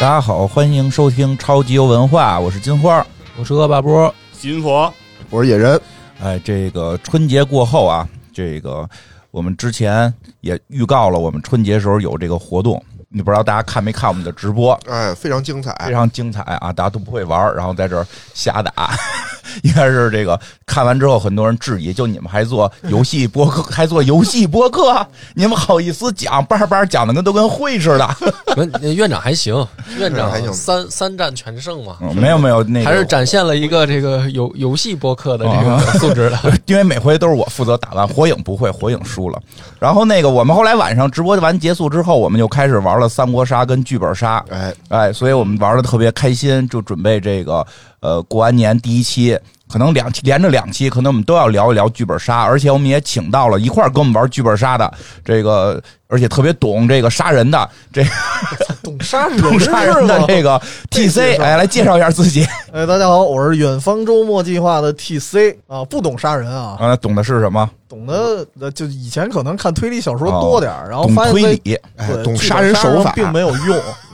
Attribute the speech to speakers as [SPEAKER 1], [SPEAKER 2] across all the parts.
[SPEAKER 1] 大家好，欢迎收听超级游文化，我是金花。
[SPEAKER 2] 我是恶霸波，
[SPEAKER 3] 金佛，
[SPEAKER 4] 我是野人，
[SPEAKER 1] 哎，这个春节过后啊，这个我们之前也预告了，我们春节时候有这个活动，你不知道大家看没看我们的直播，
[SPEAKER 4] 哎，非常精
[SPEAKER 1] 非
[SPEAKER 4] 彩，
[SPEAKER 1] 常精彩啊！大家都不会玩儿，然后在这儿瞎打， 应该是这个看完之后，很多人质疑，就你们还做游戏播客，还做游戏播客， 你们好意思讲叭叭讲的跟都跟会似的？
[SPEAKER 2] 呃院院长 还行，院
[SPEAKER 4] 还
[SPEAKER 2] 长
[SPEAKER 4] 行
[SPEAKER 2] 三三战全胜嘛，
[SPEAKER 1] 嗯没有没有，那个哦
[SPEAKER 2] 还是展现了一个这个游游戏播客的这个素 质的。
[SPEAKER 1] 因为每回都是我负责打完，火影不会，火影输了。然后那个我们后来晚上直播完结束之后，我们就开始玩了三国杀跟剧本杀，
[SPEAKER 4] 哎，
[SPEAKER 1] 哎，所以我们玩的特别开心，就准备这个呃过完年第一期，可能两期连着两期，可能我们都要聊一聊剧本杀，而且我们也请到了一块儿跟我们玩剧本杀的这个，而且特别懂这个杀人的这
[SPEAKER 2] 懂 杀人
[SPEAKER 1] 懂杀 人的这个 TC，哎，来介绍一下自己，
[SPEAKER 5] 哎，大家好，我是远方周末计划的 TC 啊，不懂杀人啊，
[SPEAKER 1] 啊，懂的是什么？
[SPEAKER 5] 懂得呃就以前可能看推理小说多点儿，然后
[SPEAKER 1] 哦懂
[SPEAKER 5] 发现
[SPEAKER 1] 推
[SPEAKER 5] 在
[SPEAKER 1] 理，
[SPEAKER 4] 哎
[SPEAKER 5] 对
[SPEAKER 4] 懂
[SPEAKER 5] 剧本
[SPEAKER 4] 杀人手
[SPEAKER 5] 上
[SPEAKER 4] 法
[SPEAKER 5] 并没有用。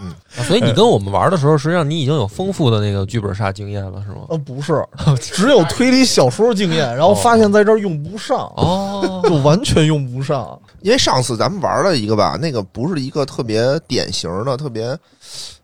[SPEAKER 2] 所以你跟我们玩的时候，实际上你已经有丰富的那个剧本杀经验了，是吗？
[SPEAKER 5] 呃，不是，
[SPEAKER 1] 哦
[SPEAKER 5] 只有推理小说经验，然后发现在这儿用不上，
[SPEAKER 2] 哦，
[SPEAKER 5] 就完全用不上。
[SPEAKER 4] 因为上次咱们玩了一个吧，那个不是一个特别典型的，特别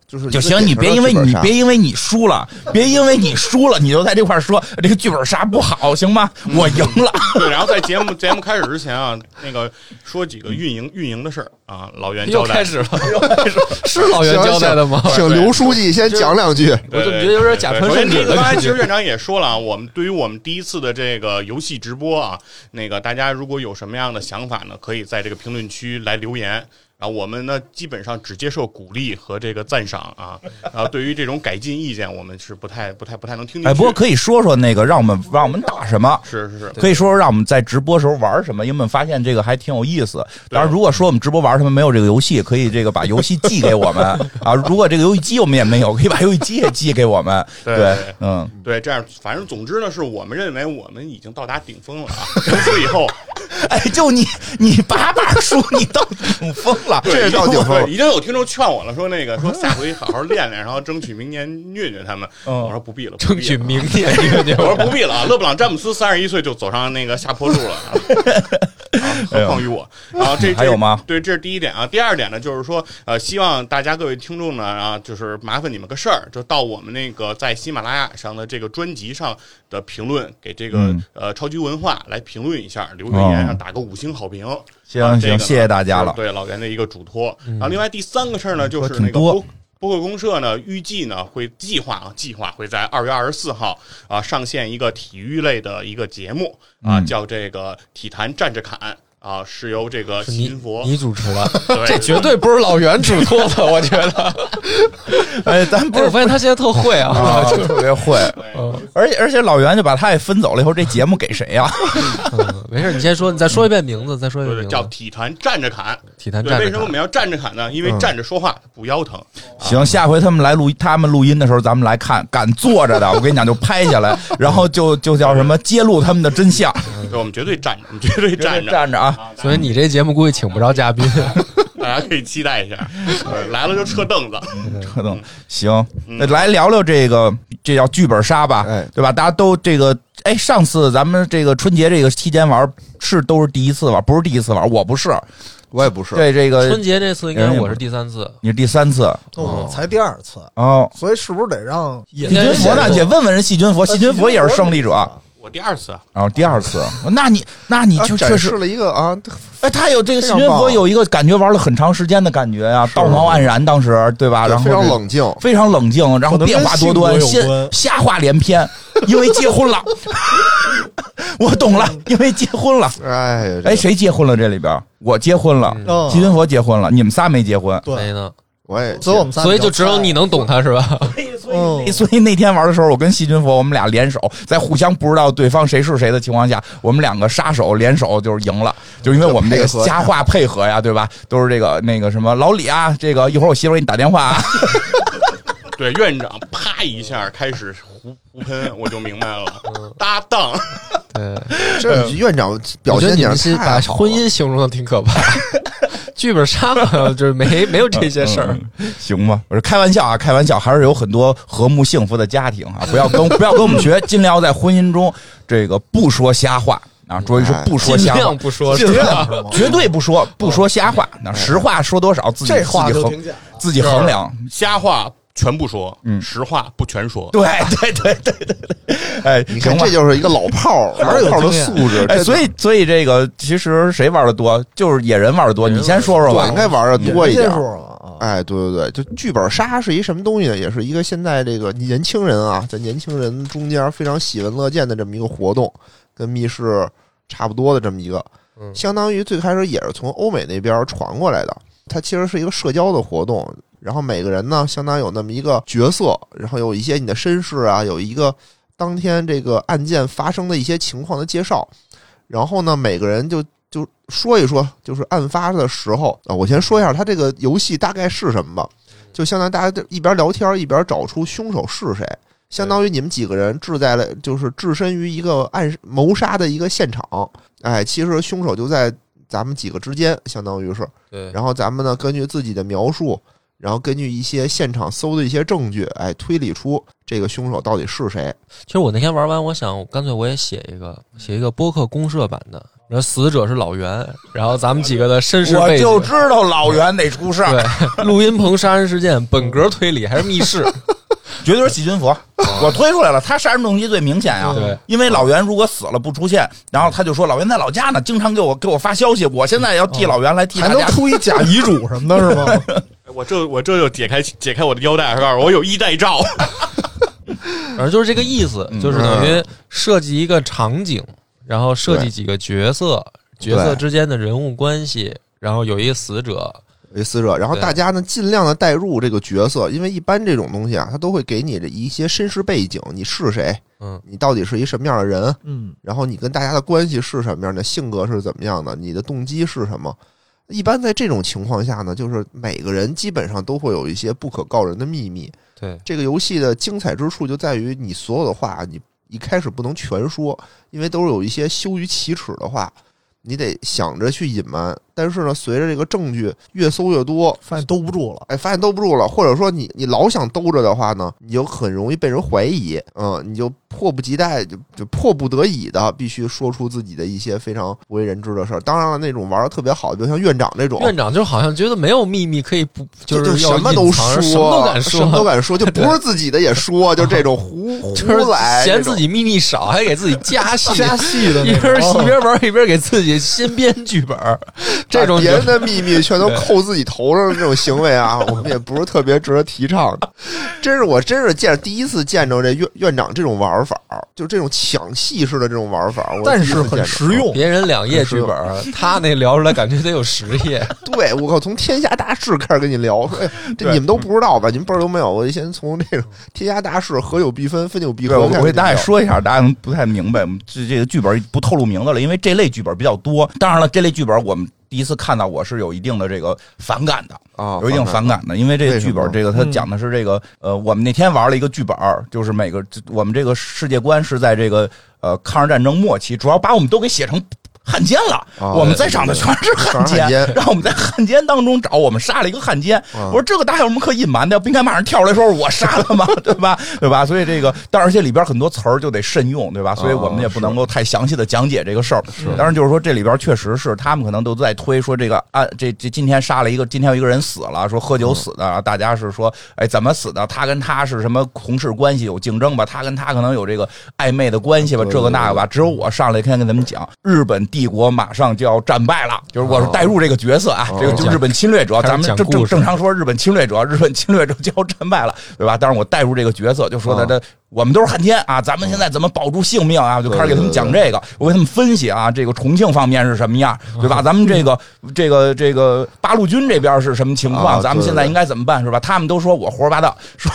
[SPEAKER 4] 就是一
[SPEAKER 1] 就
[SPEAKER 4] 个
[SPEAKER 1] 行，你
[SPEAKER 4] 典
[SPEAKER 1] 别因
[SPEAKER 4] 型的
[SPEAKER 1] 为
[SPEAKER 4] 剧本
[SPEAKER 1] 你
[SPEAKER 4] 杀
[SPEAKER 1] 别因为你输了，别因为你输了，你就在这块儿说这个剧本杀不好，行吗？我赢了，
[SPEAKER 3] 对，然后在节目节目开始之前啊，那个说几个运营运营的事儿啊，老袁
[SPEAKER 2] 又
[SPEAKER 3] 交代
[SPEAKER 2] 开，始了，又开 始了，是老袁交代的吗？
[SPEAKER 4] 请刘书记先讲两句，
[SPEAKER 3] 对
[SPEAKER 2] 我怎么觉得有点假传圣旨
[SPEAKER 3] 对对对
[SPEAKER 2] 的
[SPEAKER 3] 刚才
[SPEAKER 2] 感
[SPEAKER 3] 其
[SPEAKER 2] 觉
[SPEAKER 3] 实院长也说了啊，我们对于我们第一次的这个游戏直播啊，那个大家如果有什么样的想法呢，可以在这个评论区来留言。然后我们呢，基本上只接受鼓励和这个赞赏啊。然后对于这种改进意见，我们是不太、不太、不太能听进去。
[SPEAKER 1] 哎，不过可以说说那个，让我们让我们打什么？
[SPEAKER 3] 是是是，
[SPEAKER 1] 可以说说让我们在直播时候玩什么，因为我们发现这个还挺有意思。当然，如果说我们直播玩什么没有这个游戏，可以这个把游戏寄给我们啊。如果这个游戏机我们也没有，可以把游戏机也寄给我们。
[SPEAKER 3] 对
[SPEAKER 1] 对
[SPEAKER 3] 对，
[SPEAKER 1] 嗯，
[SPEAKER 3] 对，这样反正总之呢，是我们认为我们已经到达顶峰了啊。从此以后，
[SPEAKER 1] 哎，就你你把把输，你到顶峰了，
[SPEAKER 4] 这到顶峰
[SPEAKER 3] 对，已经有听众劝我了，说那个说下回好好练练，然后争取明年虐虐他们。
[SPEAKER 1] 嗯
[SPEAKER 3] 我说不必了，不
[SPEAKER 2] 争
[SPEAKER 3] 必了
[SPEAKER 2] 取明年 一个
[SPEAKER 3] 我说不必了啊，勒布朗詹姆斯三十一岁就走上那个下坡路 了，啊何况于我。然后这这
[SPEAKER 1] 哎还有吗
[SPEAKER 3] 对，这是第一点啊。第二点呢，就是说，呃，希望大家各位听众呢，啊，就是麻烦你们个事儿，就到我们那个在喜马拉雅上的这个专辑上的评论，给这个、
[SPEAKER 1] 嗯
[SPEAKER 3] 呃超级文化来评论一下，留个言，
[SPEAKER 1] 哦
[SPEAKER 3] 让打个五星好评。
[SPEAKER 1] 行
[SPEAKER 3] 啊
[SPEAKER 1] 行
[SPEAKER 3] 这个呢
[SPEAKER 1] 谢谢大家了嗯
[SPEAKER 3] 是对老袁的一个嘱托。然后另外第三个事儿呢，就
[SPEAKER 1] 说
[SPEAKER 3] 是
[SPEAKER 1] 挺
[SPEAKER 3] 那个
[SPEAKER 1] 多
[SPEAKER 3] 播播客公社呢，预计呢会计划啊，计划会在二月二十四号啊上线一个体育类的一个节目啊，
[SPEAKER 1] 嗯
[SPEAKER 3] 叫这个《体坛站着砍》啊，是由这个
[SPEAKER 2] 你
[SPEAKER 3] 新佛
[SPEAKER 2] 你主持 的，
[SPEAKER 3] 对
[SPEAKER 2] 这绝对不是老袁嘱托的，我觉得。
[SPEAKER 1] 哎，咱不
[SPEAKER 2] 哎，我
[SPEAKER 1] 是
[SPEAKER 2] 发现他现在特会啊，
[SPEAKER 1] 啊，特别会。
[SPEAKER 2] 嗯
[SPEAKER 1] 而且而且老袁就把他也分走了以后，这节目给谁
[SPEAKER 2] 啊
[SPEAKER 1] 呀、
[SPEAKER 2] 嗯，没事，你先说，你再说一遍名字，再说一遍
[SPEAKER 3] 对
[SPEAKER 2] 名
[SPEAKER 3] 叫《
[SPEAKER 2] 字。
[SPEAKER 3] 体坛站着砍
[SPEAKER 2] 体坛》。
[SPEAKER 3] 对，
[SPEAKER 2] 战
[SPEAKER 3] 为
[SPEAKER 2] 士
[SPEAKER 3] 什么我们要站着砍呢？因为
[SPEAKER 1] 嗯
[SPEAKER 3] 站着说话不腰疼。
[SPEAKER 1] 行，下回他们来录他们录音的时候，咱们来看，敢坐着的，我跟你讲就拍下 来，然后就就叫什么揭露他们的真相，
[SPEAKER 3] 对，我们绝对站着，我们绝对站着。
[SPEAKER 1] 站着啊！
[SPEAKER 2] 所以你这节目估计请不着嘉 宾。
[SPEAKER 3] 大家可以期待一下，对来了就撤凳子。
[SPEAKER 1] 可
[SPEAKER 2] 嗯
[SPEAKER 1] 能行，那来聊聊这个这叫剧本杀吧
[SPEAKER 4] 哎，
[SPEAKER 1] 对吧？大家都这个，哎，上次咱们这个春节这个期间玩是都是第一次玩，不是第一次玩，我不是，
[SPEAKER 4] 我也不是，
[SPEAKER 1] 对这个
[SPEAKER 2] 春节这次应该我是第三次，
[SPEAKER 1] 你是第三次
[SPEAKER 5] 那我才第二次，
[SPEAKER 1] 哦。
[SPEAKER 5] 所以是不是得呃让野
[SPEAKER 2] 也
[SPEAKER 1] 细
[SPEAKER 2] 应该
[SPEAKER 1] 菌
[SPEAKER 2] 是
[SPEAKER 1] 佛呢？姐问问人细
[SPEAKER 4] 呃
[SPEAKER 1] 菌佛，细菌佛也是胜利者。
[SPEAKER 3] 我第二次啊，
[SPEAKER 1] 然后第二次，那你那你
[SPEAKER 4] 啊
[SPEAKER 1] 就确
[SPEAKER 4] 展
[SPEAKER 1] 实
[SPEAKER 4] 示了一个啊，
[SPEAKER 1] 哎，他有这个
[SPEAKER 4] 非
[SPEAKER 1] 新
[SPEAKER 4] 常
[SPEAKER 1] 云
[SPEAKER 4] 棒
[SPEAKER 1] 佛有一个感觉玩了很长时间的感觉啊，道貌岸然，当时对吧？啊
[SPEAKER 4] 对
[SPEAKER 1] 然后
[SPEAKER 4] 非常
[SPEAKER 1] 这，
[SPEAKER 4] 冷静，
[SPEAKER 1] 非常冷静，然后
[SPEAKER 5] 可能
[SPEAKER 1] 变
[SPEAKER 5] 跟
[SPEAKER 1] 化多
[SPEAKER 5] 性格
[SPEAKER 1] 端，
[SPEAKER 5] 有
[SPEAKER 1] 先
[SPEAKER 5] 关
[SPEAKER 1] 瞎话连篇，因为结婚了。 我懂了，因为结婚了。
[SPEAKER 4] 哎呀，这
[SPEAKER 1] 哎，谁结婚了？这里边我结婚了，
[SPEAKER 4] 哦
[SPEAKER 5] 嗯
[SPEAKER 1] 西云佛结婚了，你们仨没结婚。
[SPEAKER 5] 对
[SPEAKER 2] 没，呢，
[SPEAKER 4] 我也
[SPEAKER 5] 所以我们仨
[SPEAKER 2] 所以就只有你能懂他是吧？
[SPEAKER 5] 嗯
[SPEAKER 1] 所以那天玩的时候，我跟细菌佛我们俩联手，在互相不知道对方谁是谁的情况下， 我们两个杀手联手就是赢了，就是因为我们这个
[SPEAKER 4] 配合
[SPEAKER 1] 瞎话配合呀，对吧？都是这个那个什么老李啊，这个一会儿我媳妇儿给你打电话啊。
[SPEAKER 3] 对，院长啪一下开始胡胡喷，我就明白了，搭档
[SPEAKER 2] 对，
[SPEAKER 4] 这院长表
[SPEAKER 2] 我觉
[SPEAKER 4] 现
[SPEAKER 2] 得你
[SPEAKER 4] 点
[SPEAKER 2] 们是把婚姻形容的挺可怕。剧本杀嘛，就是没没有这些事
[SPEAKER 1] 嗯
[SPEAKER 2] 儿。
[SPEAKER 1] 行吧，我是开玩笑啊，开玩笑，还是有很多和睦幸福的家庭啊， 不要跟不要跟我们学，尽量在婚姻中这个不说瞎话啊，注意是不说
[SPEAKER 2] 尽
[SPEAKER 1] 瞎话
[SPEAKER 2] 量，不说，
[SPEAKER 5] 尽
[SPEAKER 2] 是吧
[SPEAKER 5] 量是吗？
[SPEAKER 1] 绝对不说不说瞎话，那实话说多少自己
[SPEAKER 5] 这
[SPEAKER 1] 自
[SPEAKER 5] 话
[SPEAKER 1] 己
[SPEAKER 5] 就
[SPEAKER 1] 衡
[SPEAKER 5] 挺假。
[SPEAKER 1] 自己衡量，
[SPEAKER 3] 瞎话全不说，
[SPEAKER 1] 嗯
[SPEAKER 3] 实话不全 说。
[SPEAKER 1] 对对对对对，哎，
[SPEAKER 4] 你
[SPEAKER 1] 行
[SPEAKER 4] 看，
[SPEAKER 1] 吧
[SPEAKER 4] 这。就是一个老炮儿，
[SPEAKER 5] 还是有
[SPEAKER 4] 老炮儿的
[SPEAKER 5] 经验
[SPEAKER 4] 素质。
[SPEAKER 1] 哎，
[SPEAKER 4] 这
[SPEAKER 1] 所以所以这个其实谁玩的多，就是野人玩的多。
[SPEAKER 2] 野人
[SPEAKER 1] 你先说说
[SPEAKER 4] 对
[SPEAKER 1] 吧
[SPEAKER 4] 应，该玩的多一
[SPEAKER 5] 接
[SPEAKER 4] 点
[SPEAKER 5] 数
[SPEAKER 4] 儿。
[SPEAKER 5] 啊，啊
[SPEAKER 4] 哎，对对对，就剧本杀是一什么东西呢？也是一个现在这个年轻人啊，在年轻人中间非常喜闻乐见的这么一个活动，跟密室差不多的这么一个，
[SPEAKER 2] 嗯
[SPEAKER 4] 相当于最开始也是从欧美那边传过来的。它其实是一个社交的活动，然后每个人呢，相当有那么一个角色，然后有一些你的身世啊，有一个当天这个案件发生的一些情况的介绍，然后呢，每个人就就说一说，就是案发的时候啊，我先说一下它这个游戏大概是什么吧，就相当于大家就一边聊天一边找出凶手是谁，相当于你们几个人置在了就是置身于一个暗杀谋杀的一个现场，哎，其实凶手就在咱们几个之间，相当于是，
[SPEAKER 2] 对，
[SPEAKER 4] 然后咱们呢，根据自己的描述，然后根据一些现场搜的一些证据，哎，推理出这个凶手到底是谁。
[SPEAKER 2] 其实我那天玩完，我想我干脆我也写一个，写一个播客公社版的。然后死者是老袁，然后咱们几个的身世
[SPEAKER 1] 我
[SPEAKER 2] 背景，
[SPEAKER 1] 就知道老袁得出事儿，
[SPEAKER 2] 对，录音棚杀人事件，本格推理还是密 室，
[SPEAKER 1] 绝对是细菌佛。我推出来了，他杀人动机最明显呀、
[SPEAKER 2] 对
[SPEAKER 1] 因为老袁如果死了不出现，然后他就说老袁在老家呢，经常给我给我发消息，我现在要替老袁来替
[SPEAKER 5] 还
[SPEAKER 1] 大
[SPEAKER 5] 能
[SPEAKER 1] 家。
[SPEAKER 5] 出一假遗嘱什么的，是 吗？
[SPEAKER 3] 哎我这我这就解开解开我的腰带，告诉我有衣带照。
[SPEAKER 2] 反正就是这个意思，
[SPEAKER 1] 嗯
[SPEAKER 2] 就是等于设计一个场景，然后设计几个角色，角色之间的人物关系，然后有一个死者，
[SPEAKER 4] 为死者，然后
[SPEAKER 2] 对
[SPEAKER 4] 大家呢尽量的带入这个角色，因为一般这种东西啊，他都会给你的一些身世背景，你是谁，
[SPEAKER 2] 嗯，
[SPEAKER 4] 你到底是一什么样的人，
[SPEAKER 5] 嗯，
[SPEAKER 4] 然后你跟大家的关系是什么样的，性格是怎么样的，你的动机是什么。一般在这种情况下呢，就是每个人基本上都会有一些不可告人的秘密，
[SPEAKER 2] 对，
[SPEAKER 4] 这个游戏的精彩之处就在于你所有的话，啊你一开始不能全说，因为都是有一些羞于启齿的话，你得想着去隐瞒。但是呢，随着这个证据越搜越多，
[SPEAKER 5] 发现兜不住了。
[SPEAKER 4] 哎，发现兜不住了，或者说你你老想兜着的话呢，你就很容易被人怀疑，嗯，你就迫不及待，就就迫不得已的必须说出自己的一些非常不为人知的事儿。当然了，那种玩的特别好，就像院长这种，
[SPEAKER 2] 院长就好像觉得没有秘密可以不，
[SPEAKER 4] 就是
[SPEAKER 2] 要
[SPEAKER 4] 什么
[SPEAKER 2] 隐
[SPEAKER 4] 都说，
[SPEAKER 2] 藏什么都敢
[SPEAKER 4] 什么都
[SPEAKER 2] 说。
[SPEAKER 4] 敢说，就不是自己的也说，就这种胡
[SPEAKER 2] 就是
[SPEAKER 4] 胡来，
[SPEAKER 2] 嫌自己秘密少，还给自己 加戏，
[SPEAKER 5] 加戏的
[SPEAKER 2] 一
[SPEAKER 5] 那
[SPEAKER 4] 哦
[SPEAKER 2] 边
[SPEAKER 5] 种
[SPEAKER 2] 一边玩一边给自己新编剧本 儿，这种
[SPEAKER 4] 把
[SPEAKER 2] 就
[SPEAKER 4] 啊别人的秘密全都扣自己头上的这种行为啊，我们也不是特别值得提倡的。真是我真是见第一次见着这院院长这种玩法儿，就这种抢戏式的这种玩法儿，我
[SPEAKER 5] 但
[SPEAKER 4] 第一
[SPEAKER 5] 是
[SPEAKER 4] 次
[SPEAKER 5] 很
[SPEAKER 4] 见着哦
[SPEAKER 5] 实。用。
[SPEAKER 2] 别人两页剧本儿，他那聊出来感觉得有十 页，
[SPEAKER 4] 对我靠，从天下大事开始跟你聊，说哎这
[SPEAKER 1] 对
[SPEAKER 4] 你们都不知道吧？你们辈儿都没有。我先从这种天下大事，合久必分，分久必
[SPEAKER 1] 对，
[SPEAKER 4] 合。
[SPEAKER 1] 我
[SPEAKER 4] 开
[SPEAKER 1] 我给
[SPEAKER 4] 始
[SPEAKER 1] 大
[SPEAKER 4] 聊
[SPEAKER 1] 家说一下，大家不太明白，我们这这个剧本不透露名字了，因为这类剧本比较多。当然了，这类剧本我们第一次看到，我是有一定的这个反感的，
[SPEAKER 4] 啊，
[SPEAKER 1] 有一定
[SPEAKER 4] 反
[SPEAKER 1] 反感的，因为这
[SPEAKER 4] 为
[SPEAKER 1] 个
[SPEAKER 4] 什
[SPEAKER 1] 剧本
[SPEAKER 4] 么，
[SPEAKER 1] 这个它
[SPEAKER 5] 嗯
[SPEAKER 1] 讲的是这个呃，我们那天玩了一个剧本儿，就是每个我们这个世界观是在这个呃抗日战争末期，主要把我们都给写成汉奸了。
[SPEAKER 4] 啊
[SPEAKER 1] 我们在场的全是汉
[SPEAKER 4] 全是汉奸
[SPEAKER 1] 然后我们在汉奸当中找，我们杀了一个汉奸。
[SPEAKER 4] 啊
[SPEAKER 1] 我说这个大家有什么可隐瞒的？不应该马上跳出来说是我杀的吗？ 对吧？对吧？所以这个，但而且里边很多词儿就得慎用，对吧？所以我们也不能够太详细的讲解这个事儿。当然就是说这里边确实是他们可能都在推说这个案，这这今天杀了一个，今天有一个人死了，说喝
[SPEAKER 2] 嗯
[SPEAKER 1] 酒死的，然后大家是说哎怎么死的？他跟他是什么同事关系有竞争吧？他跟他可能有这个暧昧的关系吧？
[SPEAKER 4] 对
[SPEAKER 1] 这个那个吧？只有我上来先跟他们讲，日本帝国马上就要战败了，就是我是带入这个角色啊，这个就日本侵略者，
[SPEAKER 2] 哦开始
[SPEAKER 1] 咱们
[SPEAKER 2] 讲
[SPEAKER 1] 正正
[SPEAKER 2] 故事
[SPEAKER 1] 正常说日本侵略者，日本侵略者就要战败了，对吧？当然我带入这个角色，就
[SPEAKER 4] 啊
[SPEAKER 1] 说的这。我们都是汉奸啊！咱们现在怎么保住性命啊？就开始给他们讲这个，我给他们分析啊，这个重庆方面是什么样，对
[SPEAKER 4] 啊
[SPEAKER 1] 吧？咱们这个这个这个八路军这边是什么情
[SPEAKER 4] 啊
[SPEAKER 1] 况？
[SPEAKER 4] 对
[SPEAKER 1] 咱们现在应该怎么办，是吧？他们都说我胡说八道，说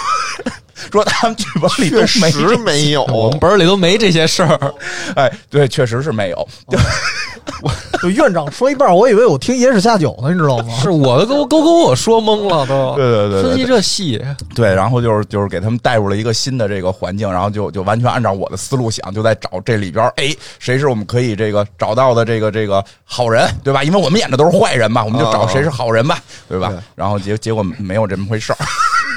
[SPEAKER 1] 说他们剧本里都
[SPEAKER 4] 确
[SPEAKER 1] 没
[SPEAKER 4] 实 没有，
[SPEAKER 2] 我们本儿里都没这些事儿。
[SPEAKER 4] 啊
[SPEAKER 1] 哎，对，确实是没有。
[SPEAKER 5] 就院长说一半，我以为我听野史下酒呢，你知道吗？
[SPEAKER 2] 是我都给我都给我说懵了都。
[SPEAKER 1] 对对
[SPEAKER 2] 分
[SPEAKER 1] 对
[SPEAKER 2] 析
[SPEAKER 1] 对
[SPEAKER 2] 这戏，
[SPEAKER 4] 哎
[SPEAKER 1] 对，然后就是就是给他们带入了一个新的这个环境，然后就就完全按照我的思路想，就在找这里边儿，哎，谁是我们可以这个找到的这个这个好人，对吧？因为我们演的都是坏人嘛，我们就找
[SPEAKER 2] 哦
[SPEAKER 1] 谁是好人吧，对吧
[SPEAKER 4] 对？
[SPEAKER 1] 然后结结果没有这么回事儿，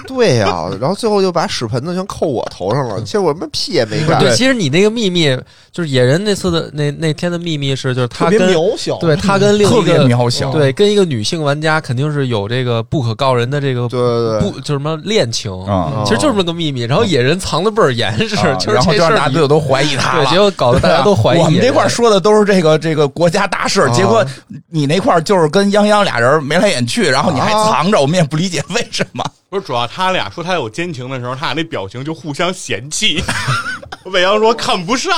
[SPEAKER 4] 对呀、然后最后就把屎盆子全扣我头上了。其实我们屁也没干，
[SPEAKER 2] 对，其实你那个秘密就是野人那次的那那天的秘密是，就是他
[SPEAKER 5] 特别
[SPEAKER 2] 跟
[SPEAKER 5] 渺小，
[SPEAKER 2] 对他跟另
[SPEAKER 1] 特
[SPEAKER 2] 一
[SPEAKER 1] 别
[SPEAKER 2] 个
[SPEAKER 1] 渺小。
[SPEAKER 2] 对跟一个女性玩家肯定是有这个不可告人的这个
[SPEAKER 4] 对对对
[SPEAKER 2] 不就什么恋情，
[SPEAKER 1] 啊
[SPEAKER 2] 其实就是这么个秘密。然后野人藏的倍儿严实，
[SPEAKER 1] 啊
[SPEAKER 2] 就是
[SPEAKER 1] 然后
[SPEAKER 2] 这
[SPEAKER 1] 就让
[SPEAKER 2] 事儿
[SPEAKER 1] 大家
[SPEAKER 2] 你
[SPEAKER 1] 队友都怀疑他
[SPEAKER 2] 对，
[SPEAKER 1] 了
[SPEAKER 2] 结。果搞得大家都怀疑 哦
[SPEAKER 1] 我们
[SPEAKER 2] 野
[SPEAKER 1] 这
[SPEAKER 2] 人
[SPEAKER 1] 块儿说的都是这个这个国家大事，
[SPEAKER 4] 啊
[SPEAKER 1] 结果你那块儿就是跟泱泱俩人眉来眼去，然后你还
[SPEAKER 2] 哦
[SPEAKER 4] 啊
[SPEAKER 1] 藏着，我们也不理解为什么。
[SPEAKER 3] 不是，主要他俩说他有奸情的时候，他俩那表情就互相嫌弃。 伟阳说看不上，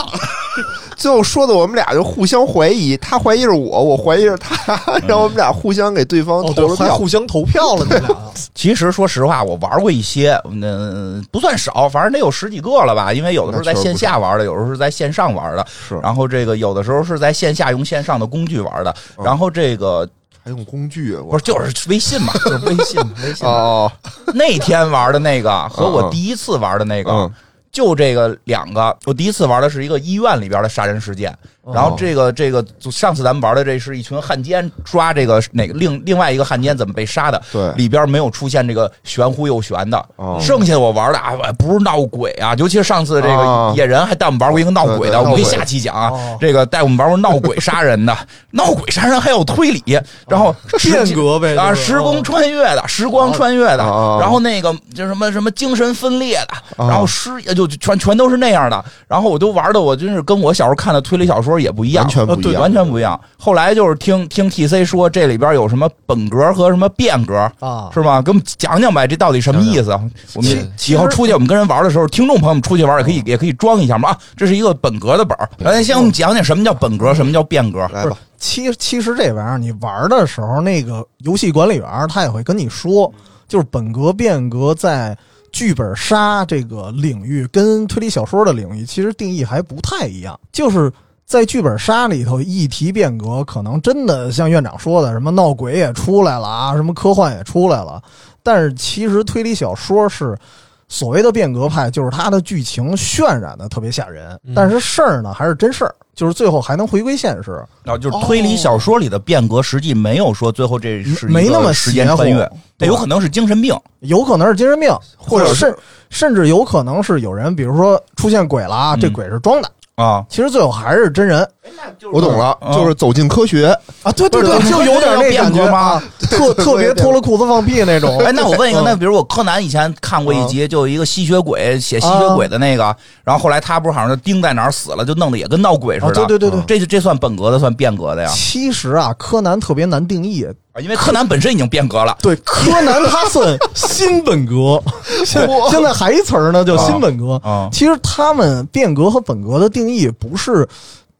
[SPEAKER 4] 最后说的我们俩就互相怀疑，他怀疑是我，我怀疑是他，然后我们俩互相给对方
[SPEAKER 5] 哦，
[SPEAKER 4] 投
[SPEAKER 5] 对，
[SPEAKER 4] 了
[SPEAKER 5] 还
[SPEAKER 4] 票。
[SPEAKER 5] 互相投票了，你俩。
[SPEAKER 1] 其实说实话，我玩过一些，嗯，不算少，反正得有十几个了吧。因为有的时候在线下玩的，有的时候是在线上玩的，
[SPEAKER 4] 是
[SPEAKER 1] 然后这个有的时候是在线下用线上的工具玩的，
[SPEAKER 4] 嗯
[SPEAKER 1] 然后这个
[SPEAKER 4] 还用工具，我
[SPEAKER 1] 不是就是微信嘛，就是微信，微 信。
[SPEAKER 5] 啊
[SPEAKER 4] 哦，
[SPEAKER 1] 那天玩的那个和
[SPEAKER 4] 嗯
[SPEAKER 1] 我
[SPEAKER 4] 嗯
[SPEAKER 1] 第一次玩的那个
[SPEAKER 4] 嗯，
[SPEAKER 1] 就这个两个，我第一次玩的是一个医院里边的杀人事件，然
[SPEAKER 4] 哦
[SPEAKER 1] 后这个这个就上次咱们玩的这是一群汉奸抓这个哪个另另外一个汉奸怎么被杀的，
[SPEAKER 4] 对
[SPEAKER 1] 里边没有出现这个玄乎又玄的，
[SPEAKER 4] 哦
[SPEAKER 1] 剩下我玩的啊不是闹鬼啊，尤其是上次这
[SPEAKER 4] 啊
[SPEAKER 1] 个野人还带我们玩过一个闹鬼
[SPEAKER 4] 对对
[SPEAKER 1] 的，我们可以
[SPEAKER 4] 闹鬼
[SPEAKER 1] 下期讲啊
[SPEAKER 5] 哦，
[SPEAKER 1] 这个带我们玩过闹鬼杀人的， 闹鬼杀人还有推理，然
[SPEAKER 4] 哦
[SPEAKER 1] 后时间
[SPEAKER 5] 变革呗
[SPEAKER 1] 啊，
[SPEAKER 5] 就是
[SPEAKER 1] 时空穿越的，时光穿越的，
[SPEAKER 4] 啊啊
[SPEAKER 1] 然后那个就什么什么精神分裂的，
[SPEAKER 4] 啊
[SPEAKER 1] 然后失就就全全都是那样的，然后我都玩的我真是跟我小时候看的推理小说也不一样，
[SPEAKER 4] 完全不一样
[SPEAKER 1] 呃对完全不一样。后来就是听听 TC 说这里边有什么本格和什么变格。
[SPEAKER 5] 啊，
[SPEAKER 1] 是吧？给我们讲讲呗，这到底什么意思？我
[SPEAKER 2] 其
[SPEAKER 1] 们以后出去，我们跟人玩的时候，听众朋友们出去玩也可以，也可以装一下嘛。啊，这是一个本格的本儿，来先给我们讲讲什么叫本格，什么叫变格。
[SPEAKER 4] 来吧，
[SPEAKER 5] 其其实这玩意儿你玩的时候，那个游戏管理员他也会跟你说，就是本格变革在剧本杀这个领域跟推理小说的领域其实定义还不太一样，就是。在剧本杀里头，议题变革可能真的像院长说的，什么闹鬼也出来了啊，什么科幻也出来了。但是其实推理小说是所谓的变革派，就是它的剧情渲染的特别吓人，
[SPEAKER 2] 嗯
[SPEAKER 5] 但是事儿呢还是真事儿，就是最后还能回归现实。
[SPEAKER 1] 啊，就是推理小说里的变革，实际没有说最后这是一
[SPEAKER 5] 没那
[SPEAKER 1] 个
[SPEAKER 5] 么
[SPEAKER 1] 时间
[SPEAKER 5] 邪乎
[SPEAKER 1] 穿越，
[SPEAKER 5] 对
[SPEAKER 1] 有可能是精神病。
[SPEAKER 5] 有可能是精神病，或
[SPEAKER 4] 者
[SPEAKER 5] 者
[SPEAKER 4] 是
[SPEAKER 5] 甚甚至有可能是有人，比如说出现鬼了啊，
[SPEAKER 1] 嗯
[SPEAKER 5] 这鬼是装的，
[SPEAKER 1] 啊，
[SPEAKER 5] 其实最后还是真人
[SPEAKER 4] 我懂了，
[SPEAKER 1] 嗯
[SPEAKER 4] 就是走进科学，
[SPEAKER 5] 啊，对对
[SPEAKER 1] 不是
[SPEAKER 5] 就有点那感觉
[SPEAKER 1] 变革吗
[SPEAKER 5] 啊，特特别脱了裤子放屁那种。
[SPEAKER 1] 哎，那我 问一个，
[SPEAKER 5] 嗯
[SPEAKER 1] 那比如我柯南以前看过一集，就有一个吸血鬼写吸血鬼的那个，然后后来他不是好像就钉在哪儿死了，就弄得也跟闹鬼似
[SPEAKER 5] 啊，
[SPEAKER 1] 的。嗯
[SPEAKER 5] 对对对对，
[SPEAKER 1] 这就这算本格的，算变革的呀？
[SPEAKER 5] 其实啊，柯南特别难定义，
[SPEAKER 1] 啊因为柯南本身已经变革了。
[SPEAKER 5] 对，柯南他算 新本格，现现在还一词儿呢，叫新本格。
[SPEAKER 1] 啊
[SPEAKER 5] 其实他们变革和本格的定义不是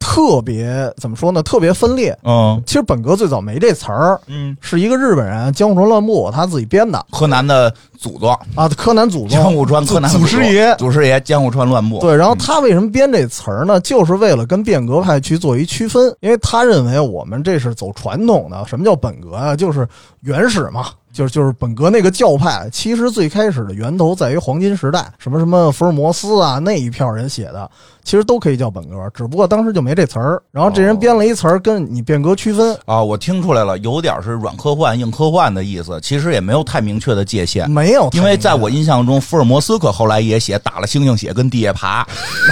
[SPEAKER 5] 特别怎么说呢，特别分裂。
[SPEAKER 1] 嗯
[SPEAKER 5] 其实本格最早没这词儿，
[SPEAKER 1] 嗯，
[SPEAKER 5] 是一个日本人江户川乱步他自己编的
[SPEAKER 1] 柯南的祖宗
[SPEAKER 5] 啊，柯南祖
[SPEAKER 1] 江
[SPEAKER 5] 宗。
[SPEAKER 1] 户川柯南的
[SPEAKER 5] 祖师爷
[SPEAKER 1] 祖师爷嗯江户川乱步。
[SPEAKER 5] 对，然后他为什么编这词儿呢？就是为了跟变革派去做一区分，因为他认为我们这是走传统的。什么叫本格啊？就是原始嘛，就是就是本格那个教派。其实最开始的源头在于黄金时代，什么什么福尔摩斯啊那一票人写的，其实都可以叫本格，只不过当时就没这词儿。然后这
[SPEAKER 1] 哦
[SPEAKER 5] 人编了一词儿跟你变革区分，
[SPEAKER 1] 啊，我听出来了，有点是软科幻、硬科幻的意思，其实也没有太明确的界限。
[SPEAKER 5] 没有太明显，
[SPEAKER 1] 因为在我印象中，福尔摩斯可后来也写打了猩猩血跟地下爬，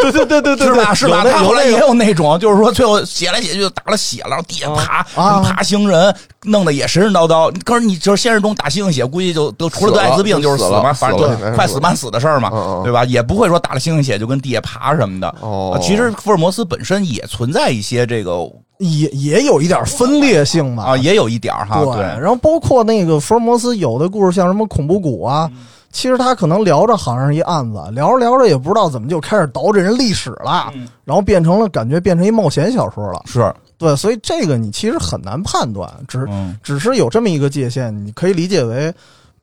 [SPEAKER 5] 对对对对对，
[SPEAKER 1] 是吧？
[SPEAKER 5] 对
[SPEAKER 1] 是吧？
[SPEAKER 5] 有那
[SPEAKER 1] 他后
[SPEAKER 5] 有
[SPEAKER 1] 来
[SPEAKER 5] 那
[SPEAKER 1] 也有那种，就是说最后写来写去就打了血了，然后地下爬，
[SPEAKER 5] 啊
[SPEAKER 1] 爬行人，弄得也神神叨叨。可是你就是现实中打猩猩血，估计就都除了得艾滋病就是
[SPEAKER 4] 死了
[SPEAKER 1] 嘛，
[SPEAKER 4] 死
[SPEAKER 1] 反
[SPEAKER 4] 了
[SPEAKER 1] 正
[SPEAKER 4] 死了应该
[SPEAKER 1] 就是快死慢死的事儿
[SPEAKER 4] 嗯
[SPEAKER 1] 嘛
[SPEAKER 4] 嗯，
[SPEAKER 1] 对吧？也不会说打了猩猩血就跟地下爬什么的。啊
[SPEAKER 4] 哦
[SPEAKER 1] 其实福尔摩斯本身也存在一些这个
[SPEAKER 5] 也也有一点分裂性吧
[SPEAKER 1] 啊，也有一点儿哈，
[SPEAKER 5] 对，然后包括那个福尔摩斯有的故事，像什么恐怖谷啊，
[SPEAKER 1] 嗯
[SPEAKER 5] 其实他可能聊着好像是一案子，聊着聊着也不知道怎么就开始倒这人历史了，
[SPEAKER 1] 嗯
[SPEAKER 5] 然后变成了感觉变成一冒险小说了。
[SPEAKER 1] 是，
[SPEAKER 5] 对，所以这个你其实很难判断，只
[SPEAKER 1] 嗯。
[SPEAKER 5] 只是有这么一个界限，你可以理解为。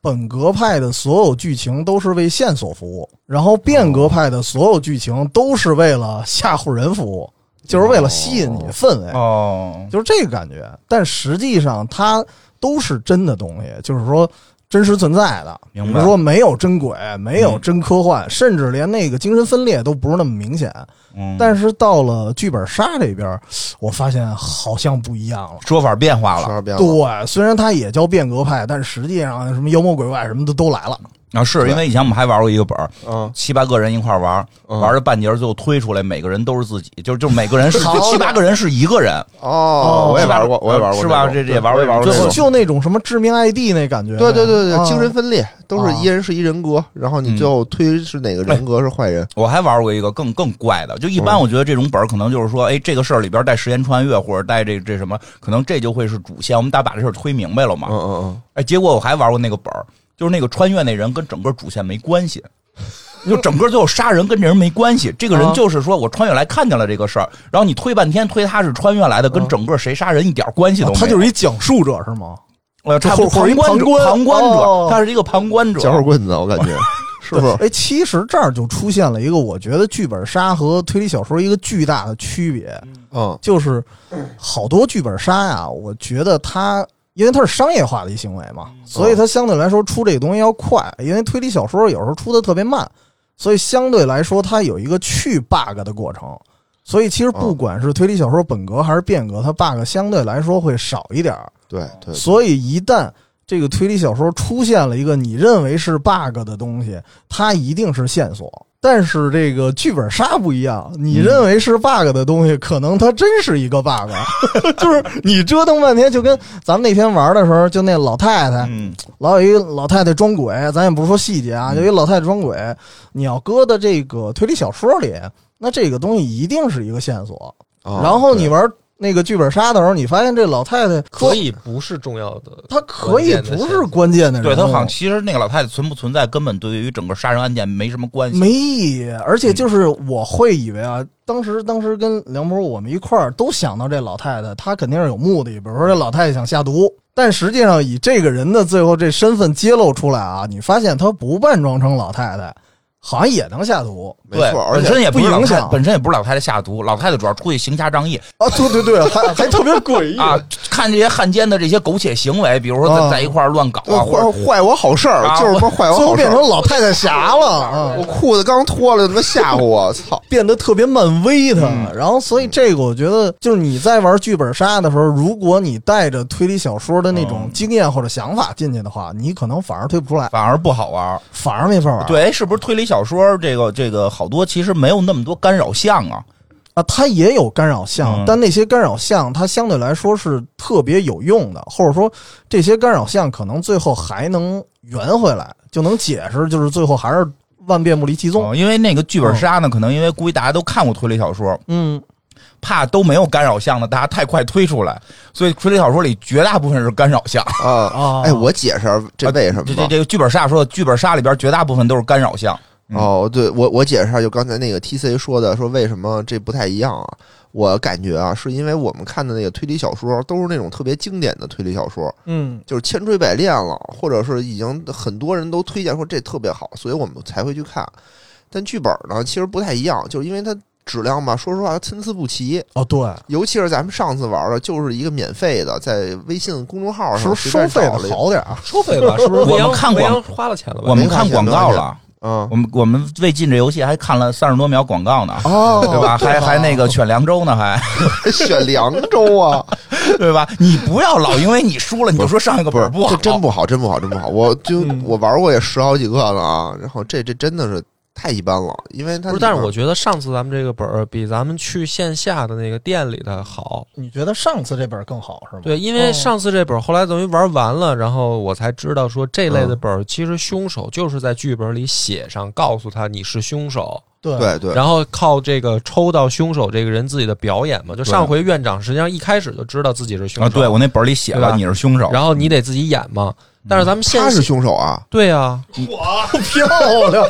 [SPEAKER 5] 本格派的所有剧情都是为线索服务，然后变革派的所有剧情都是为了吓唬人服务。就是为了吸引你氛围，
[SPEAKER 1] 哦，
[SPEAKER 5] 就是这个感觉。但实际上它都是真的东西，就是说真实存在的。比
[SPEAKER 1] 明白
[SPEAKER 5] 如说没有真鬼，没有
[SPEAKER 1] 嗯
[SPEAKER 5] 真科幻，甚至连那个精神分裂都不是那么明显。
[SPEAKER 1] 嗯
[SPEAKER 5] 但是到了剧本杀这边，我发现好像不一样了。
[SPEAKER 1] 说法变化
[SPEAKER 4] 说
[SPEAKER 1] 了
[SPEAKER 4] 话变了，
[SPEAKER 5] 对，虽然它也叫变革派，但实际上什么妖魔鬼怪什么的都来了。
[SPEAKER 1] 啊，是因为以前我们还玩过一个本儿，
[SPEAKER 4] 嗯，
[SPEAKER 1] 七八个人一块儿玩，
[SPEAKER 4] 嗯
[SPEAKER 1] 玩到半截儿最后推出来，每个人都是自己，就是就是每个人是
[SPEAKER 5] 好
[SPEAKER 1] 七八个人是一个人，
[SPEAKER 4] 哦，我也玩过，我也玩过
[SPEAKER 1] 是
[SPEAKER 4] 种，
[SPEAKER 1] 吧这这也玩过
[SPEAKER 4] 对
[SPEAKER 1] 玩过
[SPEAKER 4] 对
[SPEAKER 1] 这
[SPEAKER 5] 就
[SPEAKER 1] 种
[SPEAKER 5] 就那种什么致命 ID 那感觉，
[SPEAKER 4] 对对对
[SPEAKER 5] 啊
[SPEAKER 4] 对，精神分裂都是一人是一人格，然后你最后推是哪个人格是坏人，
[SPEAKER 1] 我还玩过一个更更怪的，就一般
[SPEAKER 4] 嗯
[SPEAKER 1] 我觉得这种本儿可能就是说，哎，这个事儿里边带时间穿越或者带这这什么，可能这就会是主线，我们大家把这事儿推明白了嘛。
[SPEAKER 4] 嗯嗯
[SPEAKER 1] 哎，结果我还玩过那个本儿，就是那个穿越那人跟整个主线没关系，就整个最后杀人跟这人没关系。这个人
[SPEAKER 4] 嗯
[SPEAKER 5] 啊
[SPEAKER 1] 就是说我穿越来看见了这个事儿，然后你推半天推他是穿越来的，
[SPEAKER 4] 嗯
[SPEAKER 1] 跟整个谁杀人一点关
[SPEAKER 4] 哦
[SPEAKER 1] 系都
[SPEAKER 5] 啊
[SPEAKER 1] 没有。
[SPEAKER 5] 他就是一讲述者是吗？
[SPEAKER 1] 呃，他
[SPEAKER 5] 或或者
[SPEAKER 1] 旁
[SPEAKER 5] 一
[SPEAKER 1] 观者
[SPEAKER 5] 旁观
[SPEAKER 1] 旁观者
[SPEAKER 5] 哦，
[SPEAKER 1] 他是一个旁观
[SPEAKER 4] 嗯，
[SPEAKER 1] 者。
[SPEAKER 4] 嚼会棍子，我感觉是不是？
[SPEAKER 5] 哎，其实这儿就出现了一个我觉得剧本杀和推理小说一个巨大的区别，哦
[SPEAKER 4] 嗯
[SPEAKER 5] 就是好多剧本杀呀、我觉得它因为它是商业化的一行为嘛，所以它相对来说出这个东西要快，因为推理小说有时候出的特别慢，所以相对来说它有一个去 bug 的过程。所以其实不
[SPEAKER 4] 嗯
[SPEAKER 5] 管是推理小说本格还是变革，它 bug 相对来说会少一点儿。
[SPEAKER 4] 嗯对对，
[SPEAKER 5] 所以一旦这个推理小说出现了一个你认为是 bug 的东西，它一定是线索。但是这个剧本杀不一样，你认为是 bug 的东西，可能它真是一个 bug，就是 你折腾半天，就跟咱们那天玩的时候，就那老太太，
[SPEAKER 1] 嗯，
[SPEAKER 5] 老有一个老太太装鬼，咱也不是说细节啊，
[SPEAKER 1] 嗯
[SPEAKER 5] 有一老太太装鬼，你要搁到这个推理小说里，那这个东西一定是一个线索。
[SPEAKER 4] 啊
[SPEAKER 5] 然后你
[SPEAKER 4] 对
[SPEAKER 5] 玩那个剧本杀的时候，你发现这老太太
[SPEAKER 2] 可以不是重要的，
[SPEAKER 5] 他可以不是关键的人物，
[SPEAKER 1] 对他好像其实那个老太太存不存在，根本对于整个杀人案件没什么关系。
[SPEAKER 5] 没意义。而且就是我会以为啊，当时当时跟梁博我们一块儿都想到这老太太，她肯定是有目的，比如说这老太太想下毒。但实际上，以这个人的最后这身份揭露出来啊，你发现她不扮装成老太太，好像也能下毒
[SPEAKER 4] 没
[SPEAKER 1] 对
[SPEAKER 4] 错，，而
[SPEAKER 1] 本
[SPEAKER 4] 且
[SPEAKER 1] 身也是
[SPEAKER 5] 不
[SPEAKER 1] 老
[SPEAKER 5] 影
[SPEAKER 1] 太
[SPEAKER 5] 响
[SPEAKER 1] 本身也不是老太太下毒，老太太主要出去行侠仗义
[SPEAKER 5] 啊！对对对，还还特别诡
[SPEAKER 4] 嗯
[SPEAKER 5] 异
[SPEAKER 1] 啊，看这些汉奸的这些苟且行为，比如说在
[SPEAKER 5] 啊
[SPEAKER 1] 在一块儿乱搞
[SPEAKER 4] 对
[SPEAKER 1] 啊，或者
[SPEAKER 4] 坏坏我好事儿
[SPEAKER 1] 啊，
[SPEAKER 4] 就是他妈坏我
[SPEAKER 5] 最后
[SPEAKER 4] 好事
[SPEAKER 5] 变成
[SPEAKER 4] 儿。
[SPEAKER 5] 老太太侠了 啊！
[SPEAKER 4] 我裤子刚脱了，他妈吓唬我，操！
[SPEAKER 5] 变得特别漫威的。
[SPEAKER 4] 嗯
[SPEAKER 5] 然后，所以这个我觉得，就是你在玩剧本杀的时候，如果你带着推理小说的那种
[SPEAKER 4] 嗯
[SPEAKER 5] 经验或者想法进去的话，你可能反而推不出来，
[SPEAKER 1] 反而不好玩儿。
[SPEAKER 5] 反而没法玩。
[SPEAKER 1] 对，哎是不是推理小说这个这个好多其实没有那么多干扰项啊？
[SPEAKER 5] 啊，它也有干扰项，
[SPEAKER 1] 嗯
[SPEAKER 5] 但那些干扰项它相对来说是特别有用的，或者说这些干扰项可能最后还能圆回来，就能解释，就是最后还是万变不离其宗。
[SPEAKER 1] 哦，因为那个剧本杀呢，可能因为估计大家都看过推理小说，
[SPEAKER 5] 嗯，
[SPEAKER 1] 怕都没有干扰项的，大家太快推出来，所以推理小说里绝大部分是干扰项。
[SPEAKER 4] 啊
[SPEAKER 5] 啊
[SPEAKER 4] 哎，我解释这为什
[SPEAKER 1] 这
[SPEAKER 4] 么
[SPEAKER 1] 这
[SPEAKER 4] 吧。
[SPEAKER 1] 这个剧本杀说的，剧本杀里边绝大部分都是干扰项。嗯
[SPEAKER 4] 哦，对我我解释一下，就刚才那个 T C 说的，说为什么这不太一样啊？我感觉啊，是因为我们看的那个推理小说都是那种特别经典的推理小说，
[SPEAKER 5] 嗯，
[SPEAKER 4] 就是千锤百炼了，或者是已经很多人都推荐说这特别好，所以我们才会去看。但剧本呢，其实不太一样，就是因为它质量吧，说实话参差不齐。
[SPEAKER 5] 哦对，
[SPEAKER 4] 尤其是咱们上次玩的，就是一个免费的，在微信公众号
[SPEAKER 5] 是
[SPEAKER 4] 上
[SPEAKER 5] 不是
[SPEAKER 4] 随
[SPEAKER 5] 收
[SPEAKER 4] 便
[SPEAKER 5] 费的
[SPEAKER 4] 找了一个
[SPEAKER 5] 好点儿？
[SPEAKER 2] 收费吧？是 不是？
[SPEAKER 1] 我们看
[SPEAKER 2] 过，
[SPEAKER 1] 广
[SPEAKER 2] 未央花了钱了吧？
[SPEAKER 1] 我们看广告了，
[SPEAKER 4] 嗯
[SPEAKER 1] 我们我们为进这游戏还看了三十多秒广告呢，
[SPEAKER 5] 哦，
[SPEAKER 1] 对吧？还还那个选凉州呢，还
[SPEAKER 4] 选凉州啊，
[SPEAKER 1] 对吧？你不要老因为你输了你就说上一个本儿不好，
[SPEAKER 4] 这真不好，真不好，真不好。我就
[SPEAKER 5] 嗯
[SPEAKER 4] 我玩过也十好几个了啊，然后这这真的是太一般了，因为它
[SPEAKER 2] 不是，但是我觉得上次咱们这个本儿比咱们去线下的那个店里的好。
[SPEAKER 5] 你觉得上次这本更好是吗？
[SPEAKER 2] 对，因为上次这本儿后来等于玩完了，然后我才知道说这
[SPEAKER 5] 嗯
[SPEAKER 2] 类的本儿其实凶手就是在剧本里写上，告诉他你是凶手，
[SPEAKER 5] 对
[SPEAKER 4] 对对
[SPEAKER 2] 然后靠这个抽到凶手这个人自己的表演嘛。就上回院长实际上一开始就知道自己是凶手，
[SPEAKER 1] 啊！对我那本儿里写
[SPEAKER 2] 对
[SPEAKER 1] 了
[SPEAKER 2] 吧
[SPEAKER 1] 你是凶手，
[SPEAKER 2] 然后你得自己演嘛。
[SPEAKER 5] 嗯
[SPEAKER 2] 但是咱们线
[SPEAKER 4] 他是
[SPEAKER 2] 下
[SPEAKER 4] 凶手啊，
[SPEAKER 2] 对啊，
[SPEAKER 3] 我
[SPEAKER 5] 漂亮，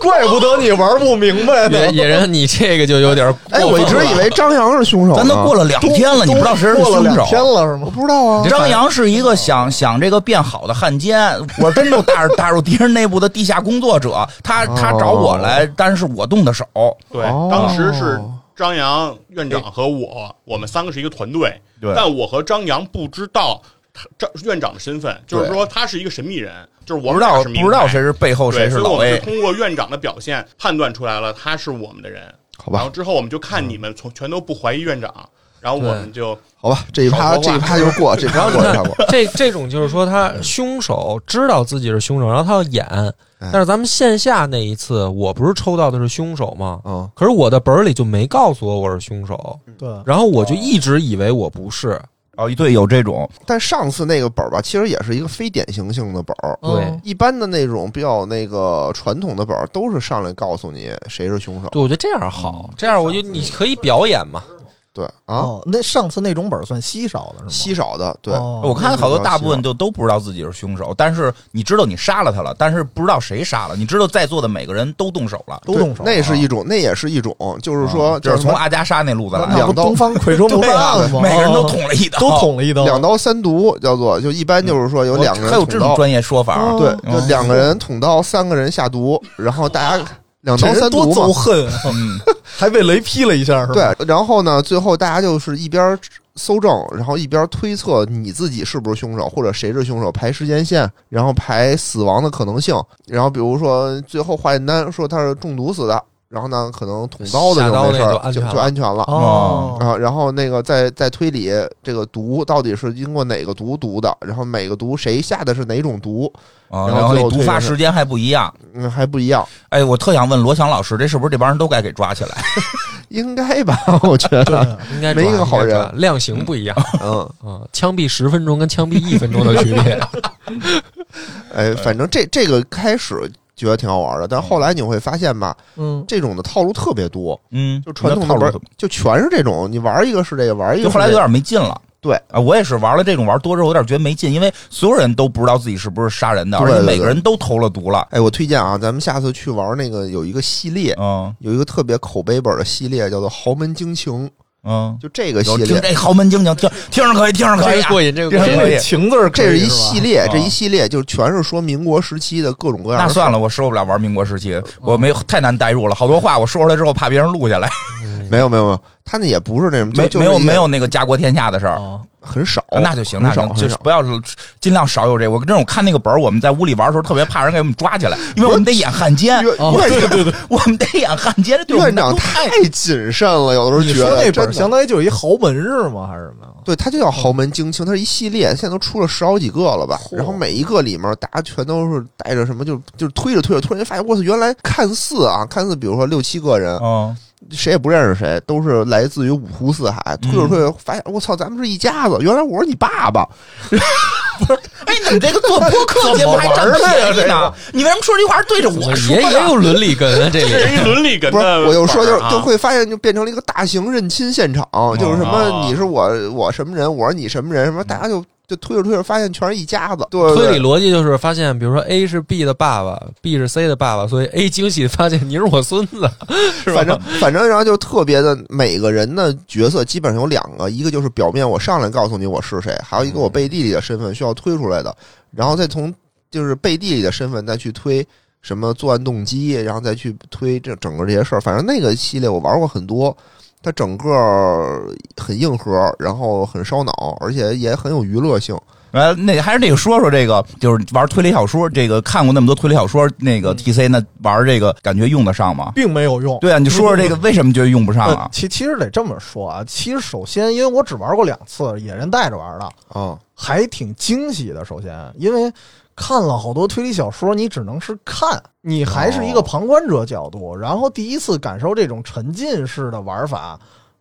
[SPEAKER 5] 怪怪不得你玩不明白呢。
[SPEAKER 2] 野野人你这个就有点过
[SPEAKER 4] 哎，
[SPEAKER 2] 分了
[SPEAKER 4] 我一直以为张扬是凶手呢，
[SPEAKER 1] 咱都过了两天了，你不知道谁是
[SPEAKER 5] 过了
[SPEAKER 1] 凶
[SPEAKER 5] 两天
[SPEAKER 1] 手。
[SPEAKER 5] 了是
[SPEAKER 4] 我
[SPEAKER 5] 吗？
[SPEAKER 4] 不知道啊，
[SPEAKER 1] 张扬是一个想想这个变好的汉奸，我真就打入 打入敌人内部的地下工作者，他他找我来，但是我动的手。
[SPEAKER 3] 对
[SPEAKER 4] 哦
[SPEAKER 3] 当时是张扬院长和我，我们三个是一个团队，
[SPEAKER 1] 对
[SPEAKER 3] 但我和张扬不知道他张院长的身份，就是说他是一个神秘人，就是我
[SPEAKER 1] 不
[SPEAKER 3] 们
[SPEAKER 1] 知
[SPEAKER 3] 俩
[SPEAKER 1] 道
[SPEAKER 3] 是谜
[SPEAKER 1] 不知道谁
[SPEAKER 3] 牌
[SPEAKER 1] 是背后谁
[SPEAKER 3] 对，
[SPEAKER 1] 是
[SPEAKER 3] 所以我
[SPEAKER 1] 老
[SPEAKER 3] 们是
[SPEAKER 1] A，
[SPEAKER 3] 通过院长的表现判断出来了他是我们的人，
[SPEAKER 4] 好
[SPEAKER 3] 然后
[SPEAKER 4] 吧，
[SPEAKER 3] 之后我们就看你们从全都不怀疑院长，然后我们就
[SPEAKER 4] 好吧，这一趴
[SPEAKER 3] 少说
[SPEAKER 4] 这
[SPEAKER 3] 话
[SPEAKER 4] 一趴就过，这一趴过，这一趴过。
[SPEAKER 2] 这这种就是说，他凶手知道自己是凶手，然后他要演。
[SPEAKER 4] 哎
[SPEAKER 2] 但是咱们线下那一次，我不是抽到的是凶手吗？
[SPEAKER 4] 嗯，
[SPEAKER 2] 可是我的本儿里就没告诉我我是凶手，
[SPEAKER 5] 对，
[SPEAKER 2] 然后我就一直以为我不是。
[SPEAKER 1] 哦，对，有这种，
[SPEAKER 4] 但上次那个本儿吧，其实也是一个非典型性的本儿。
[SPEAKER 2] 对
[SPEAKER 1] 哦
[SPEAKER 5] 嗯
[SPEAKER 4] 一般的那种比较那个传统的本儿，都是上来告诉你谁是凶手。
[SPEAKER 2] 对，我觉得这样
[SPEAKER 4] 嗯
[SPEAKER 2] 好，这样我就你可以表演嘛。
[SPEAKER 4] 对啊，
[SPEAKER 5] 哦，那上次那种本儿算稀少的是吗？
[SPEAKER 4] 稀少的，对，
[SPEAKER 5] 哦
[SPEAKER 1] 我看好多大部分就都不知道自己是凶手，但是你知道你杀了他了，但是不知道谁杀了，你知道在座的每个人都动手了，
[SPEAKER 5] 都动手了，啊
[SPEAKER 4] 那是一种，那也是一种，就是说，
[SPEAKER 1] 就是
[SPEAKER 4] 哦叫什么
[SPEAKER 1] 从阿加莎那路子来
[SPEAKER 5] 那
[SPEAKER 1] 的，
[SPEAKER 5] 啊不
[SPEAKER 4] 两刀啊
[SPEAKER 5] 东方夔州 谋杀案吗？哦
[SPEAKER 1] 每个人都捅了一刀，
[SPEAKER 5] 都捅了一刀，
[SPEAKER 4] 两刀三毒，叫做就一般就是说有两个人
[SPEAKER 1] 还有这
[SPEAKER 4] 捅
[SPEAKER 1] 种
[SPEAKER 4] 刀，哦
[SPEAKER 1] 专业说法啊，
[SPEAKER 4] 对，
[SPEAKER 1] 嗯
[SPEAKER 4] 就两个人捅刀，三个人下毒，然后大家两
[SPEAKER 5] 这
[SPEAKER 4] 刀
[SPEAKER 5] 人
[SPEAKER 4] 三
[SPEAKER 5] 多
[SPEAKER 4] 毒
[SPEAKER 5] 遭
[SPEAKER 4] 嘛，
[SPEAKER 5] 恨，啊
[SPEAKER 1] 嗯，
[SPEAKER 5] 还被雷劈了一下是吧？
[SPEAKER 4] 对，然后呢，最后大家就是一边搜证，然后一边推测你自己是不是凶手，或者谁是凶手，排时间线，然后排死亡的可能性，然后比如说最后化验单说他是中毒死的，然后呢，可能捅刀的
[SPEAKER 2] 下
[SPEAKER 4] 就
[SPEAKER 2] 刀
[SPEAKER 4] 没事
[SPEAKER 2] 那就
[SPEAKER 4] 儿，
[SPEAKER 2] 安
[SPEAKER 4] 就
[SPEAKER 2] 全
[SPEAKER 4] 就
[SPEAKER 2] 了
[SPEAKER 4] 安全了。
[SPEAKER 5] 哦
[SPEAKER 4] 啊，然后那个再再推理这个毒到底是经过哪个毒毒的，然后每个毒谁下的是哪种毒，
[SPEAKER 1] 啊
[SPEAKER 4] 然后
[SPEAKER 1] 然后
[SPEAKER 4] 最
[SPEAKER 1] 那
[SPEAKER 4] 后
[SPEAKER 1] 毒
[SPEAKER 4] 推
[SPEAKER 1] 发
[SPEAKER 4] 出去
[SPEAKER 1] 时间还不一样，
[SPEAKER 4] 嗯，还不一样，
[SPEAKER 1] 哎，我特想问罗翔老师，这是不是这帮人都该给抓起来？
[SPEAKER 4] 应该吧？我觉得，
[SPEAKER 5] 对，
[SPEAKER 2] 应该
[SPEAKER 4] 没
[SPEAKER 2] 抓
[SPEAKER 4] 一个好，
[SPEAKER 2] 应该
[SPEAKER 4] 人
[SPEAKER 2] 抓量刑不一样
[SPEAKER 4] 嗯，
[SPEAKER 2] 啊，枪毙十分钟跟枪毙一分钟的区 别。
[SPEAKER 5] 啊
[SPEAKER 4] 哎，反正这这个开始觉得挺好玩的，但后来你会发现吧，
[SPEAKER 5] 嗯，
[SPEAKER 4] 这种的套路特别多，
[SPEAKER 1] 嗯，
[SPEAKER 4] 就传统
[SPEAKER 1] 套
[SPEAKER 4] 的
[SPEAKER 1] 路
[SPEAKER 4] 玩，就全是这种，你玩一个是这个，玩一个
[SPEAKER 1] 就是后来
[SPEAKER 4] 这
[SPEAKER 1] 有
[SPEAKER 4] 个
[SPEAKER 1] 点没劲了。
[SPEAKER 4] 对
[SPEAKER 1] 啊，我也是玩了这种玩多之后，有点觉得没劲，因为所有人都不知道自己是不是杀人的，
[SPEAKER 4] 对
[SPEAKER 1] 而且
[SPEAKER 4] 对
[SPEAKER 1] 每
[SPEAKER 4] 对
[SPEAKER 1] 个人都投了毒了。
[SPEAKER 4] 哎，我推荐啊，咱们下次去玩那个有一个系列，
[SPEAKER 1] 嗯
[SPEAKER 4] 有一个特别口碑本的系列，叫做《豪门惊情》，
[SPEAKER 1] 嗯，
[SPEAKER 4] 就这个系
[SPEAKER 1] 有听
[SPEAKER 4] 列，
[SPEAKER 1] 这豪门精警，听听着可以，听着可
[SPEAKER 2] 这
[SPEAKER 1] 以
[SPEAKER 2] 个
[SPEAKER 1] 啊。
[SPEAKER 2] 过瘾，这个过
[SPEAKER 1] 这
[SPEAKER 2] 瘾
[SPEAKER 1] 个。可以
[SPEAKER 5] 这情字儿可以
[SPEAKER 4] 这是一
[SPEAKER 5] 吧
[SPEAKER 4] 系
[SPEAKER 1] 吧
[SPEAKER 4] 列，
[SPEAKER 1] 啊
[SPEAKER 4] 这一系列就全是说民国时期的各种各样
[SPEAKER 1] 那
[SPEAKER 4] 的。
[SPEAKER 1] 算了，我受不了玩民国时期，我没有太难代入了，好多话我说出来之后怕别人录下来，
[SPEAKER 4] 没有没有没有，他那也不是那什么，就
[SPEAKER 1] 没
[SPEAKER 4] 就是
[SPEAKER 1] 没有
[SPEAKER 4] 一个
[SPEAKER 1] 没有那个家国天下的事儿。
[SPEAKER 5] 啊，
[SPEAKER 4] 很少，
[SPEAKER 1] 那就行，
[SPEAKER 4] 很
[SPEAKER 1] 那
[SPEAKER 4] 少
[SPEAKER 1] 行，就是
[SPEAKER 4] 很少。
[SPEAKER 1] 不要尽量少有这个。我跟这种看那个本儿，我们在屋里玩的时候特别怕人给我们抓起来，因为我们得演汉奸。
[SPEAKER 4] 院
[SPEAKER 5] 哦
[SPEAKER 4] 院长
[SPEAKER 5] 对对，
[SPEAKER 1] 我们得演汉奸，这对我
[SPEAKER 4] 院
[SPEAKER 1] 们来
[SPEAKER 4] 长
[SPEAKER 1] 说
[SPEAKER 4] 太
[SPEAKER 1] 太
[SPEAKER 4] 谨慎了，有的时候
[SPEAKER 5] 你
[SPEAKER 4] 觉
[SPEAKER 5] 说
[SPEAKER 4] 得
[SPEAKER 5] 那
[SPEAKER 4] 真
[SPEAKER 5] 本儿
[SPEAKER 4] 的
[SPEAKER 5] 相当于就是一豪门是吗？还是什么呀？
[SPEAKER 4] 对，它就叫豪门惊情，它是一系列，现在都出了十好几个了吧？
[SPEAKER 5] 嚯
[SPEAKER 4] 然后每一个里面，大家全都是带着什么，就就是推着推着，突然间发现，我操，原来看似啊，看似比如说六七个人，
[SPEAKER 1] 嗯，
[SPEAKER 4] 谁也不认识谁，都是来自于五湖四海。推
[SPEAKER 1] 嗯
[SPEAKER 4] 着推着，发现我操，咱们是一家子。原来我是你爸爸，
[SPEAKER 1] 哎，你们这 个做播客节目还占便宜呢？你为什么说这话是对着我说
[SPEAKER 2] 也也
[SPEAKER 1] 的？
[SPEAKER 2] 有伦理根啊，这
[SPEAKER 3] 这 是
[SPEAKER 2] 里
[SPEAKER 3] 一伦理根
[SPEAKER 4] 不是
[SPEAKER 3] 的。
[SPEAKER 4] 我就说就就
[SPEAKER 3] 啊
[SPEAKER 4] 会发现就变成了一个大型认亲现场，就是什么
[SPEAKER 3] 哦嗯
[SPEAKER 4] 你是我我什么人，我是你什么人，什么大家就就推着推着发现全是一家子。对，对
[SPEAKER 2] 推
[SPEAKER 4] 对
[SPEAKER 2] 理逻辑就是发现，比如说 A 是 B 的爸爸，B 是 C 的爸爸，所以 A 惊喜地发现你是我孙子，是吧？
[SPEAKER 4] 反正反正，然后就特别的，每个人的角色基本上有两个，一个就是表面我上来告诉你我是谁，还有一个我背地里的身份需要推出来的，然后再从就是背地里的身份再去推什么作案动机，然后再去推这整个这些事儿。反正那个系列我玩过很多，它整个很硬核，然后很烧脑，而且也很有娱乐性。
[SPEAKER 1] 呃，那还是这个说说这个，就是玩推理小说，这个看过那么多推理小说，那个 T C 那玩这个感觉用得上吗？
[SPEAKER 5] 并没有用。
[SPEAKER 1] 对啊，你说说这个为什么觉得用不上
[SPEAKER 5] 呃
[SPEAKER 1] 啊？
[SPEAKER 5] 其其实得这么说啊，其实首先，因为我只玩过两次，野人带着玩的，
[SPEAKER 4] 啊，
[SPEAKER 5] 还挺惊喜的。首先，因为看了好多推理小说，你只能是看，你还是一
[SPEAKER 1] 哦
[SPEAKER 5] 个旁观者角度。然后第一次感受这种沉浸式的玩法，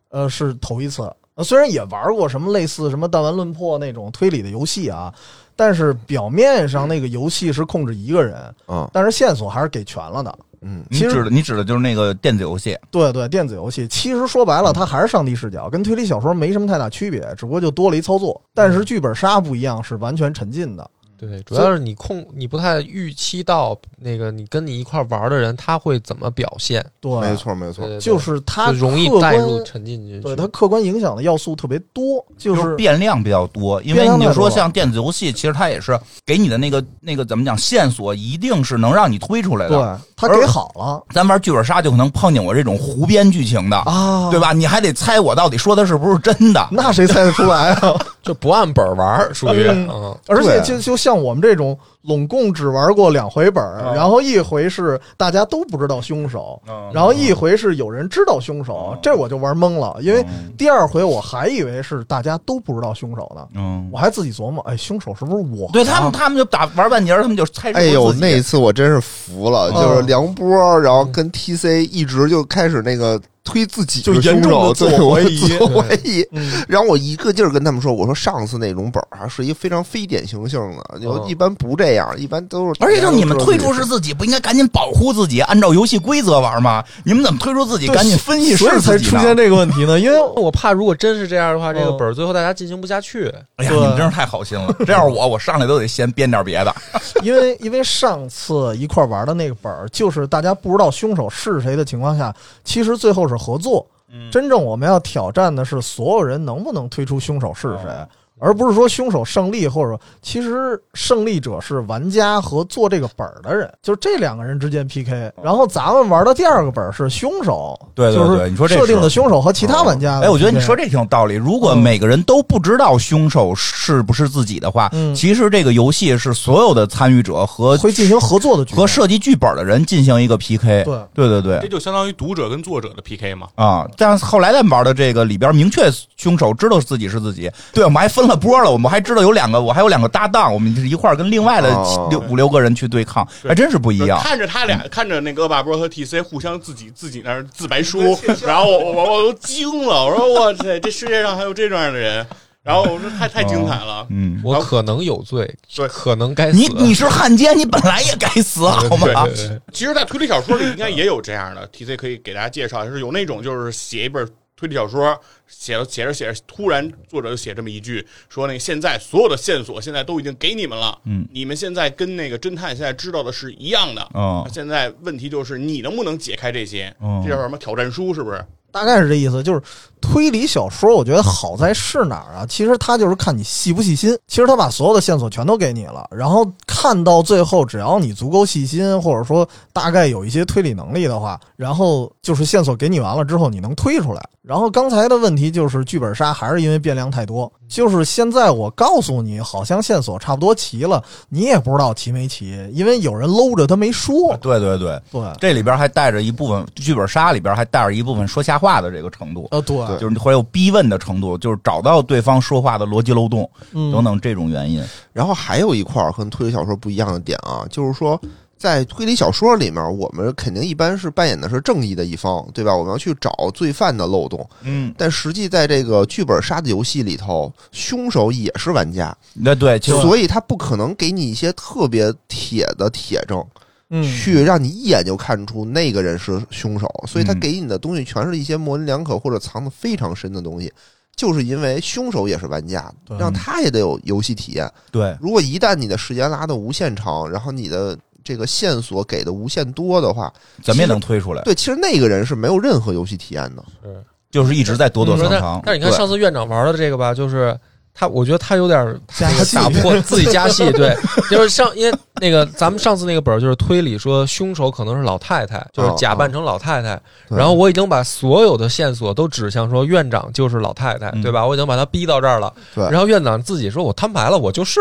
[SPEAKER 5] 呃，是头一次。呃，虽然也玩过什么类似什么弹丸论破那种推理的游戏啊，但是表面上那个游戏是控制一个人，
[SPEAKER 4] 嗯
[SPEAKER 5] 但是线索还是给全了的。
[SPEAKER 4] 嗯，
[SPEAKER 1] 你指的你指的就是那个电子游戏，
[SPEAKER 5] 对对，电子游戏其实说白了，它还是上帝视角，跟推
[SPEAKER 1] 嗯
[SPEAKER 5] 理小说没什么太大区别，只不过就多了一操作。但是剧本杀不一样，是完全沉浸的。
[SPEAKER 2] 对，主要是你控你不太预期到那个你跟你一块玩的人他会怎么表现，
[SPEAKER 5] 对，
[SPEAKER 4] 没，错没
[SPEAKER 2] 对
[SPEAKER 4] 错，
[SPEAKER 2] 对对
[SPEAKER 5] 就是它
[SPEAKER 2] 就容易
[SPEAKER 5] 客
[SPEAKER 2] 带
[SPEAKER 5] 观
[SPEAKER 2] 入沉浸进去。
[SPEAKER 5] 对它客观影响的要素特别多，就
[SPEAKER 1] 就是变量比较多，因
[SPEAKER 5] 变
[SPEAKER 1] 为
[SPEAKER 5] 量
[SPEAKER 1] 你
[SPEAKER 5] 太
[SPEAKER 1] 就
[SPEAKER 5] 多
[SPEAKER 1] 说
[SPEAKER 5] 了
[SPEAKER 1] 像电子游戏，其实它也是给你的那个那个怎么讲线索，一定是能让你推出来
[SPEAKER 5] 对
[SPEAKER 1] 的。
[SPEAKER 5] 它给好了
[SPEAKER 1] 咱玩剧本杀就可能碰见我这种胡编剧情的，
[SPEAKER 5] 啊，
[SPEAKER 1] 对？吧？你还得猜我到底说的是不是真的。
[SPEAKER 5] 那谁猜得出来啊？
[SPEAKER 2] 就不按本儿玩 儿，属于
[SPEAKER 5] 嗯
[SPEAKER 2] 嗯，
[SPEAKER 5] 而且
[SPEAKER 4] 对
[SPEAKER 5] 就就像我们这种拢共只玩过两回本儿，
[SPEAKER 1] 啊
[SPEAKER 5] 然后一回是大家都不知道凶手，然后一回是有人知道凶手
[SPEAKER 1] 嗯，
[SPEAKER 5] 这我就玩懵了，因为
[SPEAKER 1] 嗯
[SPEAKER 5] 第二回我还以为是大家都不知道凶手呢，
[SPEAKER 1] 嗯
[SPEAKER 5] 我，还自己琢磨，哎，凶手是不是我？
[SPEAKER 1] 对他们，他们就打玩半截儿，他们就猜是不
[SPEAKER 4] 哎
[SPEAKER 1] 是
[SPEAKER 4] 呦，
[SPEAKER 1] 自己嗯
[SPEAKER 4] 那一次我真是服了，
[SPEAKER 5] 嗯
[SPEAKER 4] 就是梁波，然后跟 TC 一直就开始那个推自己
[SPEAKER 5] 就
[SPEAKER 4] 的
[SPEAKER 5] 严
[SPEAKER 4] 凶
[SPEAKER 5] 重
[SPEAKER 4] 手，
[SPEAKER 5] 地自
[SPEAKER 4] 对
[SPEAKER 5] 我
[SPEAKER 4] 我
[SPEAKER 5] 怀疑
[SPEAKER 4] 自我怀疑。
[SPEAKER 5] 嗯，
[SPEAKER 4] 然后我一个劲儿跟他们说，我说上次那种本儿啊是一个非常非典型性的，就
[SPEAKER 2] 嗯
[SPEAKER 4] 一般不这样，一般都是。
[SPEAKER 1] 而且就是你们推出是
[SPEAKER 4] 是
[SPEAKER 1] 自己，不应该赶紧保护自己，按照游戏规则玩吗？你们怎么推出自己？
[SPEAKER 5] 对
[SPEAKER 1] 赶紧分析
[SPEAKER 5] 所以
[SPEAKER 1] 是
[SPEAKER 5] 才
[SPEAKER 1] 自己
[SPEAKER 5] 出
[SPEAKER 1] 呢
[SPEAKER 5] 现这个问题呢，因为
[SPEAKER 2] 我怕如果真是这样的话，这个
[SPEAKER 5] 嗯
[SPEAKER 2] 本儿最后大家进行不下去。
[SPEAKER 1] 哎呀，你
[SPEAKER 5] 对
[SPEAKER 1] 们真是太好心了！这要是我，我上来都得先编点别的。
[SPEAKER 5] 因为因为上次一块儿玩的那个本儿，就是大家不知道凶手是谁的情况下，其实最后是合作。
[SPEAKER 1] 嗯
[SPEAKER 5] 真正我们要挑战的是所有人能不能推出凶手是谁，
[SPEAKER 1] 哦
[SPEAKER 5] 而不是说凶手胜利，或者说其实胜利者是玩家和做这个本儿的人，就是这两个人之间 PK。然后咱们玩的第二个本儿是凶手，
[SPEAKER 1] 对对对
[SPEAKER 5] 就是
[SPEAKER 1] 你说这
[SPEAKER 5] 设定
[SPEAKER 1] 是
[SPEAKER 5] 的凶手和其他玩家的 PK。
[SPEAKER 1] 哎，我觉得你说这挺有道理。如果每个人都不知道凶手是不是自己的话，
[SPEAKER 5] 嗯
[SPEAKER 1] 其实这个游戏是所有的参与者和
[SPEAKER 5] 会进行合作的局面
[SPEAKER 1] 和设计剧本的人进行一个 PK
[SPEAKER 5] 对
[SPEAKER 1] 对对对
[SPEAKER 3] 这就相当于读者跟作者的 PK 嘛。
[SPEAKER 1] 啊！但是后来咱们玩的这个里边，明确凶手知道自己是自己。对，我们还分了波了，我们还知道有两个，我还有两个搭档，我们一块儿跟另外的七
[SPEAKER 4] 哦
[SPEAKER 1] 六五六个人去对抗，还真是不一样。
[SPEAKER 3] 看着他俩，看着那个恶霸波和 TC 互相自己自己那儿自白书，然后我我我都惊了，我说我去，这世界上还有这样的人，然后我说太太精彩了，
[SPEAKER 1] 嗯，
[SPEAKER 2] 我可能有罪，
[SPEAKER 3] 对
[SPEAKER 2] 可能该死。
[SPEAKER 1] 你你是汉奸，你本来也该死啊好吗？
[SPEAKER 2] 对对对
[SPEAKER 3] 其实，在推理小说里应该也有这样的，T C 可以给大家介绍，就是有那种就是写一本推理小说，写着写着写着，突然作者就写这么一句，说那个现在所有的线索现在都已经给你们了，
[SPEAKER 1] 嗯，
[SPEAKER 3] 你们现在跟那个侦探现在知道的是一样的。
[SPEAKER 1] 嗯
[SPEAKER 3] 那现在问题就是你能不能解开这些？
[SPEAKER 1] 嗯
[SPEAKER 3] 这叫什么挑战书？是不是？
[SPEAKER 5] 大概是这意思，就是推理小说，我觉得好在是哪儿啊？其实它就是看你细不细心。其实他把所有的线索全都给你了，然后看到最后，只要你足够细心，或者说大概有一些推理能力的话，然后就是线索给你完了之后，你能推出来。然后刚才的问题就是剧本杀还是因为变量太多，就是现在我告诉你，好像线索差不多齐了，你也不知道齐没齐，因为有人搂着他没说。
[SPEAKER 1] 对对对，
[SPEAKER 5] 对，
[SPEAKER 1] 这里边还带着一部分剧本杀里边还带着一部分说瞎话的这个程度，
[SPEAKER 5] 呃，对，
[SPEAKER 4] 嗯对
[SPEAKER 1] 就是会有逼问的程度，就是找到对方说话的逻辑漏洞
[SPEAKER 5] 嗯
[SPEAKER 1] 等等这种原因。
[SPEAKER 4] 然后还有一块儿跟推理小说不一样的点啊，就是说。在推理小说里面，我们肯定一般是扮演的是正义的一方，对吧？我们要去找罪犯的漏洞，
[SPEAKER 1] 嗯，
[SPEAKER 4] 但实际在这个剧本杀的游戏里头，凶手也是玩家，
[SPEAKER 1] 那对，其实
[SPEAKER 4] 所以他不可能给你一些特别铁的铁证，
[SPEAKER 5] 嗯，
[SPEAKER 4] 去让你一眼就看出那个人是凶手，所以他
[SPEAKER 1] 嗯
[SPEAKER 4] 给你的东西全是一些模棱两可或者藏得非常深的东西。就是因为凶手也是玩家，
[SPEAKER 5] 对
[SPEAKER 4] 让他也得有游戏体验。
[SPEAKER 1] 对
[SPEAKER 4] 如果一旦你的时间拉得无限长，然后你的这个线索给的无限多的话，
[SPEAKER 1] 怎么也能推出来，
[SPEAKER 4] 对，其实那个人是没有任何游戏体验的。
[SPEAKER 2] 是
[SPEAKER 1] 就是一直在躲躲藏藏。
[SPEAKER 2] 嗯但是你看
[SPEAKER 4] 对
[SPEAKER 2] 上次院长玩的这个吧，就是他，我觉得他有点儿
[SPEAKER 5] 加
[SPEAKER 2] 那个
[SPEAKER 5] 戏
[SPEAKER 2] 打 破自己加戏，对，就是上因为那个咱们上次那个本儿就是推理说凶手可能是老太太，就是
[SPEAKER 4] 哦
[SPEAKER 2] 假扮成老太太，
[SPEAKER 4] 对
[SPEAKER 2] 然后我已经把所有的线索都指向说院长就是老太太，
[SPEAKER 1] 嗯
[SPEAKER 2] 对吧？我已经把他逼到这儿了，
[SPEAKER 4] 对
[SPEAKER 2] 然后院长自己说我摊牌了，我就是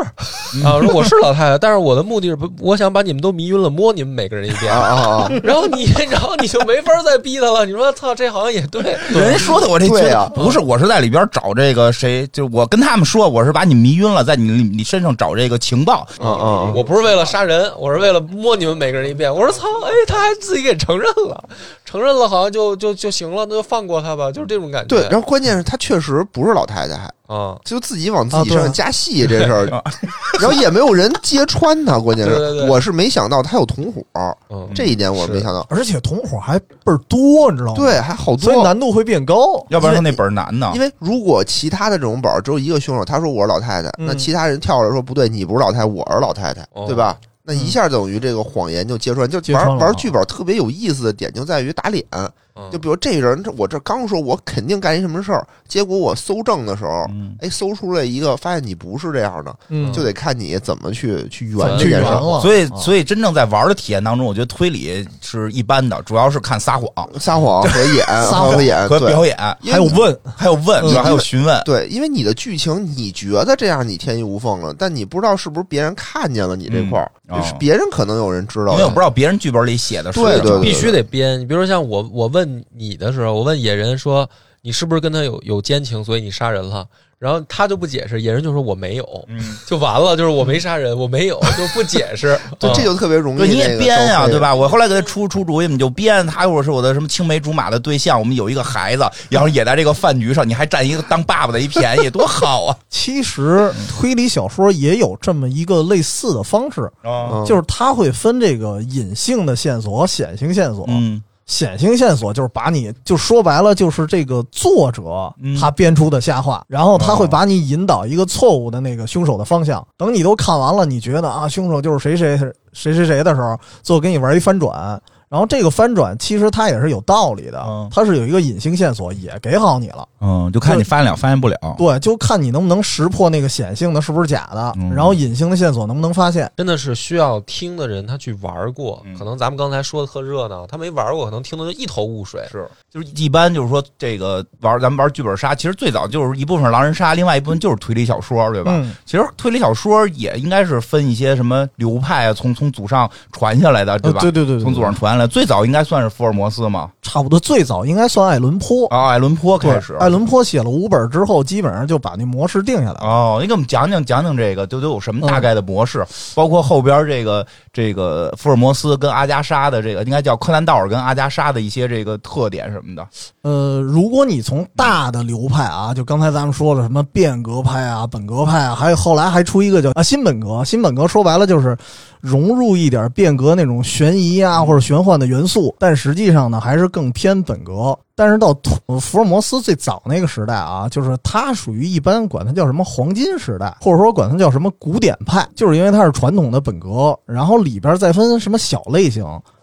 [SPEAKER 2] 啊，说我是老太太，但是我的目的是不，我想把你们都迷晕了，摸你们每个人一遍
[SPEAKER 4] 啊。啊啊！
[SPEAKER 2] 然后你， 然后你就没法再逼他了。你说，操，这好像也对，
[SPEAKER 1] 人家说的我这
[SPEAKER 4] 对
[SPEAKER 1] 呀
[SPEAKER 4] 啊，
[SPEAKER 1] 不是，我是在里边找这个谁，就我跟他们说，我是把你迷晕了，在你你身上找这个情报，
[SPEAKER 4] 嗯嗯，
[SPEAKER 2] 我不是为了杀人，我是为了摸你们每个人一遍。我说操，哎，他还自己给承认了，承认了，好像就就就行了，那就放过他吧，就是这种感觉。啊
[SPEAKER 4] 对，然后关键是他确实不是老太太，还
[SPEAKER 2] 嗯，
[SPEAKER 4] 就自己往自
[SPEAKER 5] 啊
[SPEAKER 4] 己
[SPEAKER 5] 对
[SPEAKER 4] 身上
[SPEAKER 5] 啊
[SPEAKER 4] 加戏这事儿， 然后也没有人揭穿他，关键
[SPEAKER 2] 对对
[SPEAKER 4] 是
[SPEAKER 2] 对
[SPEAKER 4] 我是没想到他有同伙，
[SPEAKER 2] 嗯
[SPEAKER 4] 这一点我没想到。
[SPEAKER 5] 而且同伙还倍儿多，你知道吗？，
[SPEAKER 4] 对，还好
[SPEAKER 5] 哦所以
[SPEAKER 4] 多。
[SPEAKER 5] 难度会变高。
[SPEAKER 1] 要不然他那本儿难呢
[SPEAKER 4] 因。为如果其他的这种本儿只有一个凶手，他说我是老太太，
[SPEAKER 5] 嗯
[SPEAKER 4] 那其他人跳出来说不对，你不是老太太，我是老太太，
[SPEAKER 2] 哦
[SPEAKER 4] 对吧？那一下等于这个谎言就揭穿，就
[SPEAKER 5] 揭穿
[SPEAKER 4] 玩
[SPEAKER 5] 了
[SPEAKER 4] 玩
[SPEAKER 5] 啊
[SPEAKER 4] 剧本特别有意思的点就在于打脸。
[SPEAKER 2] 嗯
[SPEAKER 4] 就比如这人，这我这刚说我肯定干一什么事儿，结果我搜证的时候，
[SPEAKER 1] 嗯，
[SPEAKER 4] 哎，搜出来一个，发现你不是这样的，
[SPEAKER 5] 嗯，
[SPEAKER 4] 就得看你怎么去去圆
[SPEAKER 2] 怎么
[SPEAKER 4] 这
[SPEAKER 5] 去
[SPEAKER 4] 件
[SPEAKER 5] 圆
[SPEAKER 4] 事儿。
[SPEAKER 5] 了。
[SPEAKER 1] 所以
[SPEAKER 4] 嗯
[SPEAKER 5] 啊
[SPEAKER 1] 所以真正在玩的体验当中，我觉得推理是一般的，主要是看撒谎
[SPEAKER 4] 撒谎和 演，
[SPEAKER 5] 撒谎
[SPEAKER 4] 和演，
[SPEAKER 1] 和
[SPEAKER 4] 哎对
[SPEAKER 1] 表演，
[SPEAKER 4] 因为
[SPEAKER 5] 还有问，
[SPEAKER 1] 还有问，
[SPEAKER 4] 嗯
[SPEAKER 1] 是吧还有询问。
[SPEAKER 4] 对，因为你的剧情你觉得这样你天衣无缝了，但你不知道是不是别人看见了你这块儿，
[SPEAKER 1] 嗯
[SPEAKER 4] 就是
[SPEAKER 1] 哦
[SPEAKER 4] 别人可能有人知道
[SPEAKER 1] 因
[SPEAKER 4] 的，
[SPEAKER 1] 为我不知道别人剧本里写的是
[SPEAKER 4] 对
[SPEAKER 1] 什么
[SPEAKER 4] 对
[SPEAKER 2] 必须得编。你比如说像我，我问你的时候，我问野人说你是不是跟他有有奸情，所以你杀人了。然后他就不解释，野人就说我没有，
[SPEAKER 1] 嗯，
[SPEAKER 2] 就完了，就是我没杀人，我没有，就不解释。
[SPEAKER 4] 对，
[SPEAKER 2] 嗯
[SPEAKER 4] 这就特别容易
[SPEAKER 1] 对，你
[SPEAKER 4] 那
[SPEAKER 1] 也
[SPEAKER 4] 个
[SPEAKER 1] 编
[SPEAKER 4] 招
[SPEAKER 1] 呀，
[SPEAKER 4] 黑
[SPEAKER 1] 对？吧？我后来给他出出主意，你就编。他又是我的什么青梅竹马的对象，我们有一个孩子，然后也在这个饭局上，你还占一个当爸爸的一便宜，多好 啊！
[SPEAKER 5] 其实推理小说也有这么一个类似的方式，
[SPEAKER 1] 哦，
[SPEAKER 4] 嗯
[SPEAKER 5] 就是它会分这个隐性的线索、显性线索。
[SPEAKER 1] 嗯
[SPEAKER 5] 显性线索就是把你，就说白了，就是这个作者
[SPEAKER 1] 嗯
[SPEAKER 5] 他编出的瞎话，然后他会把你引导一个错误的那个凶手的方向。等你都看完了，你觉得啊，凶手就是谁谁谁谁谁谁的时候，最后给你玩一翻转。然后这个翻转其实它也是有道理
[SPEAKER 1] 嗯
[SPEAKER 5] 的，它是有一个隐性线索也给好你了。
[SPEAKER 1] 嗯，就看你发现了发现不了。
[SPEAKER 5] 对，就看你能不能识破那个显性的是不是假的，
[SPEAKER 1] 嗯
[SPEAKER 5] 然后隐性的线索能不能发现。
[SPEAKER 2] 真的是需要听的人他去玩过
[SPEAKER 1] 嗯，
[SPEAKER 2] 可能咱们刚才说的特热闹，他没玩过，可能听的就一头雾水。
[SPEAKER 1] 是，就是一般就是说这个玩咱们玩剧本杀，其实最早就是一部分是狼人杀，另外一部分就是推理小说，对吧？
[SPEAKER 5] 嗯
[SPEAKER 1] 其实推理小说也应该是分一些什么流派啊，从从祖上传下来的，
[SPEAKER 5] 呃
[SPEAKER 1] 吧？
[SPEAKER 5] 对对对对，
[SPEAKER 1] 从祖上传下来，最早应该算是福尔摩斯嘛，
[SPEAKER 5] 差不多最早应该算爱伦坡。
[SPEAKER 1] 啊，爱伦坡
[SPEAKER 5] 对
[SPEAKER 1] 开始，
[SPEAKER 5] 爱伦坡写了五本之后，基本上就把那模式定下来了。
[SPEAKER 1] 哦，你给我们讲讲讲讲这个，就都有什么
[SPEAKER 5] 嗯
[SPEAKER 1] 大概的模式，包括后边这个这个福尔摩斯跟阿加莎的这个，应该叫柯南道尔跟阿加莎的一些这个特点什么的。
[SPEAKER 5] 呃，如果你从大的流派啊，就刚才咱们说了什么变革派啊、本格派啊，还有后来还出一个叫啊新本格。新本格说白了就是融入一点变革那种悬疑
[SPEAKER 2] 嗯
[SPEAKER 5] 啊或者玄幻的元素，但实际上呢还是更偏本格。但是到图呃福尔摩斯最早那个时代啊，就是它属于一般管它叫什么黄金时代，或者说管它叫什么古典派，就是因为它是传统的本格，然后里边再分什么小类型，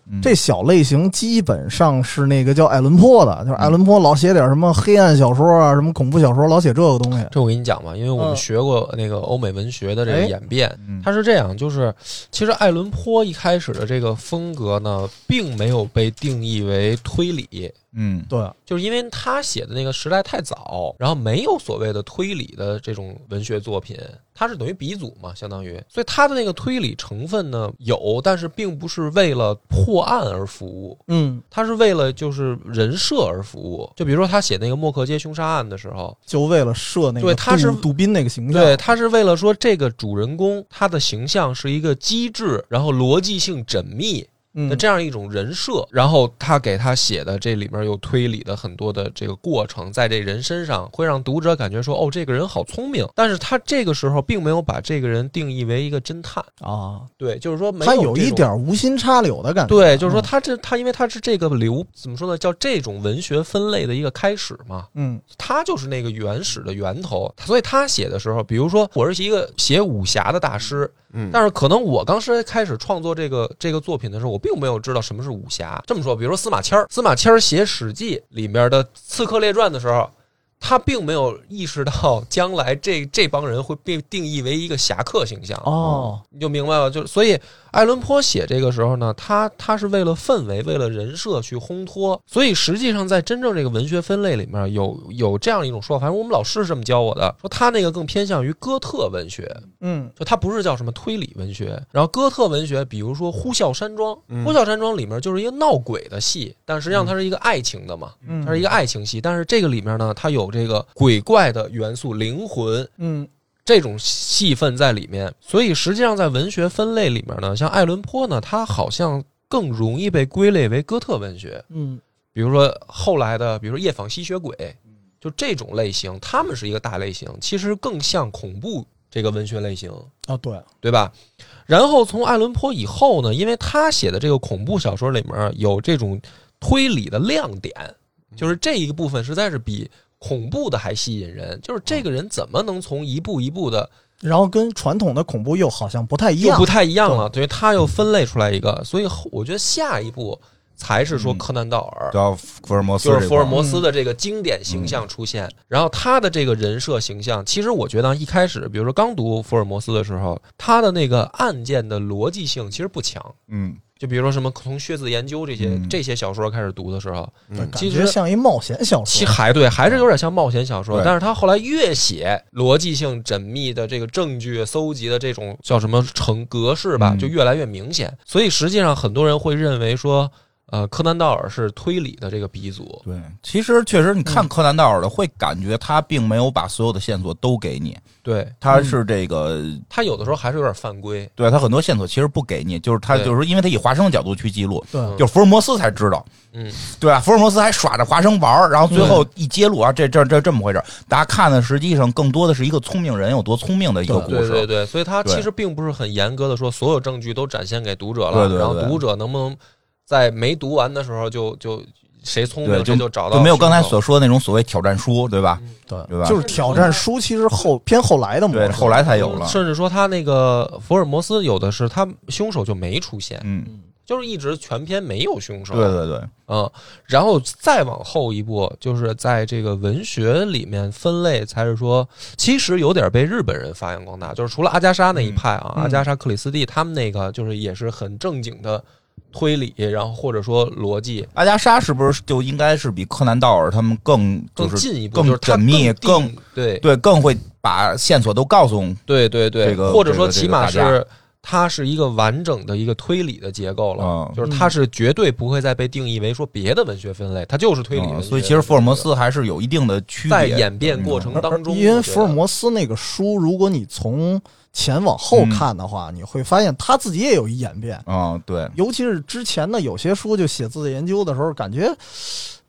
[SPEAKER 1] 嗯
[SPEAKER 5] 这小类型基本上是那个叫爱伦坡的，就是爱伦坡老写点什么黑暗小说啊，什么恐怖小说，老写这个东西。
[SPEAKER 2] 这我跟你讲吧，因为我们
[SPEAKER 5] 嗯
[SPEAKER 2] 学过那个欧美文学的这个
[SPEAKER 5] 哎
[SPEAKER 2] 演变，
[SPEAKER 1] 嗯
[SPEAKER 2] 它是这样，就是其实爱伦坡一开始的这个风格呢，并没有被定义为推理，
[SPEAKER 1] 嗯
[SPEAKER 5] 对，
[SPEAKER 2] 就是因为他写的那个时代太早，然后没有所谓的推理的这种文学作品，他是等于鼻祖嘛，相当于，所以他的那个推理成分呢有，但是并不是为了破案而服务，
[SPEAKER 5] 嗯，
[SPEAKER 2] 他是为了就是人设而服务。就比如说他写那个莫克街凶杀案的时候，
[SPEAKER 5] 就为了设那个
[SPEAKER 2] 对他是
[SPEAKER 5] 杜杜宾那个形象，
[SPEAKER 2] 对，他是为了说这个主人公他的形象是一个机智，然后逻辑性缜密
[SPEAKER 5] 嗯，
[SPEAKER 2] 的这样一种人设，然后他给他写的这里面有推理的很多的这个过程，在这人身上会让读者感觉说，哦，这个人好聪明，但是他这个时候并没有把这个人定义为一个侦探，
[SPEAKER 5] 啊，
[SPEAKER 2] 对，就是说没
[SPEAKER 5] 他
[SPEAKER 2] 有
[SPEAKER 5] 有
[SPEAKER 2] 这
[SPEAKER 5] 一
[SPEAKER 2] 种
[SPEAKER 5] 点无心插柳的感觉。
[SPEAKER 2] 对，就是说
[SPEAKER 5] 嗯，
[SPEAKER 2] 他这他因为他是这个流怎么说呢，叫这种文学分类的一个开始嘛，
[SPEAKER 5] 嗯
[SPEAKER 2] 他就是那个原始的源头，所以他写的时候，比如说我是一个写武侠的大师，
[SPEAKER 4] 嗯，
[SPEAKER 2] 但是可能我刚是开始创作这个这个作品的时候，我并没有知道什么是武侠。这么说，比如说司马迁儿，司马迁儿写《史记》里面的《刺客列传》的时候，他并没有意识到将来这这帮人会被定义为一个侠客形象。
[SPEAKER 5] 哦，
[SPEAKER 2] 你就明白了，就是所以爱伦坡写这个时候呢，他他是为了氛围，为了人设去烘托，所以实际上在真正这个文学分类里面有有这样一种说法，反正我们老师是这么教我的，说他那个更偏向于哥特文学，
[SPEAKER 5] 嗯
[SPEAKER 2] 就它不是叫什么推理文学，然后哥特文学，比如说《呼啸山庄》，
[SPEAKER 4] 嗯
[SPEAKER 2] 呼啸山庄》里面就是一个闹鬼的戏，但实际上它是一个爱情的嘛，
[SPEAKER 5] 嗯，
[SPEAKER 2] 它是一个爱情戏，但是这个里面呢，它有这个鬼怪的元素、灵魂
[SPEAKER 5] 嗯
[SPEAKER 2] 这种戏份在里面，所以实际上在文学分类里面呢，像爱伦坡呢，他好像更容易被归类为哥特文学，
[SPEAKER 5] 嗯
[SPEAKER 2] 比如说后来的，比如说《夜访吸血鬼》，就这种类型，他们是一个大类型，其实更像恐怖这个文学类型，
[SPEAKER 5] 哦，对，
[SPEAKER 2] 对吧？然后从爱伦坡以后呢，因为他写的这个恐怖小说里面有这种推理的亮点，就是这一个部分实在是比恐怖的还吸引人，就是这个人怎么能从一步一步的
[SPEAKER 5] 然后跟传统的恐怖又好像不太一
[SPEAKER 2] 又
[SPEAKER 5] 样
[SPEAKER 2] 不，太一样了，对，他又分类出来一个，所以后我觉得下一步才是说
[SPEAKER 1] 嗯
[SPEAKER 2] 柯南道尔，
[SPEAKER 1] 叫福尔摩斯
[SPEAKER 2] 就是
[SPEAKER 1] 这
[SPEAKER 2] 福
[SPEAKER 1] 块儿
[SPEAKER 2] 尔摩斯的这个经典形象出现，然后他的这个人设形象，其实我觉得一开始，比如说刚读福尔摩斯的时候，他的那个案件的逻辑性其实不强。
[SPEAKER 1] 嗯，
[SPEAKER 2] 就比如说什么从血字研究这些、
[SPEAKER 1] 嗯
[SPEAKER 2] 这些小说开始读的时候，
[SPEAKER 5] 对
[SPEAKER 4] 嗯
[SPEAKER 5] 感
[SPEAKER 2] 其
[SPEAKER 5] 觉
[SPEAKER 2] 实
[SPEAKER 5] 像一冒险小
[SPEAKER 2] 其
[SPEAKER 5] 说。
[SPEAKER 2] 还对，还是有点像冒险小说。
[SPEAKER 1] 对
[SPEAKER 2] 但是他后来越写逻辑性缜密的这个证据搜集的这种叫什么成格式吧，
[SPEAKER 1] 嗯
[SPEAKER 2] 就越来越明显。所以实际上很多人会认为说，呃，柯南道尔是推理的这个鼻祖。
[SPEAKER 1] 对，其实确实你
[SPEAKER 2] 嗯
[SPEAKER 1] 看柯南道尔的，会感觉他并没有把所有的线索都给你，
[SPEAKER 2] 对
[SPEAKER 1] 他是这个
[SPEAKER 2] 他有的时候还是有点犯规。
[SPEAKER 1] 对他很多线索其实不给你，就是他
[SPEAKER 2] 对
[SPEAKER 1] 就是因为他以华生的角度去记录，
[SPEAKER 5] 对，
[SPEAKER 1] 就是福尔摩斯才知道，
[SPEAKER 2] 嗯，
[SPEAKER 1] 对啊吧？福尔摩斯还耍着华生玩儿，然后最后一揭露啊，这这这这么回事儿。大家看的实际上更多的是一个聪明人有多聪明的一个故
[SPEAKER 2] 对
[SPEAKER 1] 事，
[SPEAKER 2] 对对，所以他
[SPEAKER 1] 对
[SPEAKER 2] 其实并不是很严格的说所有证据都展现给读者
[SPEAKER 1] 对
[SPEAKER 2] 了，
[SPEAKER 1] 对对
[SPEAKER 2] 然后读者能不能在没读完的时候就就谁聪
[SPEAKER 1] 对
[SPEAKER 2] 明谁
[SPEAKER 1] 就
[SPEAKER 2] 就找到，
[SPEAKER 1] 没有刚才所说的那种所谓挑战书，对吧？对吧
[SPEAKER 5] 对，就是挑战书，其实后偏后来
[SPEAKER 2] 嗯
[SPEAKER 5] 的模
[SPEAKER 1] 对，
[SPEAKER 5] 式，
[SPEAKER 1] 后来才有了。嗯
[SPEAKER 2] 甚至说他那个福尔摩斯有的是他凶手就没出现，
[SPEAKER 1] 嗯，
[SPEAKER 2] 就是一直全篇没有凶手。
[SPEAKER 1] 对对对，
[SPEAKER 2] 嗯，然后再往后一步，就是在这个文学里面分类，才是说其实有点被日本人发扬光大，就是除了阿加莎那一派啊，
[SPEAKER 5] 嗯
[SPEAKER 2] 阿加莎克里斯蒂他们那个就是也是很正经的推理，然后或者说逻辑
[SPEAKER 1] 阿加莎是不是就应该是比柯南道尔他们更就
[SPEAKER 2] 更
[SPEAKER 1] 是
[SPEAKER 2] 进一步，
[SPEAKER 1] 更
[SPEAKER 2] 就是
[SPEAKER 1] 缜
[SPEAKER 2] 他
[SPEAKER 1] 密
[SPEAKER 2] 更定对
[SPEAKER 1] 对更会把线索都告诉
[SPEAKER 2] 对对对，
[SPEAKER 1] 这个
[SPEAKER 2] 或者
[SPEAKER 1] 这
[SPEAKER 2] 说
[SPEAKER 1] 个这个
[SPEAKER 2] 起码
[SPEAKER 1] 大
[SPEAKER 2] 是它是一个完整的一个推理的结构了，
[SPEAKER 1] 嗯
[SPEAKER 2] 就是它是绝对不会再被定义为说别的文学分类，它就是推理文
[SPEAKER 1] 嗯
[SPEAKER 2] 学。
[SPEAKER 1] 所以其实福尔摩斯还是有一定的区别。嗯
[SPEAKER 2] 在演变过程
[SPEAKER 5] 而
[SPEAKER 2] 当中，
[SPEAKER 5] 因
[SPEAKER 2] 我
[SPEAKER 5] 为
[SPEAKER 2] 觉
[SPEAKER 5] 福尔
[SPEAKER 2] 得
[SPEAKER 5] 摩斯那个书，如果你从前往后看的话，你会发现他自己也有一演变。
[SPEAKER 1] 嗯，对，
[SPEAKER 5] 尤其是之前的有些书，就写字研究的时候，感觉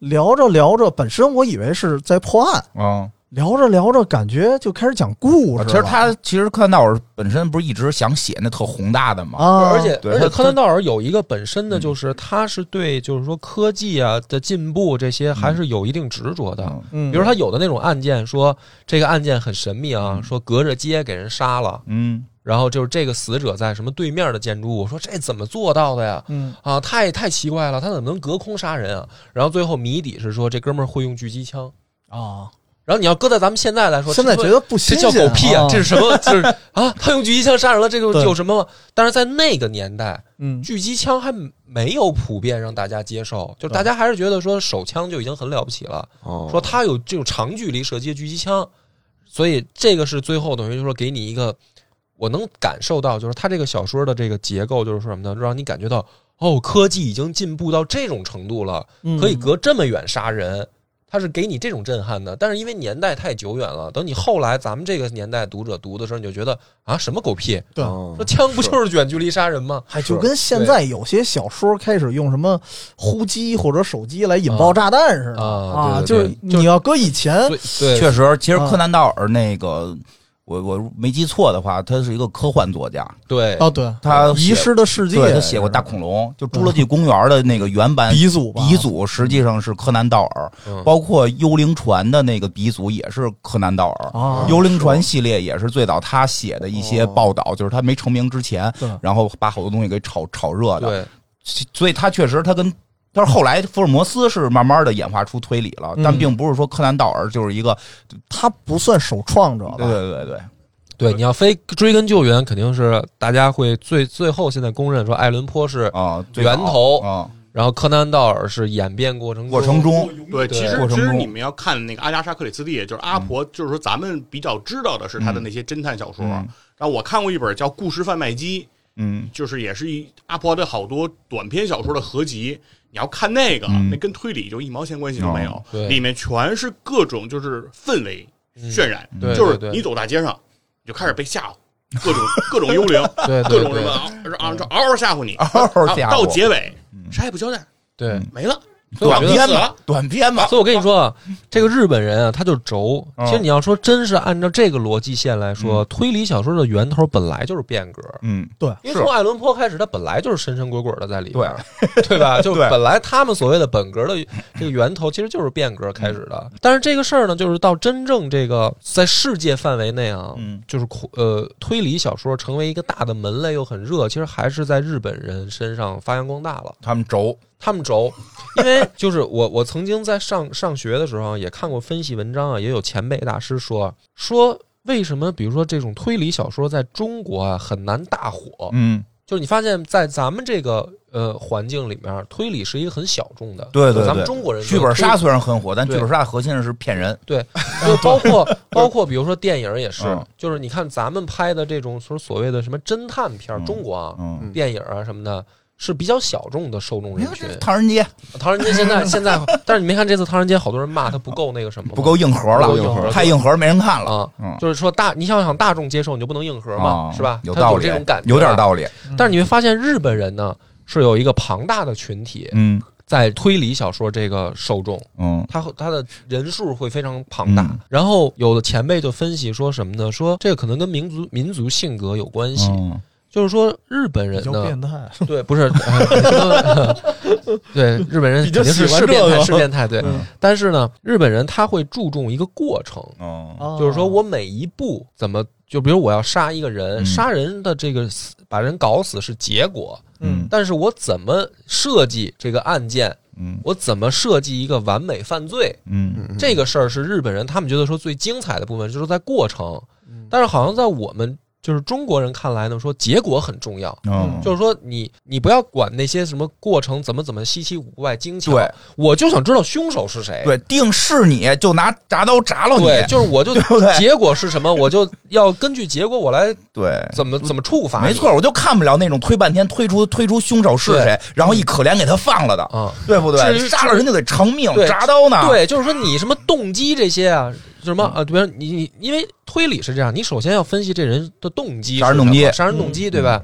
[SPEAKER 5] 聊着聊着，本身我以为是在破案，
[SPEAKER 1] 嗯，
[SPEAKER 5] 聊着聊着，感觉就开始讲
[SPEAKER 2] 啊
[SPEAKER 5] 故事了。
[SPEAKER 1] 其实他其实柯南道尔本身不是一直想写那特宏大的吗？
[SPEAKER 5] 啊，
[SPEAKER 2] 而且
[SPEAKER 1] 对
[SPEAKER 2] 而
[SPEAKER 1] 他
[SPEAKER 2] 且
[SPEAKER 1] 嗯
[SPEAKER 2] 柯南道尔有一个本身的就是，他是对就是说科技啊的进步这些还是有一定执着的。
[SPEAKER 1] 嗯
[SPEAKER 5] 嗯，
[SPEAKER 2] 比如他有的那种案件，说这个案件很神秘啊，
[SPEAKER 1] 嗯
[SPEAKER 2] 说隔着街给人杀了，
[SPEAKER 1] 嗯，
[SPEAKER 2] 然后就是这个死者在什么对面的建筑物，说这怎么做到的呀？
[SPEAKER 5] 嗯，
[SPEAKER 2] 啊，太太奇怪了，他怎么能隔空杀人啊？然后最后谜底是说这哥们儿会用狙击枪。
[SPEAKER 5] 啊，
[SPEAKER 2] 然后你要搁在咱们现在来说，
[SPEAKER 5] 现在
[SPEAKER 2] 这
[SPEAKER 5] 觉得不
[SPEAKER 2] 这
[SPEAKER 5] 新鲜
[SPEAKER 2] 叫
[SPEAKER 5] 啊，
[SPEAKER 2] 狗屁啊！这是什 么？就是啊，他用狙击枪杀人了，这个
[SPEAKER 5] 对
[SPEAKER 2] 有什么吗？但是在那个年代，
[SPEAKER 5] 嗯
[SPEAKER 2] 狙击枪还没有普遍让大家接受，就是大家还是觉得说手枪就已经很了不起了，
[SPEAKER 4] 哦
[SPEAKER 2] 说他有这种长距离射击的狙击枪，所以这个是最后等于就是说给你一个，我能感受到，就是他这个小说的这个结构就是说什么呢？让你感觉到哦，科技已经进步到这种程度了，可以
[SPEAKER 5] 嗯
[SPEAKER 2] 隔这么远杀人，它是给你这种震撼的。但是因为年代太久远了，等你后来咱们这个年代读者读的时候，你就觉得啊，什么狗屁？
[SPEAKER 5] 对
[SPEAKER 4] 哦
[SPEAKER 2] 说枪不就是远距离杀人吗？
[SPEAKER 5] 哎，就跟现在有些小说开始用什么呼机或者手机来引爆炸弹似的
[SPEAKER 2] 啊
[SPEAKER 5] 啊，
[SPEAKER 2] 对
[SPEAKER 5] 就是
[SPEAKER 2] 对对
[SPEAKER 5] 你要搁以前
[SPEAKER 2] 对对，
[SPEAKER 1] 确实，其实
[SPEAKER 5] 啊
[SPEAKER 1] 柯南道尔那个，我我没记错的话，他是一个科幻作家，
[SPEAKER 2] 对
[SPEAKER 5] 哦，对，
[SPEAKER 1] 他写
[SPEAKER 5] 遗失的世界，
[SPEAKER 1] 对他写过《大恐龙》，就《侏罗纪公园》的那个原版。
[SPEAKER 5] 鼻祖吧，
[SPEAKER 1] 鼻祖实际上是柯南道尔，
[SPEAKER 2] 嗯
[SPEAKER 1] 包括《幽灵船》的那个鼻祖也是柯南道尔，
[SPEAKER 5] 啊，
[SPEAKER 1] 幽灵船》系列也是最早他写的一些
[SPEAKER 4] 哦
[SPEAKER 1] 报道，就是他没成名之前
[SPEAKER 5] 对，
[SPEAKER 1] 然后把好多东西给炒炒热的。
[SPEAKER 2] 对
[SPEAKER 1] 所以他确实他跟。但是后来福尔摩斯是慢慢的演化出推理了，
[SPEAKER 5] 嗯
[SPEAKER 1] 但并不是说柯南道尔就是一个，
[SPEAKER 5] 他不算首创者
[SPEAKER 1] 对
[SPEAKER 5] 吧？
[SPEAKER 1] 对对对，
[SPEAKER 2] 对，你要非追根究源，肯定是大家会最最后现在公认说爱伦坡是，
[SPEAKER 1] 啊，最早
[SPEAKER 2] 源头
[SPEAKER 1] 啊，
[SPEAKER 2] 然后柯南道尔是演变过程中
[SPEAKER 1] 过程中
[SPEAKER 3] 对，
[SPEAKER 2] 对
[SPEAKER 3] 其实
[SPEAKER 1] 过程
[SPEAKER 3] 其实
[SPEAKER 1] 中
[SPEAKER 3] 你们要看那个阿加莎·克里斯蒂，就是阿婆，就是说咱们比较知道的是她的那些侦探小说。
[SPEAKER 1] 嗯
[SPEAKER 3] 然后我看过一本叫《故事贩卖机》，
[SPEAKER 1] 嗯，
[SPEAKER 3] 就是也是一阿婆的好多短篇小说的合集。你要看那个，
[SPEAKER 1] 嗯
[SPEAKER 3] 那跟推理就一毛钱关系都没有，
[SPEAKER 2] 哦对嗯
[SPEAKER 3] 里面全是各种就是氛围渲染，
[SPEAKER 2] 对
[SPEAKER 3] 就是
[SPEAKER 2] 对对
[SPEAKER 3] 你走大街上，你就 开始被吓唬，各种各种幽灵，
[SPEAKER 2] 对
[SPEAKER 3] 各
[SPEAKER 2] 对
[SPEAKER 3] 种什么
[SPEAKER 2] 对
[SPEAKER 3] 啊啊，这嗷嗷吓�唬你，
[SPEAKER 1] 嗷嗷吓唬
[SPEAKER 2] 嗯
[SPEAKER 3] 到结尾啥也不交代，
[SPEAKER 1] 嗯
[SPEAKER 2] 对
[SPEAKER 3] 没了，
[SPEAKER 2] 所以我
[SPEAKER 1] 短
[SPEAKER 2] 觉得
[SPEAKER 1] 篇
[SPEAKER 3] 死
[SPEAKER 1] 嘛
[SPEAKER 3] 了，
[SPEAKER 1] 短篇嘛，
[SPEAKER 2] 所以我跟你说啊，这个日本人啊，他就轴。
[SPEAKER 1] 嗯
[SPEAKER 2] 其实你要说真是按照这个逻辑线来说，推理小说的源头本来就是变革。
[SPEAKER 1] 嗯，
[SPEAKER 2] 因为
[SPEAKER 1] 是
[SPEAKER 2] 从爱伦坡开始，他本来就是神神鬼鬼的在里边，对吧？就
[SPEAKER 1] 对
[SPEAKER 2] 本来他们所谓的本格的这个源头，其实就是变革开始的。
[SPEAKER 1] 嗯
[SPEAKER 2] 但是这个事儿呢，就是到真正这个在世界范围内啊，
[SPEAKER 1] 嗯
[SPEAKER 2] 就是恐呃推理小说成为一个大的门类又很热，其实还是在日本人身上发扬光大了。
[SPEAKER 1] 他们轴，
[SPEAKER 2] 他们轴，因为就是我，我曾经在上上学的时候啊也看过分析文章啊，也有前辈大师说说为什么，比如说这种推理小说在中国啊很难大火，
[SPEAKER 1] 嗯，
[SPEAKER 2] 就是你发现在咱们这个呃环境里面，推理是一个很小众的，
[SPEAKER 1] 对对
[SPEAKER 2] 就咱
[SPEAKER 1] 对
[SPEAKER 2] 们中国人
[SPEAKER 1] 剧本杀
[SPEAKER 2] 就
[SPEAKER 1] 虽然很火，但剧
[SPEAKER 2] 对
[SPEAKER 1] 本杀的核心是骗人，
[SPEAKER 2] 就包括包括比如说电影也是
[SPEAKER 1] 嗯，
[SPEAKER 2] 就是你看咱们拍的这种所所谓的什么侦探片儿，
[SPEAKER 1] 嗯
[SPEAKER 2] 中国啊
[SPEAKER 1] 嗯，
[SPEAKER 2] 电影啊什么的。是比较小众的受众
[SPEAKER 1] 你
[SPEAKER 2] 人
[SPEAKER 1] 看
[SPEAKER 2] 群
[SPEAKER 1] 这，唐人街
[SPEAKER 2] 唐人街现在现在，但是你没看这次唐人街，好多人骂它不够那个什么吗，
[SPEAKER 1] 不够硬核了，
[SPEAKER 2] 不够硬核
[SPEAKER 1] 太硬核没人看了，
[SPEAKER 2] 啊。
[SPEAKER 1] 嗯，
[SPEAKER 2] 就是说大，你想想大众接受，你就不能硬核嘛，
[SPEAKER 1] 啊
[SPEAKER 2] 是吧？
[SPEAKER 1] 有
[SPEAKER 2] 它
[SPEAKER 1] 道理，
[SPEAKER 2] 这种感觉，啊
[SPEAKER 1] 有点。道理，
[SPEAKER 2] 但是你会发现，日本人呢是有一个庞大的群体
[SPEAKER 1] 嗯
[SPEAKER 2] 在推理小说这个受众，
[SPEAKER 1] 嗯
[SPEAKER 2] 他他的人数会非常庞大。
[SPEAKER 1] 嗯
[SPEAKER 2] 然后有的前辈就分析说什么呢？说这个可能跟民族民族性格有关系，
[SPEAKER 1] 嗯
[SPEAKER 2] 就是说日本
[SPEAKER 5] 比
[SPEAKER 2] 人
[SPEAKER 5] 较
[SPEAKER 2] 呢，
[SPEAKER 5] 变态，
[SPEAKER 2] 对，不是，呃对，日本人
[SPEAKER 5] 比
[SPEAKER 2] 肯
[SPEAKER 5] 较
[SPEAKER 2] 定是
[SPEAKER 5] 喜欢
[SPEAKER 2] 是变
[SPEAKER 5] 这
[SPEAKER 2] 态，
[SPEAKER 5] 个
[SPEAKER 2] 是变态，对
[SPEAKER 5] 嗯。
[SPEAKER 2] 但是呢，日本人他会注重一个过程，
[SPEAKER 1] 哦，
[SPEAKER 5] 啊
[SPEAKER 2] 就是说我每一步怎么，就比如我要杀一个人，
[SPEAKER 1] 嗯
[SPEAKER 2] 杀人的这个死把人搞死是结果，
[SPEAKER 1] 嗯
[SPEAKER 2] 但是我怎么设计这个案件，
[SPEAKER 1] 嗯
[SPEAKER 2] 我怎么设计一个完美犯罪，
[SPEAKER 1] 嗯
[SPEAKER 2] 这个事儿是日本人他们觉得说最精彩的部分，就是在过程。
[SPEAKER 1] 嗯
[SPEAKER 2] 但是好像在我们就是中国人看来呢，说结果很重要。
[SPEAKER 1] 嗯，
[SPEAKER 2] 就是说你你不要管那些什么过程怎么怎么稀奇古怪精巧，
[SPEAKER 1] 对，
[SPEAKER 2] 我就想知道凶手是谁。
[SPEAKER 1] 对，定是你就拿铡刀铡了你，
[SPEAKER 2] 对，就是我 就
[SPEAKER 1] 对不对
[SPEAKER 2] 结果是什么，我就要根据结果我来
[SPEAKER 1] 对。
[SPEAKER 2] 怎么怎么处罚。
[SPEAKER 1] 嗯没错，，我就看不了那种推半天推出推出凶手是谁，然后一可怜给他放了的，
[SPEAKER 2] 啊，
[SPEAKER 1] 对不
[SPEAKER 2] 至
[SPEAKER 1] 对？
[SPEAKER 2] 于
[SPEAKER 1] 杀了人就得偿命，
[SPEAKER 2] 对
[SPEAKER 1] 铡刀呢？，
[SPEAKER 2] 对，就是说你什么动机这些啊，什
[SPEAKER 1] 嗯
[SPEAKER 2] 么啊，比如你你因为推理是这样，你首先要分析这人的动机是
[SPEAKER 1] 杀
[SPEAKER 2] 什
[SPEAKER 1] 人
[SPEAKER 2] 么，
[SPEAKER 1] 动机
[SPEAKER 2] 杀人动机对吧？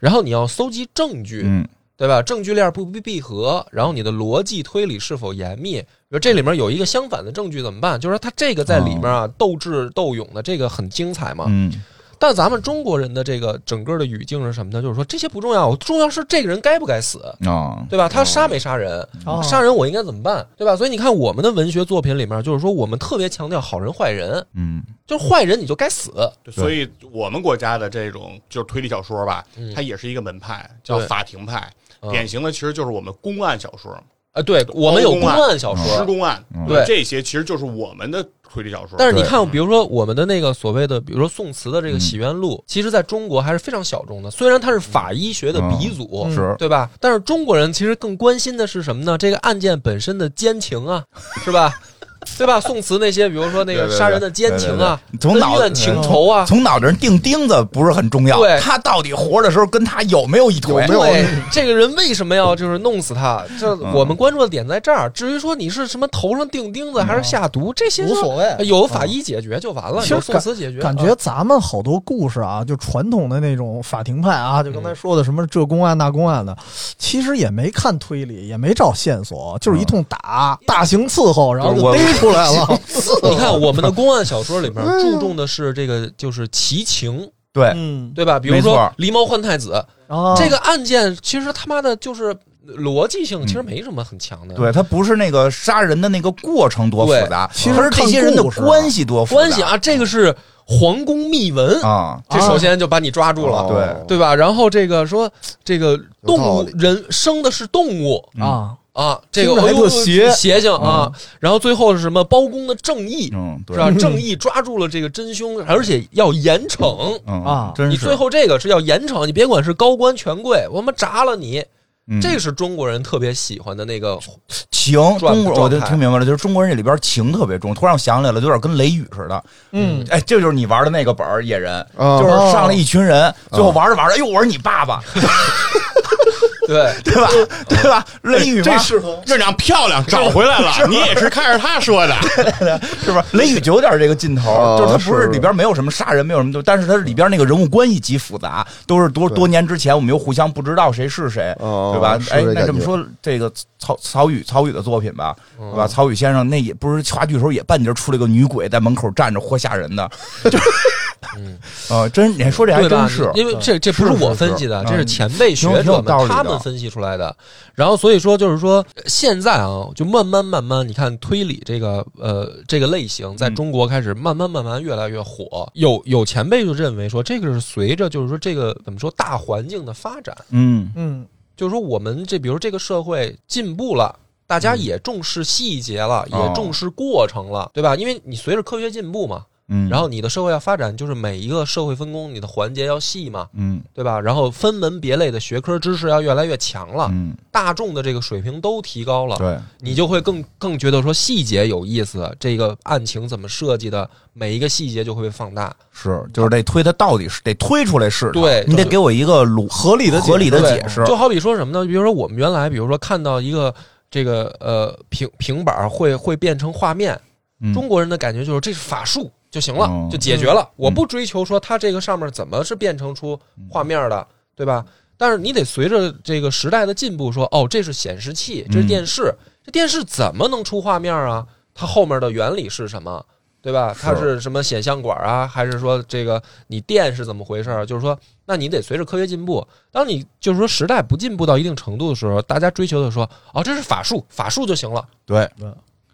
[SPEAKER 2] 然后你要搜集证据，
[SPEAKER 1] 嗯
[SPEAKER 2] 对吧？证据链不必闭合，然后你的逻辑推理是否严密？比如这里面有一个相反的证据怎么办？就是说他这个在里面啊，斗智斗勇的这个很精彩嘛。
[SPEAKER 1] 嗯
[SPEAKER 2] 但咱们中国人的这个整个的语境是什么呢？就是说这些不重要，重要是这个人该不该死，
[SPEAKER 1] 啊，
[SPEAKER 2] 对吧？他杀没杀人？
[SPEAKER 5] 哦
[SPEAKER 2] 杀人我应该怎么办？对吧？所以你看我们的文学作品里面，就是说我们特别强调好人坏人，
[SPEAKER 1] 嗯
[SPEAKER 2] 就是坏人你就该死。
[SPEAKER 3] 对所以我们国家的这种就是推理小说吧，
[SPEAKER 2] 嗯
[SPEAKER 3] 它也是一个门派，叫
[SPEAKER 2] 对
[SPEAKER 3] 法庭派。
[SPEAKER 2] 嗯
[SPEAKER 3] 典型的其实就是我们公案小说、
[SPEAKER 2] 啊，对我们有
[SPEAKER 3] 公
[SPEAKER 2] 公
[SPEAKER 3] 案
[SPEAKER 2] 案小说，
[SPEAKER 3] 施公案，
[SPEAKER 1] 嗯
[SPEAKER 2] 对
[SPEAKER 3] 这些其实就是我们的推理小说。
[SPEAKER 2] 但是你
[SPEAKER 1] 对
[SPEAKER 2] 看，比如说我们的那个所谓的，比如说宋词的这个《洗冤
[SPEAKER 1] 嗯
[SPEAKER 2] 录》，其实在中国还是非常小众的。虽然它是法医学的鼻祖，
[SPEAKER 5] 嗯
[SPEAKER 1] 是
[SPEAKER 2] 对吧？但是中国人其实更关心的是什么呢？这个案件本身的奸情啊，是吧？ 对吧？宋词那些，比如说那
[SPEAKER 1] 对
[SPEAKER 2] 个
[SPEAKER 1] 对
[SPEAKER 2] 杀人的奸情啊，
[SPEAKER 1] 对对对从脑嗯
[SPEAKER 2] 恩怨情仇啊，
[SPEAKER 1] 从脑袋上钉钉子不是很重要
[SPEAKER 2] 对，
[SPEAKER 1] 他到底活着时候跟他有没有一腿？
[SPEAKER 2] 对， 这个人为什么要就是弄死他？这
[SPEAKER 1] 嗯
[SPEAKER 2] 我们关注的点在这儿。至于说你是什么头上钉钉子还是下
[SPEAKER 1] 嗯
[SPEAKER 2] 毒，这些
[SPEAKER 5] 无所谓
[SPEAKER 2] 就有法医解决就完了，
[SPEAKER 5] 其实
[SPEAKER 2] 有宋词解决，
[SPEAKER 5] 感
[SPEAKER 2] 啊
[SPEAKER 5] 觉咱们好多故事啊，就传统的那种法庭派
[SPEAKER 1] 嗯
[SPEAKER 5] 啊，就刚才说的什么这公案那公案的，其实也没看推理，也没找线索，就是一通打，大型伺候，然后就
[SPEAKER 1] 嗯我
[SPEAKER 5] 逮出 来了。
[SPEAKER 2] 你看我们的公案小说里面
[SPEAKER 1] 嗯
[SPEAKER 2] 注重的是这个就是奇情，
[SPEAKER 1] 对，
[SPEAKER 5] 嗯，
[SPEAKER 2] 对吧？比如
[SPEAKER 1] 没
[SPEAKER 2] 说
[SPEAKER 1] 错
[SPEAKER 2] 《狸猫换太子》
[SPEAKER 1] 嗯
[SPEAKER 5] 啊，
[SPEAKER 2] 这个案件，其实他妈的就是逻辑性其实没什么很强的，
[SPEAKER 1] 嗯对他不是那个杀人的那个过程多复杂，
[SPEAKER 5] 其实
[SPEAKER 1] 而是这些人的
[SPEAKER 5] 看故事啊
[SPEAKER 1] 关系多复杂
[SPEAKER 2] 关系啊，这个是皇宫秘闻，
[SPEAKER 1] 啊，哦
[SPEAKER 2] 这首先就把你抓住了，
[SPEAKER 1] 对
[SPEAKER 2] 对吧？然后这个说这个
[SPEAKER 4] 哦有
[SPEAKER 2] 动
[SPEAKER 4] 道
[SPEAKER 2] 物
[SPEAKER 4] 理
[SPEAKER 2] 人生的是动物
[SPEAKER 1] 嗯
[SPEAKER 5] 啊，
[SPEAKER 2] 啊，这个
[SPEAKER 5] 听着还
[SPEAKER 2] 哎呦
[SPEAKER 5] 特邪
[SPEAKER 2] 邪性啊，然后最后是什么包公的正义
[SPEAKER 1] 嗯，对
[SPEAKER 2] 是啊吧？正义抓住了这个真凶，而且要严惩。
[SPEAKER 1] 嗯
[SPEAKER 5] 啊
[SPEAKER 1] 真是
[SPEAKER 2] 你最后这个是要严惩，你别管是高官权贵，我们铡了你，
[SPEAKER 1] 嗯
[SPEAKER 2] 这是中国人特别喜欢的那个。
[SPEAKER 1] 情，
[SPEAKER 2] 转
[SPEAKER 1] 中国
[SPEAKER 2] 状态
[SPEAKER 1] 我就听明白了，就是中国人这里边情特别重。突然我想起来了，有点跟雷雨似的。
[SPEAKER 5] 嗯，哦
[SPEAKER 1] 哎，这就是你玩的那个本儿野人，
[SPEAKER 4] 啊
[SPEAKER 1] 就是上来一群人，最后玩着玩着，哎呦，我是你爸爸，
[SPEAKER 2] 对，
[SPEAKER 1] 对 吧？对吧？雷
[SPEAKER 5] 哎
[SPEAKER 1] 雨嘛，
[SPEAKER 5] 适合
[SPEAKER 3] 院长漂亮，找回来了，你也是看着他说的，
[SPEAKER 1] 是不是？雷雨就有点这个劲头，
[SPEAKER 4] 啊
[SPEAKER 1] 就是它不是
[SPEAKER 4] 是
[SPEAKER 1] 里边没有什么杀人，没有什么，但是它里边那个人物关系极复杂，都是多
[SPEAKER 4] 对
[SPEAKER 1] 多年之前我们又互相不知道谁是谁，
[SPEAKER 4] 哦
[SPEAKER 1] 对吧
[SPEAKER 4] 是？
[SPEAKER 1] 哎
[SPEAKER 4] 这，
[SPEAKER 1] 那
[SPEAKER 4] 感
[SPEAKER 1] 这么
[SPEAKER 4] 觉
[SPEAKER 1] 说，这个曹曹禺曹禺的作品吧，
[SPEAKER 2] 嗯
[SPEAKER 1] 对吧？曹禺先生那也不是话剧的时候也半截出了个女鬼在门口站着，活吓人的，
[SPEAKER 2] 嗯，
[SPEAKER 1] 啊，真你还说这还
[SPEAKER 2] 对
[SPEAKER 1] 真
[SPEAKER 2] 吧
[SPEAKER 1] 是，
[SPEAKER 2] 因为这这不是
[SPEAKER 1] 是是
[SPEAKER 2] 我分析的，
[SPEAKER 1] 是
[SPEAKER 2] 这是前辈学
[SPEAKER 1] 挺有
[SPEAKER 2] 者
[SPEAKER 1] 道理
[SPEAKER 2] 们
[SPEAKER 1] 的
[SPEAKER 2] 他们分析出来的。然后所以说就是说，现在啊，就慢慢慢慢，你看推理这个呃这个类型在
[SPEAKER 1] 嗯
[SPEAKER 2] 中国开始慢慢慢慢越来越火。有有前辈就认为说，这个是随着就是说这个怎么说大环境的发展，
[SPEAKER 1] 嗯
[SPEAKER 5] 嗯，
[SPEAKER 2] 就是说我们这比如这个社会进步了。大家也重视细节了，
[SPEAKER 1] 嗯哦
[SPEAKER 2] 也重视过程了，对吧？因为你随着科学进步嘛，
[SPEAKER 1] 嗯，
[SPEAKER 2] 然后你的社会要发展，就是每一个社会分工，你的环节要细嘛，
[SPEAKER 1] 嗯
[SPEAKER 2] 对吧？然后分门别类的学科知识要越来越强了，
[SPEAKER 1] 嗯，
[SPEAKER 2] 大众的这个水平都提高了，
[SPEAKER 1] 对，
[SPEAKER 2] 你就会更更觉得说细节有意思，这个案情怎么设计的，每一个细节就会被放大。
[SPEAKER 1] 是就是得推它到底是得推出来是它，
[SPEAKER 2] 对
[SPEAKER 1] 你得
[SPEAKER 2] 就
[SPEAKER 1] 给我一个逻
[SPEAKER 5] 合理的
[SPEAKER 1] 合理的
[SPEAKER 2] 对
[SPEAKER 1] 解释，
[SPEAKER 2] 就好比说什么呢？比如说我们原来，比如说看到一个这个呃平平板儿会会变成画面，
[SPEAKER 1] 嗯
[SPEAKER 2] 中国人的感觉就是这是法术就行了，
[SPEAKER 1] 嗯
[SPEAKER 2] 就解决了。我不追求说它这个上面怎么是变成出画面的，
[SPEAKER 1] 嗯
[SPEAKER 2] 对吧？但是你得随着这个时代的进步说，哦，这是显示
[SPEAKER 1] 嗯
[SPEAKER 2] 器，这是电视，这电视怎么能出画面啊？它后面的原理是什么？对吧？它是什么显像管啊？还是说这个你电是怎么回事儿？就是说，那你得随着科学进步，当你就是说时代不进步到一定程度的时候，大家追求的说，哦，这是法术，法术就行了。
[SPEAKER 1] 对。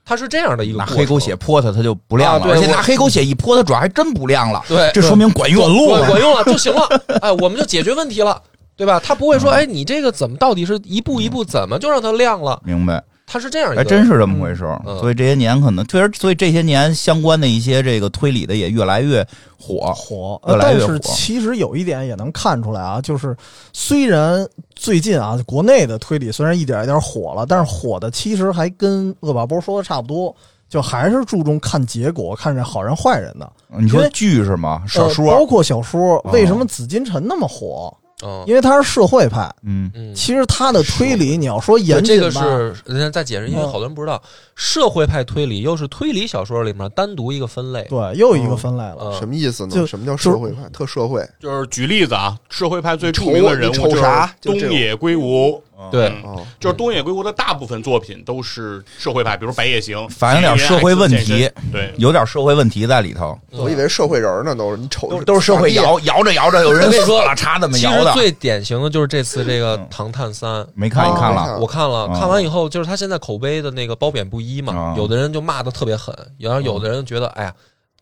[SPEAKER 2] 它是这样的一个
[SPEAKER 1] 拿
[SPEAKER 2] 过
[SPEAKER 1] 黑狗
[SPEAKER 2] 程
[SPEAKER 1] 血泼它，它就不亮
[SPEAKER 2] 啊
[SPEAKER 1] 了。
[SPEAKER 2] 对
[SPEAKER 1] 而且
[SPEAKER 2] 我
[SPEAKER 1] 拿黑狗血一泼，它主要还真不亮了。
[SPEAKER 2] 对
[SPEAKER 1] 这说明管用，
[SPEAKER 2] 管管用了就行了，哎，我们就解决问题了，对吧？他不会说，哎，你这个怎么到底是一步一步怎么就让它亮了？
[SPEAKER 1] 明白，
[SPEAKER 2] 它是这样一个，
[SPEAKER 1] 还哎真是这么回事儿
[SPEAKER 2] 嗯。
[SPEAKER 1] 所以这些年可能确实，所以这些年相关的一些这个推理的也越来越火。
[SPEAKER 5] 火，
[SPEAKER 1] 越
[SPEAKER 5] 呃
[SPEAKER 1] 来
[SPEAKER 5] 但
[SPEAKER 1] 越
[SPEAKER 5] 是
[SPEAKER 1] 火
[SPEAKER 5] 其实有一点也能看出来啊，就是虽然最近啊，国内的推理虽然一点一点火了，但是火的其实还跟恶霸波说的差不多，就还是注重看结果，看这好人坏人的。
[SPEAKER 1] 你
[SPEAKER 5] 因
[SPEAKER 1] 说
[SPEAKER 5] 为
[SPEAKER 1] 剧是吗？小
[SPEAKER 5] 呃包
[SPEAKER 1] 说，
[SPEAKER 5] 括小说
[SPEAKER 1] 哦，
[SPEAKER 5] 为什么紫金陈那么火？
[SPEAKER 2] 嗯
[SPEAKER 5] 因为他是社会派，
[SPEAKER 1] 嗯，
[SPEAKER 2] 嗯。
[SPEAKER 5] 其实他的推理你要说
[SPEAKER 2] 对
[SPEAKER 5] 严谨
[SPEAKER 2] 这个
[SPEAKER 5] 吧，
[SPEAKER 2] 是人家在解释，因为好多人不知道，社会派推理又是推理小说里面单独一个分类，
[SPEAKER 5] 对，又一个分类了。
[SPEAKER 2] 嗯
[SPEAKER 4] 什，么意思呢？
[SPEAKER 5] 就
[SPEAKER 4] 什么叫社会派？特社会
[SPEAKER 3] 就是举例子啊，社会派最著名的人
[SPEAKER 4] 你
[SPEAKER 3] 物
[SPEAKER 4] 瞅我你
[SPEAKER 3] 就
[SPEAKER 4] 瞅
[SPEAKER 3] 是
[SPEAKER 4] 啥
[SPEAKER 3] 东野圭吾，
[SPEAKER 2] 对
[SPEAKER 3] 嗯
[SPEAKER 4] 哦，
[SPEAKER 3] 就是东野圭吾的大部分作品都是社会派，比如《白夜行》，
[SPEAKER 1] 反映点社会问题
[SPEAKER 3] 前沿 X 健身
[SPEAKER 1] 有点社会问题在里头，
[SPEAKER 4] 我以为社会人呢，都是你瞅啊
[SPEAKER 1] 都都是社会
[SPEAKER 4] 咋地呀
[SPEAKER 1] 摇摇着摇着，有人死了，茶怎么
[SPEAKER 2] 其
[SPEAKER 1] 摇
[SPEAKER 2] 实
[SPEAKER 1] 的？嗯
[SPEAKER 2] 最典型的就是这次这个《唐探三》，
[SPEAKER 1] 没看，你
[SPEAKER 4] 哦
[SPEAKER 1] 看
[SPEAKER 4] 没
[SPEAKER 1] 了
[SPEAKER 4] 看？
[SPEAKER 2] 我看了，
[SPEAKER 1] 啊
[SPEAKER 2] 看完以后就是他现在口碑的那个褒贬不一嘛
[SPEAKER 4] 嗯
[SPEAKER 1] 啊，
[SPEAKER 2] 有的人就骂的特别狠，然后有的人觉得，哎呀，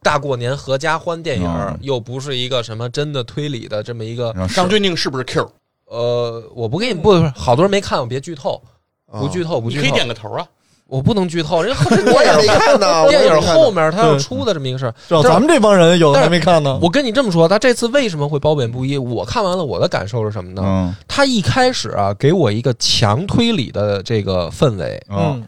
[SPEAKER 2] 大过年合家欢电
[SPEAKER 1] 嗯
[SPEAKER 2] 影又不是一个什么真的推理的这么一个，
[SPEAKER 1] 然
[SPEAKER 4] 嗯
[SPEAKER 1] 后
[SPEAKER 3] 对，
[SPEAKER 1] 是
[SPEAKER 3] 张钧甯是不是 Q？
[SPEAKER 2] 呃，我不给你不，好多人没看，我别剧透，
[SPEAKER 4] 嗯
[SPEAKER 2] 不剧透，不
[SPEAKER 3] 你
[SPEAKER 2] 剧
[SPEAKER 3] 可以
[SPEAKER 2] 透
[SPEAKER 3] 点，个头啊，
[SPEAKER 2] 我不能剧透，人家 后
[SPEAKER 4] 我也
[SPEAKER 2] 电
[SPEAKER 4] 没
[SPEAKER 2] 影
[SPEAKER 4] 看呢，我也
[SPEAKER 2] 电
[SPEAKER 4] 没
[SPEAKER 2] 影
[SPEAKER 4] 看呢
[SPEAKER 2] 后面他要出的这么一个事儿，
[SPEAKER 5] 知道咱们这帮人有的还没看
[SPEAKER 4] 嗯
[SPEAKER 5] 呢。
[SPEAKER 2] 我跟你这么说，他这次为什么会褒贬不一？我看完了，我的感受是什么呢？
[SPEAKER 1] 嗯
[SPEAKER 2] 他一开始啊，给我一个强推理的这个氛围，
[SPEAKER 1] 嗯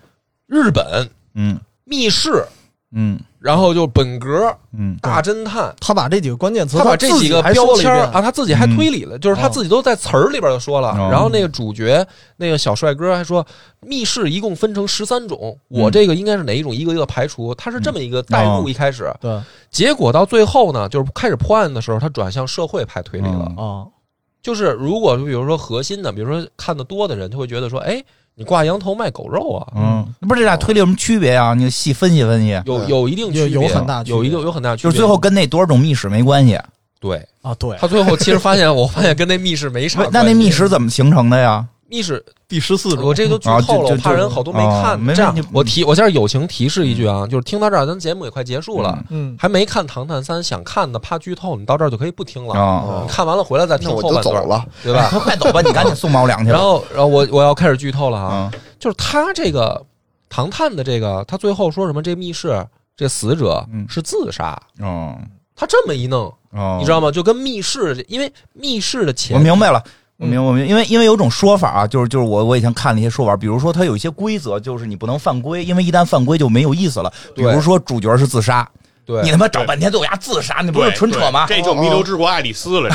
[SPEAKER 2] 日本
[SPEAKER 1] 嗯
[SPEAKER 2] 密室，
[SPEAKER 1] 嗯
[SPEAKER 2] 然后就本格
[SPEAKER 1] 嗯，
[SPEAKER 2] 大侦探。
[SPEAKER 5] 他把这几个关键词，
[SPEAKER 2] 他把这几个
[SPEAKER 5] 他自己还
[SPEAKER 2] 标
[SPEAKER 5] 说了一
[SPEAKER 2] 签儿
[SPEAKER 5] 遍
[SPEAKER 2] 啊，他自己还推理了，就是他
[SPEAKER 5] 哦
[SPEAKER 2] 自己都在词儿里边儿就说了。
[SPEAKER 1] 哦
[SPEAKER 2] 然后那个主角那个小帅哥还说，密室一共分成十三种，
[SPEAKER 5] 嗯
[SPEAKER 2] 我这个应该是哪一种，一个一个排除。他是这么一个代
[SPEAKER 1] 哦
[SPEAKER 2] 入一开始，
[SPEAKER 5] 对
[SPEAKER 2] 结果到最后呢，就是开始破案的时候，他转向社会派推理了。
[SPEAKER 1] 嗯
[SPEAKER 5] 啊，
[SPEAKER 2] 就是如果比如说核心的，比如说看的多的人，他会觉得说，哎，你挂羊头卖狗肉啊，
[SPEAKER 1] 嗯，不是这俩推理有什么区别啊？你细分析分析，
[SPEAKER 2] 有
[SPEAKER 4] 对
[SPEAKER 2] 有一定区
[SPEAKER 5] 有
[SPEAKER 2] 别，啊
[SPEAKER 5] 有很大区别
[SPEAKER 2] 有一个有很大区别。
[SPEAKER 1] 就是最后跟那多少种密室没关系。
[SPEAKER 2] 对
[SPEAKER 5] 啊，对，
[SPEAKER 2] 他最后其实发现，我发现跟那密室没啥
[SPEAKER 1] 不是
[SPEAKER 2] 关系。
[SPEAKER 1] 那那密室怎么形成的呀？
[SPEAKER 2] 密室，
[SPEAKER 5] 第十四种
[SPEAKER 2] 我这个都剧
[SPEAKER 1] 啊
[SPEAKER 2] 透
[SPEAKER 1] 就
[SPEAKER 2] 了，
[SPEAKER 1] 就
[SPEAKER 2] 我怕人好多没
[SPEAKER 1] 啊
[SPEAKER 2] 看。
[SPEAKER 1] 没
[SPEAKER 2] 这样
[SPEAKER 1] 问题，嗯
[SPEAKER 2] 我提我现在友情提示一句啊，就是听到这儿，咱节目也快结束了，
[SPEAKER 5] 嗯，
[SPEAKER 2] 还没看《唐探三》，想看的怕剧透，你到这儿就可以不听了。
[SPEAKER 1] 啊
[SPEAKER 4] 哦
[SPEAKER 2] 你看完了回来再听
[SPEAKER 4] 那我
[SPEAKER 2] 后
[SPEAKER 4] 就
[SPEAKER 2] 半
[SPEAKER 4] 走
[SPEAKER 2] 段，
[SPEAKER 4] 了。
[SPEAKER 2] 对吧？
[SPEAKER 1] 快 快走吧，你赶紧送猫粮去吧。
[SPEAKER 2] 然后，然后我我要开始剧透了啊。
[SPEAKER 1] 啊，
[SPEAKER 2] 就是他这个唐探的这个，他最后说什么？这密室这死者
[SPEAKER 1] 嗯
[SPEAKER 2] 是自杀，
[SPEAKER 1] 哦
[SPEAKER 2] 他这么一弄，
[SPEAKER 1] 哦，
[SPEAKER 2] 你知道吗？就跟密室，因为密室的
[SPEAKER 1] 我
[SPEAKER 2] 前
[SPEAKER 1] 明白了。我
[SPEAKER 2] 嗯
[SPEAKER 1] 明白我明白，因为因为有种说法啊，就是就是我我以前看了一些说法，比如说它有一些规则，就是你不能犯规，因为一旦犯规就没有意思了。比
[SPEAKER 2] 对
[SPEAKER 1] 如说主角是自杀，
[SPEAKER 2] 对
[SPEAKER 1] 你他妈找半天最后丫自杀，你不
[SPEAKER 3] 对，
[SPEAKER 1] 是纯扯吗？哦
[SPEAKER 3] 对这就弥留之国爱丽丝了，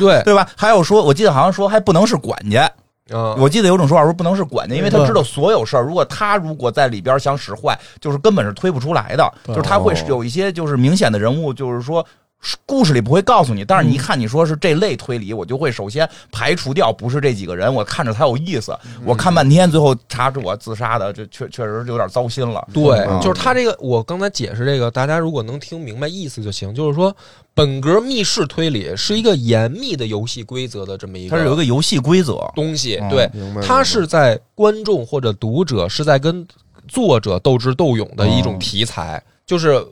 [SPEAKER 2] 对
[SPEAKER 1] 对吧？还有说，我记得好像说还不能是管家，
[SPEAKER 2] 啊，
[SPEAKER 1] 我记得有种说法说不能是管家，因为他
[SPEAKER 5] 对
[SPEAKER 1] 知道所有事儿。如果他如果在里边想使坏，就是根本是推不出来的。就是
[SPEAKER 5] 对
[SPEAKER 1] 他会有一些就是明显的人物，就是说故事里不会告诉你，但是你一看你说是这类推理，我就会首先排除掉不是这几个人，我看着才有意思。
[SPEAKER 5] 嗯
[SPEAKER 1] 我看半天，最后查出我自杀的，这确确实有点糟心了。
[SPEAKER 2] 对
[SPEAKER 4] 嗯，
[SPEAKER 2] 就是他这个，我刚才解释这个，大家如果能听明白意思就行。就是说，本格密室推理是一个严密的游戏规则的这么一
[SPEAKER 1] 它是有一
[SPEAKER 2] 个
[SPEAKER 1] 个游戏规则，
[SPEAKER 2] 东西
[SPEAKER 1] 嗯，
[SPEAKER 2] 对，
[SPEAKER 4] 明白。
[SPEAKER 2] 它是在观众或者读者是在跟作者斗智斗勇的一
[SPEAKER 1] 嗯
[SPEAKER 2] 种题材，就是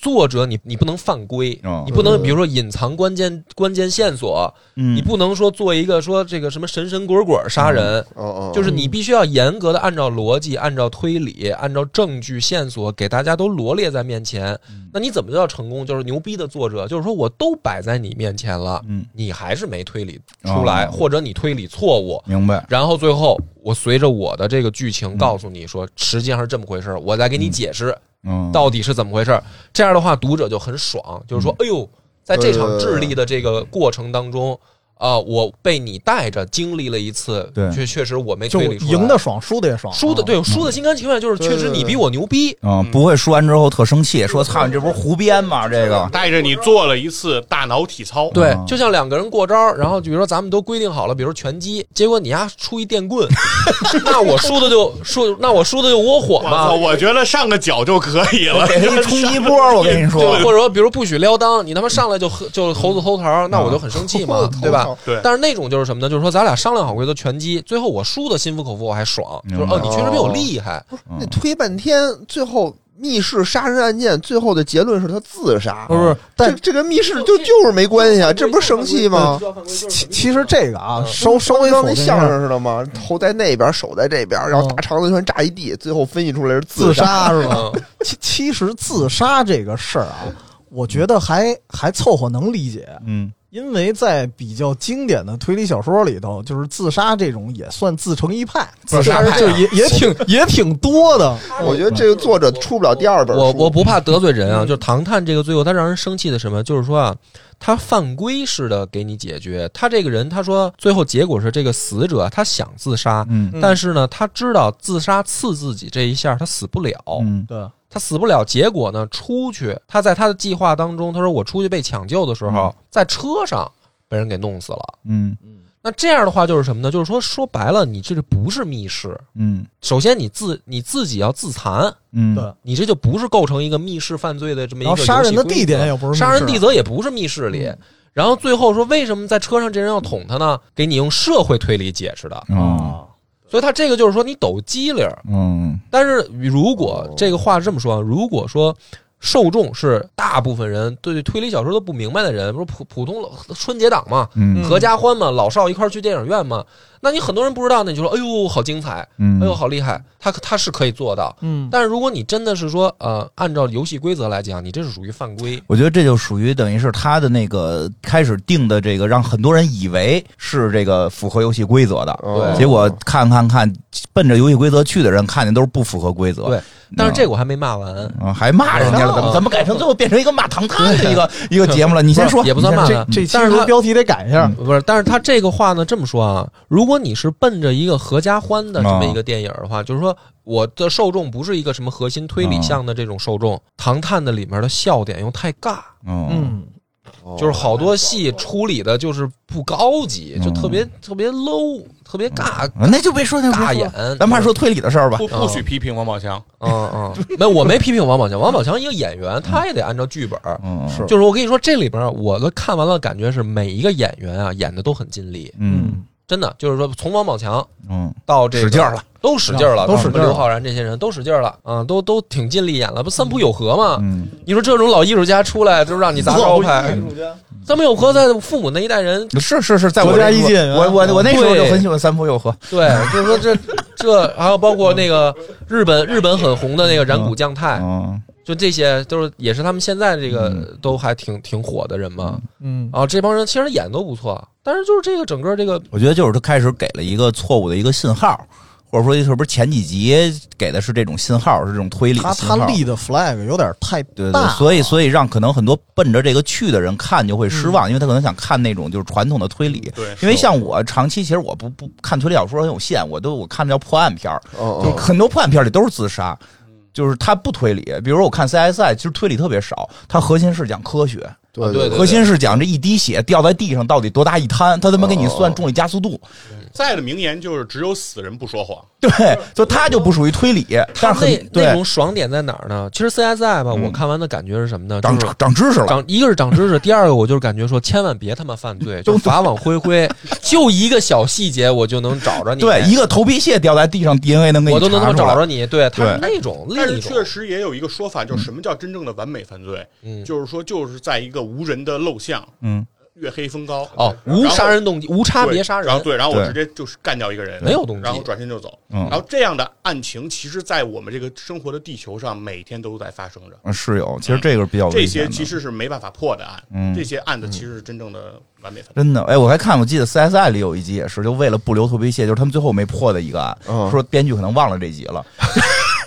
[SPEAKER 2] 作者你你不能犯规
[SPEAKER 1] 嗯，
[SPEAKER 2] 你不能
[SPEAKER 4] 嗯
[SPEAKER 2] 比如说隐藏关键关键线索，
[SPEAKER 1] 你
[SPEAKER 2] 你不能说做一个说这个什么神神鬼鬼杀
[SPEAKER 1] 嗯
[SPEAKER 2] 人，
[SPEAKER 4] 哦哦，
[SPEAKER 2] 就是你必须要严格的按照逻辑、按照推理、按照证据线索给大家都罗列在面前。
[SPEAKER 1] 嗯
[SPEAKER 2] 那你怎么叫成功？就是牛逼的作者，就是说我都摆在你面前了，
[SPEAKER 1] 嗯，
[SPEAKER 2] 你还是没推理出来，
[SPEAKER 1] 哦嗯
[SPEAKER 2] 或者你推理错误。
[SPEAKER 1] 明白。
[SPEAKER 2] 然后最后，我随着我的这个剧情告诉你说，实际上是这么回事儿，我再给你解释
[SPEAKER 1] 嗯，
[SPEAKER 2] 到底是怎么回事儿。这样的话，读者就很爽，就是说，哎呦，在这场智力的这个过程当中，啊，我被你带着经历了一次
[SPEAKER 1] 对，
[SPEAKER 2] 确确实我没
[SPEAKER 5] 就
[SPEAKER 2] 推理出来，
[SPEAKER 5] 赢的爽，输的也爽，啊
[SPEAKER 2] 输的对，输的心甘情愿，就是
[SPEAKER 4] 对
[SPEAKER 2] 确实你比我牛逼。
[SPEAKER 1] 嗯，不会说完之后特生气，说操你这不是胡编吗？这个
[SPEAKER 3] 带着你做了一次大脑体操，
[SPEAKER 2] 对
[SPEAKER 1] 嗯，
[SPEAKER 2] 就像两个人过招，然后比如说咱们都规定好了，比如说拳击，结果你丫出一电棍， 那我输的就输，那我输的就窝火
[SPEAKER 3] 我操，
[SPEAKER 2] 嘛。
[SPEAKER 3] 我觉得上个脚就可以了，
[SPEAKER 1] 给他一哎冲一波，我跟你说，
[SPEAKER 2] 或者说，比如不许撩裆，你他妈上来就喝就猴子偷桃，那我就很生气 嘛，对吧？？
[SPEAKER 3] 对
[SPEAKER 2] 但是那种就是什么呢？就是说咱俩商量好规则拳击，最后我输的心服口服，我还爽，就是
[SPEAKER 1] 明白
[SPEAKER 2] 哦，你确实比我厉害。
[SPEAKER 1] 嗯
[SPEAKER 4] 那推半天，最后密室杀人案件最后的结论是他自杀，
[SPEAKER 5] 不
[SPEAKER 2] 嗯
[SPEAKER 5] 是，
[SPEAKER 4] 这
[SPEAKER 5] 但
[SPEAKER 4] 这跟密室就就是没关系啊，这不是生气吗？
[SPEAKER 5] 其其实这个
[SPEAKER 2] 嗯
[SPEAKER 5] 啊，稍稍微
[SPEAKER 4] 跟
[SPEAKER 5] 否
[SPEAKER 4] 那
[SPEAKER 5] 定一下
[SPEAKER 4] 相声似的吗？头在那边，手在这边，然后大肠子全炸一地，最后分析出来是
[SPEAKER 5] 自
[SPEAKER 4] 杀。
[SPEAKER 5] 杀是吧？
[SPEAKER 2] 嗯，
[SPEAKER 5] 其其实自杀这个事儿啊，我觉得还还凑合能理解，
[SPEAKER 1] 嗯
[SPEAKER 5] 因为在比较经典的推理小说里头，就是自杀这种也算自成一派，
[SPEAKER 1] 自杀派啊
[SPEAKER 5] 就也 也挺也挺多的。
[SPEAKER 4] 我觉得这个作者出不了第二本书。
[SPEAKER 2] 我我不怕得罪人啊，就是唐探这个罪过，他让人生气的什么？就是说啊，他犯规似的给你解决。他这个人，他说最后结果是这个死者啊他想自杀，
[SPEAKER 1] 嗯
[SPEAKER 5] 嗯
[SPEAKER 2] 但是呢，他知道自杀刺自己这一下他死不了，
[SPEAKER 1] 嗯
[SPEAKER 5] 对，
[SPEAKER 2] 他死不了。结果呢，出去他在他的计划当中，他说我出去被抢救的时候，在车上被人给弄死了。
[SPEAKER 1] 嗯
[SPEAKER 2] 那这样的话就是什么呢？就是说说白了，你这个不是密室。
[SPEAKER 1] 嗯
[SPEAKER 2] 首先，你自你自己要自残，
[SPEAKER 1] 嗯，
[SPEAKER 5] 对
[SPEAKER 2] 你这就不是构成一个密室犯罪的这么一
[SPEAKER 5] 然
[SPEAKER 2] 个
[SPEAKER 5] 后杀人的
[SPEAKER 2] 游戏规则
[SPEAKER 5] 地点也不是
[SPEAKER 2] 杀人
[SPEAKER 5] 密
[SPEAKER 2] 地
[SPEAKER 5] 室嗯
[SPEAKER 2] 则也不是密室里。然后最后说，为什么在车上这人要捅他呢？给你用社会推理解释的，
[SPEAKER 1] 嗯，
[SPEAKER 2] 所以他这个就是说你抖机灵儿。
[SPEAKER 1] 嗯
[SPEAKER 2] 但是如
[SPEAKER 5] 哦
[SPEAKER 2] 果这个话是这么说啊，如果说受众是大部分人对推理小说都不明白的人，不是普普通老春节档嘛，
[SPEAKER 1] 嗯
[SPEAKER 2] 合家欢嘛，老少一块儿去电影院嘛，那你很多人不知道，那你就说哎呦好精彩，
[SPEAKER 1] 嗯，
[SPEAKER 2] 哎呦好厉害，他他是可以做到。
[SPEAKER 5] 嗯，
[SPEAKER 2] 但是如果你真的是说，呃，按照游戏规则来讲，你这是属于犯规。
[SPEAKER 1] 我觉得这就属于等于是他的那个开始定的这个，让很多人以为是这个符合游戏规则的，
[SPEAKER 4] 哦
[SPEAKER 1] 结果看看看，奔着游戏规则去的人看见都是不符合规则。
[SPEAKER 2] 对但是这个我还没骂完，哦
[SPEAKER 1] 啊，还嗯骂人家了，怎么怎么改成最后变成一个骂唐探的一个一个节目了？你先说，
[SPEAKER 2] 也不算骂
[SPEAKER 5] 这
[SPEAKER 2] 了。
[SPEAKER 5] 这期
[SPEAKER 2] 但
[SPEAKER 5] 是
[SPEAKER 2] 是
[SPEAKER 5] 不是
[SPEAKER 2] 他
[SPEAKER 5] 标题得改一下？
[SPEAKER 2] 不是，但是他这个话呢，这么说啊，如果你是奔着一个合家欢的这么一个电影的
[SPEAKER 1] 嗯
[SPEAKER 2] 话，就是说我的受众不是一个什么核心推理向的这种受众，唐探》的里面的笑点又太尬，
[SPEAKER 1] 嗯
[SPEAKER 5] 嗯，
[SPEAKER 2] 就是好多戏处理的就是不高级，就特别特别 low，特别尬
[SPEAKER 1] 嗯，那就别说那
[SPEAKER 2] 尬
[SPEAKER 1] 眼，
[SPEAKER 2] 演。
[SPEAKER 1] 咱怕说推理的事儿吧
[SPEAKER 3] 不。不许批评王宝强，
[SPEAKER 2] 嗯，嗯， 没有，我没批评王 宝强，王宝强一个演员，他也得按照剧本。
[SPEAKER 1] 嗯，
[SPEAKER 4] 是
[SPEAKER 2] 就是我跟你说，这里边儿我的看完了，感觉是每一个演员啊演的都很尽力，
[SPEAKER 1] 嗯
[SPEAKER 2] 真的就是说从王宝强
[SPEAKER 1] 嗯
[SPEAKER 2] 到这个
[SPEAKER 1] 使劲儿了，嗯
[SPEAKER 2] 都使劲儿了，
[SPEAKER 5] 都使劲儿了
[SPEAKER 2] 刘昊然这些人都使劲儿了，啊，都都挺尽力演了，不三浦友和嘛？
[SPEAKER 1] 嗯，
[SPEAKER 2] 你说这种老艺术家出来，就是让你砸招牌。三浦友和在父母那一代人，
[SPEAKER 1] 是是是，在我
[SPEAKER 5] 国家
[SPEAKER 1] 这
[SPEAKER 5] 一啊级演员
[SPEAKER 1] 我我我那时候就
[SPEAKER 2] 对
[SPEAKER 1] 很喜欢三浦友和，
[SPEAKER 2] 对，就是说这这，还有包括那个日本日本很红的那个染谷将太，
[SPEAKER 1] 嗯
[SPEAKER 2] 就这些都是也是他们现在这个都还挺挺火的人嘛。
[SPEAKER 5] 嗯，
[SPEAKER 2] 啊，这帮人其实演得都不错，但是就是这个整个这个
[SPEAKER 1] 我觉得就是他开始给了一个错误的一个信号，或者说是不是前几集给的是这种信号，是这种推理
[SPEAKER 5] 他
[SPEAKER 1] 信号？
[SPEAKER 5] 他立的 flag 有点太大啊
[SPEAKER 1] 对
[SPEAKER 5] 了，
[SPEAKER 1] 对，所以所以让可能很多奔着这个去的人看就会失
[SPEAKER 5] 嗯
[SPEAKER 1] 望，因为他可能想看那种就是传统的推理。
[SPEAKER 3] 对，
[SPEAKER 1] 因为像我长期其实我不不看推理小说很有限，我都我看的叫破案片儿，
[SPEAKER 4] 哦
[SPEAKER 1] 就很多破案片里都是自杀，
[SPEAKER 5] 嗯
[SPEAKER 1] 就是他不推理。比如说我看 CSI，其实推理特别少，它核心是讲科学，
[SPEAKER 4] 对
[SPEAKER 2] 对对
[SPEAKER 1] 核心是讲这一滴血掉在地上到底多大一滩，他他妈给你算
[SPEAKER 4] 哦
[SPEAKER 1] 重力加速 度。
[SPEAKER 3] 在的名言就是只有死人不说谎。
[SPEAKER 1] 对，就他就不属于推理，
[SPEAKER 2] 他
[SPEAKER 1] 但是
[SPEAKER 2] 那
[SPEAKER 1] 很
[SPEAKER 2] 那
[SPEAKER 1] 对嗯
[SPEAKER 2] 种爽点在哪儿呢？其实 CSI 吧，我看完的感觉是什么呢？就
[SPEAKER 1] 长
[SPEAKER 2] 是
[SPEAKER 1] 长知识了。
[SPEAKER 2] 长一个是长知识，第 二个我就是感觉说，千万别他妈犯 罪，就法网恢恢，就一个小细节我就能找着你，
[SPEAKER 1] 对，一个头皮屑掉在地上，DNA 能给你
[SPEAKER 2] 我都能他
[SPEAKER 1] 查
[SPEAKER 2] 妈
[SPEAKER 1] 出
[SPEAKER 2] 找
[SPEAKER 1] 来。
[SPEAKER 2] 着你。对，他
[SPEAKER 1] 对
[SPEAKER 2] 是那种
[SPEAKER 3] 但
[SPEAKER 2] 另
[SPEAKER 3] 是
[SPEAKER 2] 一种，
[SPEAKER 3] 确实也有一个说法，就是什么叫真正的完美犯罪？
[SPEAKER 2] 嗯
[SPEAKER 3] 就是说，就是在一个无人的陋巷，
[SPEAKER 1] 嗯，
[SPEAKER 3] 月黑风高，
[SPEAKER 2] 哦，无杀人动机，无差
[SPEAKER 3] 对
[SPEAKER 2] 别杀
[SPEAKER 3] 然后
[SPEAKER 2] 人，
[SPEAKER 3] 对，然后我
[SPEAKER 1] 对
[SPEAKER 3] 直接就是干掉一个人，
[SPEAKER 2] 没有动机
[SPEAKER 3] 然后转身就走。
[SPEAKER 1] 嗯
[SPEAKER 3] 然后这样的案情，其实，在我们这个生活的地球上，每天都在发生着。
[SPEAKER 1] 嗯是有，其实这个是比较
[SPEAKER 3] 这
[SPEAKER 1] 危险
[SPEAKER 3] 些
[SPEAKER 1] 的
[SPEAKER 3] 其实是没办法破的案，
[SPEAKER 1] 嗯
[SPEAKER 3] 这些案子其实是真正的完美犯罪。
[SPEAKER 1] 真的，哎，我还看，我记得 CSI 里有一集也是，就为了不留头皮屑，就是他们最后没破的一个案，
[SPEAKER 4] 嗯
[SPEAKER 1] 说编剧可能忘了这集了，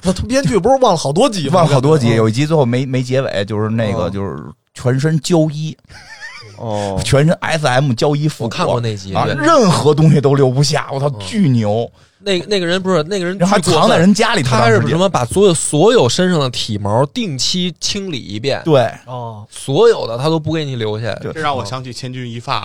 [SPEAKER 5] 他编剧不是忘了好多集吗，
[SPEAKER 1] 忘了好多集，
[SPEAKER 5] 嗯
[SPEAKER 1] 有一集最后没没结尾，就是那个
[SPEAKER 2] 嗯
[SPEAKER 5] 哦
[SPEAKER 1] 就是全身胶衣，
[SPEAKER 4] 哦，
[SPEAKER 1] 全身 SM 胶衣复活，
[SPEAKER 2] 我看过那集，
[SPEAKER 1] 啊，
[SPEAKER 2] 对
[SPEAKER 1] 任何东西都留不下，我
[SPEAKER 2] 嗯
[SPEAKER 1] 操，巨牛，
[SPEAKER 2] 那那个人不是那个人，
[SPEAKER 1] 然后还藏在人。家里，
[SPEAKER 2] 他还是
[SPEAKER 1] 不
[SPEAKER 2] 什么把所有所有身上的体毛定期清理一遍，
[SPEAKER 1] 对
[SPEAKER 5] 哦，
[SPEAKER 2] 所有的他都不给你留下。
[SPEAKER 1] 对
[SPEAKER 3] 这让我想起千钧一发，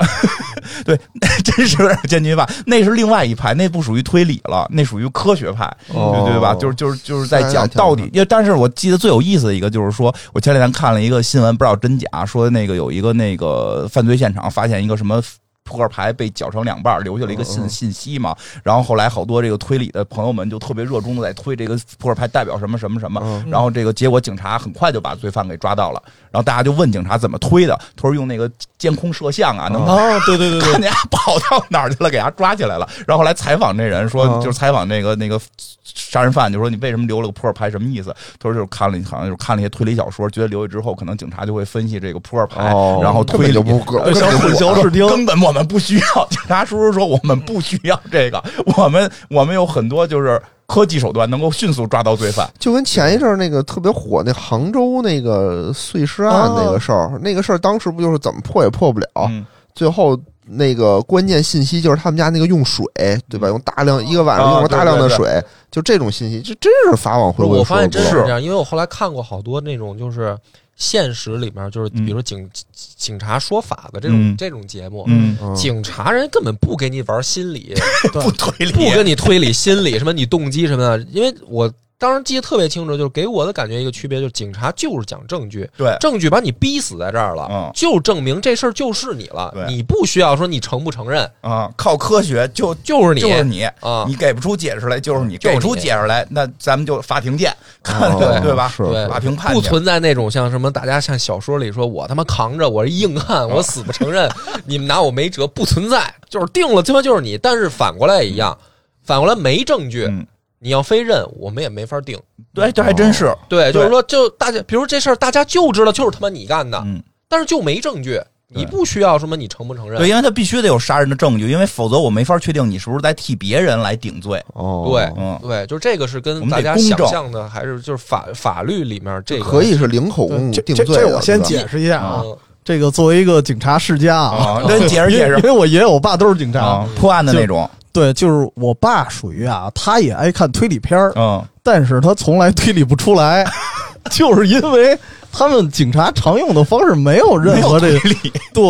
[SPEAKER 1] 对，真是有点间接吧？那是另外一派，那不属于推理了，那属于科学派，
[SPEAKER 4] 哦
[SPEAKER 1] 对对吧？就是就是就是在
[SPEAKER 4] CSI
[SPEAKER 1] 讲
[SPEAKER 4] 挺好
[SPEAKER 1] 到底
[SPEAKER 4] 看，
[SPEAKER 1] 因为但是我记得最有意思的一个就是说，我前两天看了一个新闻，不知道真假，说那个有一个那个犯罪现场发现一个什么。扑克牌被绞成两半儿，留下了一个
[SPEAKER 4] 嗯
[SPEAKER 1] 信信息嘛。然后后来好多这个推理的朋友们就特别热衷的在推这个扑克牌代表什么什么什么。
[SPEAKER 4] 嗯
[SPEAKER 1] 然后这个结果警察很快就把罪犯给抓到了。然后大家就问警察怎么推的，他说用那个监控摄像啊，能
[SPEAKER 5] 哦，对对对对，
[SPEAKER 1] 看见他跑到哪儿去了，给他抓起来了。然后后来采访那人说，
[SPEAKER 4] 嗯
[SPEAKER 1] 就是采访那个那个杀人犯，就说你为什么留了个扑克牌，什么意思？他说就是看了，好像就是看了一些推理小说，觉得留下之后，可能警察就会分析这个扑克牌，
[SPEAKER 4] 哦
[SPEAKER 1] 然后推理。
[SPEAKER 4] 根本就不
[SPEAKER 1] 根本
[SPEAKER 5] 想
[SPEAKER 1] 就不
[SPEAKER 5] 混淆视听
[SPEAKER 1] 根本我们不需要。警察叔叔说我们不需要这个，我们我们有很多就是科技手段能够迅速抓到罪犯。
[SPEAKER 4] 就跟前一阵儿那个特别火那杭州那个碎尸案
[SPEAKER 2] 哦
[SPEAKER 4] 那个事儿，那个事儿当时不就是怎么破也破不了，
[SPEAKER 1] 嗯
[SPEAKER 4] 最后那个关键信息就是他们家那个用水，对吧？用大
[SPEAKER 2] 哦
[SPEAKER 4] 量一个晚上
[SPEAKER 5] 哦
[SPEAKER 1] 啊
[SPEAKER 4] 用了大量的
[SPEAKER 1] 对对
[SPEAKER 4] 水，就这种信息，这真是法网
[SPEAKER 2] 不
[SPEAKER 4] 恢
[SPEAKER 2] 是，
[SPEAKER 4] 恢。
[SPEAKER 2] 我发现真是
[SPEAKER 4] 说
[SPEAKER 2] 这样，因为我后来看过好多那种就是现实里面就是
[SPEAKER 1] 嗯
[SPEAKER 2] 比如说警、警察说法的这种、
[SPEAKER 1] 嗯
[SPEAKER 2] 这种节目。
[SPEAKER 1] 嗯，
[SPEAKER 4] 不了，嗯
[SPEAKER 2] 警察人根本不给你玩心理，
[SPEAKER 1] 不推理，
[SPEAKER 2] 不跟你推理心理什么你动机什么的，因为我当时记得特别清楚，就是给我的感觉一个区别就是警察就是讲证据，
[SPEAKER 1] 对
[SPEAKER 2] 证据把你逼死在这儿了，
[SPEAKER 1] 嗯
[SPEAKER 2] 就证明这事儿就是你了，
[SPEAKER 1] 对
[SPEAKER 2] 你不需要说你承不承认，
[SPEAKER 1] 啊，靠科学就
[SPEAKER 2] 就是你
[SPEAKER 1] 就是你
[SPEAKER 2] 啊，
[SPEAKER 1] 你给不出解释来，就是你
[SPEAKER 2] 就是
[SPEAKER 1] 给
[SPEAKER 2] 你
[SPEAKER 1] 出解释来，那咱们就法庭见，
[SPEAKER 4] 哦
[SPEAKER 1] 对对吧？
[SPEAKER 4] 是
[SPEAKER 2] 对
[SPEAKER 1] 法庭判
[SPEAKER 2] 不
[SPEAKER 1] 决
[SPEAKER 2] 存在那种像什么大家像小说里说我他妈扛着我是硬汉，
[SPEAKER 1] 嗯
[SPEAKER 2] 我死不承认，你们拿我没辙，不存在，就是定了他妈就是你。但是反过来也一样，反过来没证据，
[SPEAKER 1] 嗯
[SPEAKER 2] 你要非认，我们也没法定。
[SPEAKER 1] 对，哎这还真是，
[SPEAKER 2] 对，
[SPEAKER 1] 对
[SPEAKER 2] 就是说，就大家，比如这事儿，大家就知道就是他妈你干的，
[SPEAKER 1] 嗯，
[SPEAKER 2] 但是就没证据，
[SPEAKER 1] 对
[SPEAKER 2] 你不需要什么你承不承认
[SPEAKER 1] 对，。因为他必须得有杀人的证据，因为否则我没法确定你是不是在替别人来顶罪。
[SPEAKER 4] 哦，
[SPEAKER 2] 对
[SPEAKER 1] 嗯，
[SPEAKER 2] 对，就是这个是
[SPEAKER 1] 我
[SPEAKER 2] 跟
[SPEAKER 1] 们得
[SPEAKER 2] 大家
[SPEAKER 1] 公
[SPEAKER 2] 想
[SPEAKER 1] 正
[SPEAKER 2] 象的，还是就是法法律里面这个
[SPEAKER 4] 可以是零口
[SPEAKER 1] 嗯
[SPEAKER 4] 供
[SPEAKER 5] 这
[SPEAKER 4] 定
[SPEAKER 5] 这
[SPEAKER 4] 罪
[SPEAKER 5] 这
[SPEAKER 4] 的。
[SPEAKER 5] 我先
[SPEAKER 4] 对吧
[SPEAKER 5] 解释一下啊，
[SPEAKER 2] 嗯
[SPEAKER 5] 这个作为一个警察世家
[SPEAKER 1] 啊
[SPEAKER 5] 啊，，
[SPEAKER 1] 那解释
[SPEAKER 5] 因
[SPEAKER 1] 解
[SPEAKER 5] 为
[SPEAKER 1] 释
[SPEAKER 5] 因为我爷我爸都是警察
[SPEAKER 1] 啊，，破案的那种，
[SPEAKER 5] 对，就是我爸属于啊，他也爱看推理片儿，
[SPEAKER 1] 嗯，
[SPEAKER 5] 但是他从来推理不出来， 就是因为他们警察常用的方式没有任何这个 对，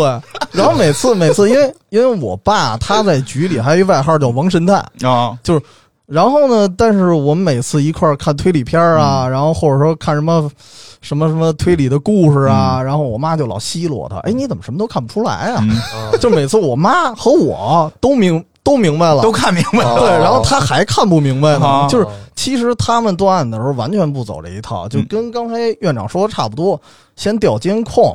[SPEAKER 5] 然后每次每次因为因为我爸他在局里还有一外号叫王神探，
[SPEAKER 1] 啊，
[SPEAKER 5] 然后呢，但是我们每次一块儿看推理片儿啊，然后或者说看什么什么什么推理的故事啊，然后我妈就老奚落他，哎，你怎么什么都看不出来啊？
[SPEAKER 1] 嗯
[SPEAKER 2] 啊
[SPEAKER 5] 就每次我妈和我都明都明白了，
[SPEAKER 1] 都看明白了，
[SPEAKER 5] 对，然后他还看不明白呢
[SPEAKER 1] 啊，
[SPEAKER 5] 就是其实他们断案的时候完全不走这一套，
[SPEAKER 1] 嗯
[SPEAKER 5] 就跟刚才院长说的差不多，先调监控，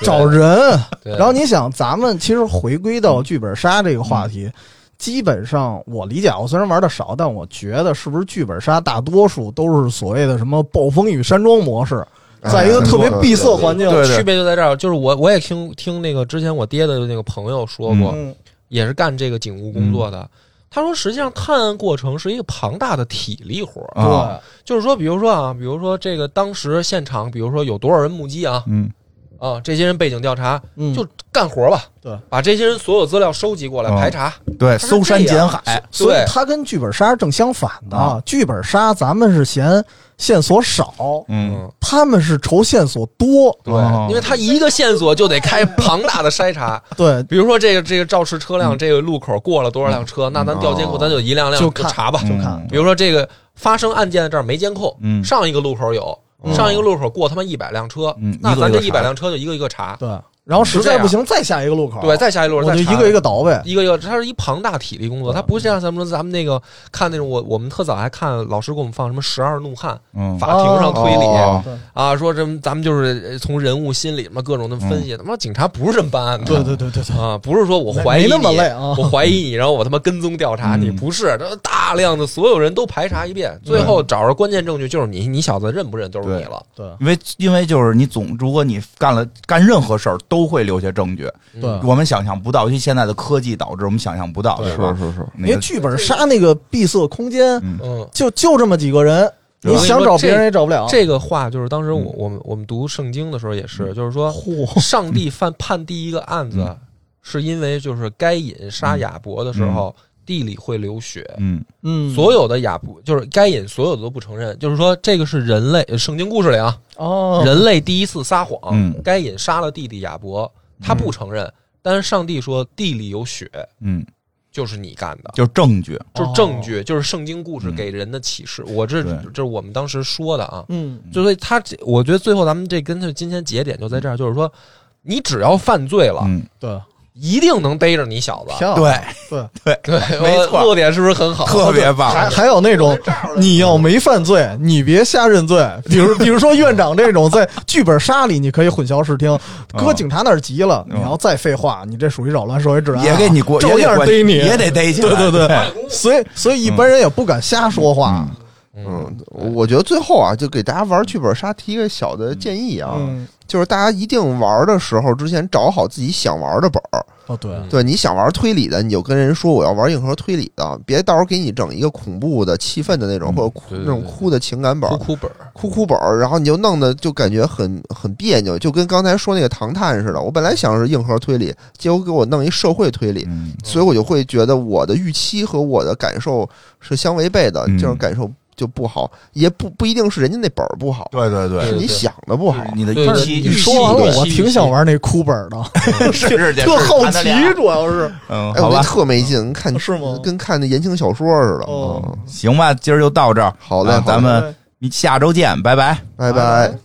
[SPEAKER 5] 找人，
[SPEAKER 2] 对
[SPEAKER 5] 然后你想，咱们其实回归到剧本杀这个话
[SPEAKER 1] 嗯
[SPEAKER 5] 题，基本上我理解，我虽然玩的少，但我觉得是不是剧本杀大多数都是所谓的什么暴风雨山庄模式，
[SPEAKER 4] 哎
[SPEAKER 5] 在一个特别闭塞环境，
[SPEAKER 1] 对对
[SPEAKER 2] 区别就在这儿，就是我我也听听那个之前我爹的那个朋友说过，
[SPEAKER 5] 嗯，
[SPEAKER 1] 嗯
[SPEAKER 2] 也是干这个警务工作的。他说，实际上探案过程是一个庞大的体力活儿，
[SPEAKER 1] 啊，
[SPEAKER 2] 就是说，比如说啊，比如说这个当时现场，比如说有多少人目击啊
[SPEAKER 1] 嗯
[SPEAKER 2] 啊，这些人背景调查，
[SPEAKER 5] 嗯
[SPEAKER 2] 就干活吧，
[SPEAKER 5] 对，
[SPEAKER 2] 把这些人所有资料收集过来
[SPEAKER 1] 嗯
[SPEAKER 2] 排查，
[SPEAKER 1] 对，
[SPEAKER 2] 是
[SPEAKER 1] 搜山
[SPEAKER 2] 这
[SPEAKER 1] 捡
[SPEAKER 2] 样
[SPEAKER 1] 海，
[SPEAKER 5] 所以
[SPEAKER 2] 对
[SPEAKER 5] 它跟剧本杀正相反的。
[SPEAKER 1] 啊
[SPEAKER 5] 剧本杀咱们是嫌线索少，
[SPEAKER 1] 嗯，
[SPEAKER 2] 嗯，
[SPEAKER 5] 他们是愁线索多。啊
[SPEAKER 2] 对
[SPEAKER 1] 哦，
[SPEAKER 2] 因为他一个线索就得开庞大的筛查，
[SPEAKER 5] 对，
[SPEAKER 2] 比如说这个这个肇事车辆这个路口过了多少辆车，那咱调监
[SPEAKER 4] 哦
[SPEAKER 2] 控咱就一辆辆
[SPEAKER 5] 就看
[SPEAKER 2] 查吧。
[SPEAKER 5] 就看
[SPEAKER 1] 嗯
[SPEAKER 2] 比如说这个发生案件的这儿没监控，
[SPEAKER 1] 嗯
[SPEAKER 2] 上一个路口有，
[SPEAKER 4] 嗯
[SPEAKER 2] 上一个路口过他妈一百辆车
[SPEAKER 1] 嗯，
[SPEAKER 2] 那咱这
[SPEAKER 1] 一个一个查
[SPEAKER 2] 一百辆车就一个一个查，
[SPEAKER 5] 对，然后实在不行再下一个路口，
[SPEAKER 2] 对，再下一路
[SPEAKER 5] 我
[SPEAKER 2] 再
[SPEAKER 5] 就
[SPEAKER 2] 查
[SPEAKER 5] 一个一个倒呗。
[SPEAKER 2] 一个一个，它是一庞大体力工作，它不是像咱们说咱们那个看那种我我们特早还看老师给我们放什么十二怒汉
[SPEAKER 1] 嗯
[SPEAKER 2] 法庭上推理。
[SPEAKER 4] 哦
[SPEAKER 5] 对
[SPEAKER 2] 啊，说这咱们就是呃从人物心理什么各种的分析，他妈警察不是这么办案的，
[SPEAKER 5] 对对对对对，
[SPEAKER 2] 啊，不是说我怀疑你，
[SPEAKER 5] 没没那么累啊
[SPEAKER 2] 我怀疑你，然后我他妈跟踪调查你，
[SPEAKER 1] 嗯
[SPEAKER 2] 不是，这大量的所有人都排查一遍，最后找着关键证据就是你，你小子认不认都是你了，
[SPEAKER 5] 对
[SPEAKER 1] 因为因为就是你总，如果你干了干任何事儿，都会留下证据。
[SPEAKER 2] 嗯
[SPEAKER 5] 对
[SPEAKER 1] 我们想象不到，尤其现在的科技导致我们想象不到，
[SPEAKER 4] 是
[SPEAKER 1] 是吧？
[SPEAKER 4] 是是，
[SPEAKER 1] 那
[SPEAKER 5] 因为
[SPEAKER 1] 个
[SPEAKER 5] 剧本杀那个闭塞空间，
[SPEAKER 1] 嗯
[SPEAKER 2] 嗯，
[SPEAKER 5] 就就这么几个人，
[SPEAKER 2] 对
[SPEAKER 5] 你想找别人也找不了。
[SPEAKER 2] 这个话就是当时我
[SPEAKER 1] 嗯
[SPEAKER 2] 我们我们读圣经的时候也是，就是说
[SPEAKER 5] 嗯嚯，
[SPEAKER 2] 上帝犯判第一个案子
[SPEAKER 1] 嗯，
[SPEAKER 2] 是因为就是该隐杀亚伯的时候，地里会流血，
[SPEAKER 1] 嗯
[SPEAKER 5] 嗯，
[SPEAKER 2] 所有的亚伯就是该隐所有的都不承认，就是说这个是人类圣经故事里啊，
[SPEAKER 5] 哦，
[SPEAKER 2] 人类第一次撒谎，
[SPEAKER 1] 嗯
[SPEAKER 2] 该隐杀了弟弟亚伯，他不承认，但是上帝说地里有血，
[SPEAKER 1] 嗯，
[SPEAKER 2] 就是你干的，
[SPEAKER 1] 就是证据，
[SPEAKER 2] 就是证据，就是圣经故事
[SPEAKER 1] 哦嗯
[SPEAKER 2] 给人的启示。我这
[SPEAKER 1] 对
[SPEAKER 2] 这是我们当时说的啊，
[SPEAKER 5] 嗯，
[SPEAKER 2] 就所以他这，我觉得最后咱们这跟他今天节点就在这儿，就是说，你只要犯罪了，
[SPEAKER 1] 嗯，
[SPEAKER 5] 对，
[SPEAKER 2] 一定能逮着你小 子。
[SPEAKER 5] 漂亮，
[SPEAKER 1] 对，
[SPEAKER 5] 对，
[SPEAKER 2] 对，
[SPEAKER 1] 没
[SPEAKER 2] 我
[SPEAKER 1] 错
[SPEAKER 2] 落点是不是很好？
[SPEAKER 1] 特别
[SPEAKER 5] 还
[SPEAKER 1] 棒。
[SPEAKER 5] 还有那种，你要没犯罪，你别瞎认罪。比如，比如说院长这种，在剧本杀里你可以混淆视听，
[SPEAKER 1] 啊
[SPEAKER 5] 搁警察那儿急了，
[SPEAKER 1] 嗯
[SPEAKER 5] 你要再废话，你这属于扰乱社会治安啊，
[SPEAKER 1] 也给你过，
[SPEAKER 5] 照
[SPEAKER 1] 也
[SPEAKER 5] 样
[SPEAKER 1] 得
[SPEAKER 5] 逮你，
[SPEAKER 1] 也得逮起
[SPEAKER 5] 对
[SPEAKER 1] 来。
[SPEAKER 5] 对对，所以所以一般人也不敢瞎说话。
[SPEAKER 2] 嗯，
[SPEAKER 4] 嗯，我觉得最后啊，就给大家玩剧本杀提一个小的建议啊，
[SPEAKER 5] 嗯，
[SPEAKER 4] 就是大家一定玩的时候之前找好自己想玩的本儿。
[SPEAKER 5] 哦对，
[SPEAKER 1] 嗯
[SPEAKER 2] 嗯
[SPEAKER 4] 对，你想玩推理的，你就跟人说我要玩硬核推理的，别到时候给你整一个恐怖的气氛的那种，
[SPEAKER 1] 嗯
[SPEAKER 4] 或者哭
[SPEAKER 2] 对对
[SPEAKER 4] 那种
[SPEAKER 2] 对
[SPEAKER 4] 哭的情感本
[SPEAKER 2] 哭
[SPEAKER 4] 儿、
[SPEAKER 2] 哭本儿，
[SPEAKER 4] 哭哭本儿，然后你就弄得就感觉很很别扭，就跟刚才说那个唐探似的。我本来想是硬核推理，结果给我弄一社会推理，
[SPEAKER 1] 嗯，
[SPEAKER 4] 所以我就会觉得我的预期和我的感受是相违背的，
[SPEAKER 1] 嗯
[SPEAKER 4] 这种感受就不好，也不不一定是人家那本儿不好，
[SPEAKER 1] 对对嗯
[SPEAKER 4] 是
[SPEAKER 1] 对，
[SPEAKER 2] 对
[SPEAKER 4] 你
[SPEAKER 2] 对
[SPEAKER 4] 想的不好。
[SPEAKER 1] 你的
[SPEAKER 2] 对
[SPEAKER 1] 预
[SPEAKER 2] 对
[SPEAKER 1] 期
[SPEAKER 2] 对
[SPEAKER 5] 你说完
[SPEAKER 2] 对
[SPEAKER 5] 了，
[SPEAKER 2] 对
[SPEAKER 5] 我挺想玩那哭本的，
[SPEAKER 1] 是是
[SPEAKER 5] 特 好奇，
[SPEAKER 1] 是
[SPEAKER 5] 主要是
[SPEAKER 1] 嗯，
[SPEAKER 4] 哎，
[SPEAKER 1] 好
[SPEAKER 4] 我觉得
[SPEAKER 1] 吧，
[SPEAKER 4] 特没劲，看
[SPEAKER 5] 哦是吗
[SPEAKER 4] 跟看那言情小说似的。
[SPEAKER 5] 哦
[SPEAKER 4] 嗯
[SPEAKER 1] 行吧，今儿就到这儿，
[SPEAKER 4] 好嘞
[SPEAKER 1] 啊
[SPEAKER 4] 好嘞
[SPEAKER 1] 咱们下周见，拜拜。
[SPEAKER 4] 拜拜。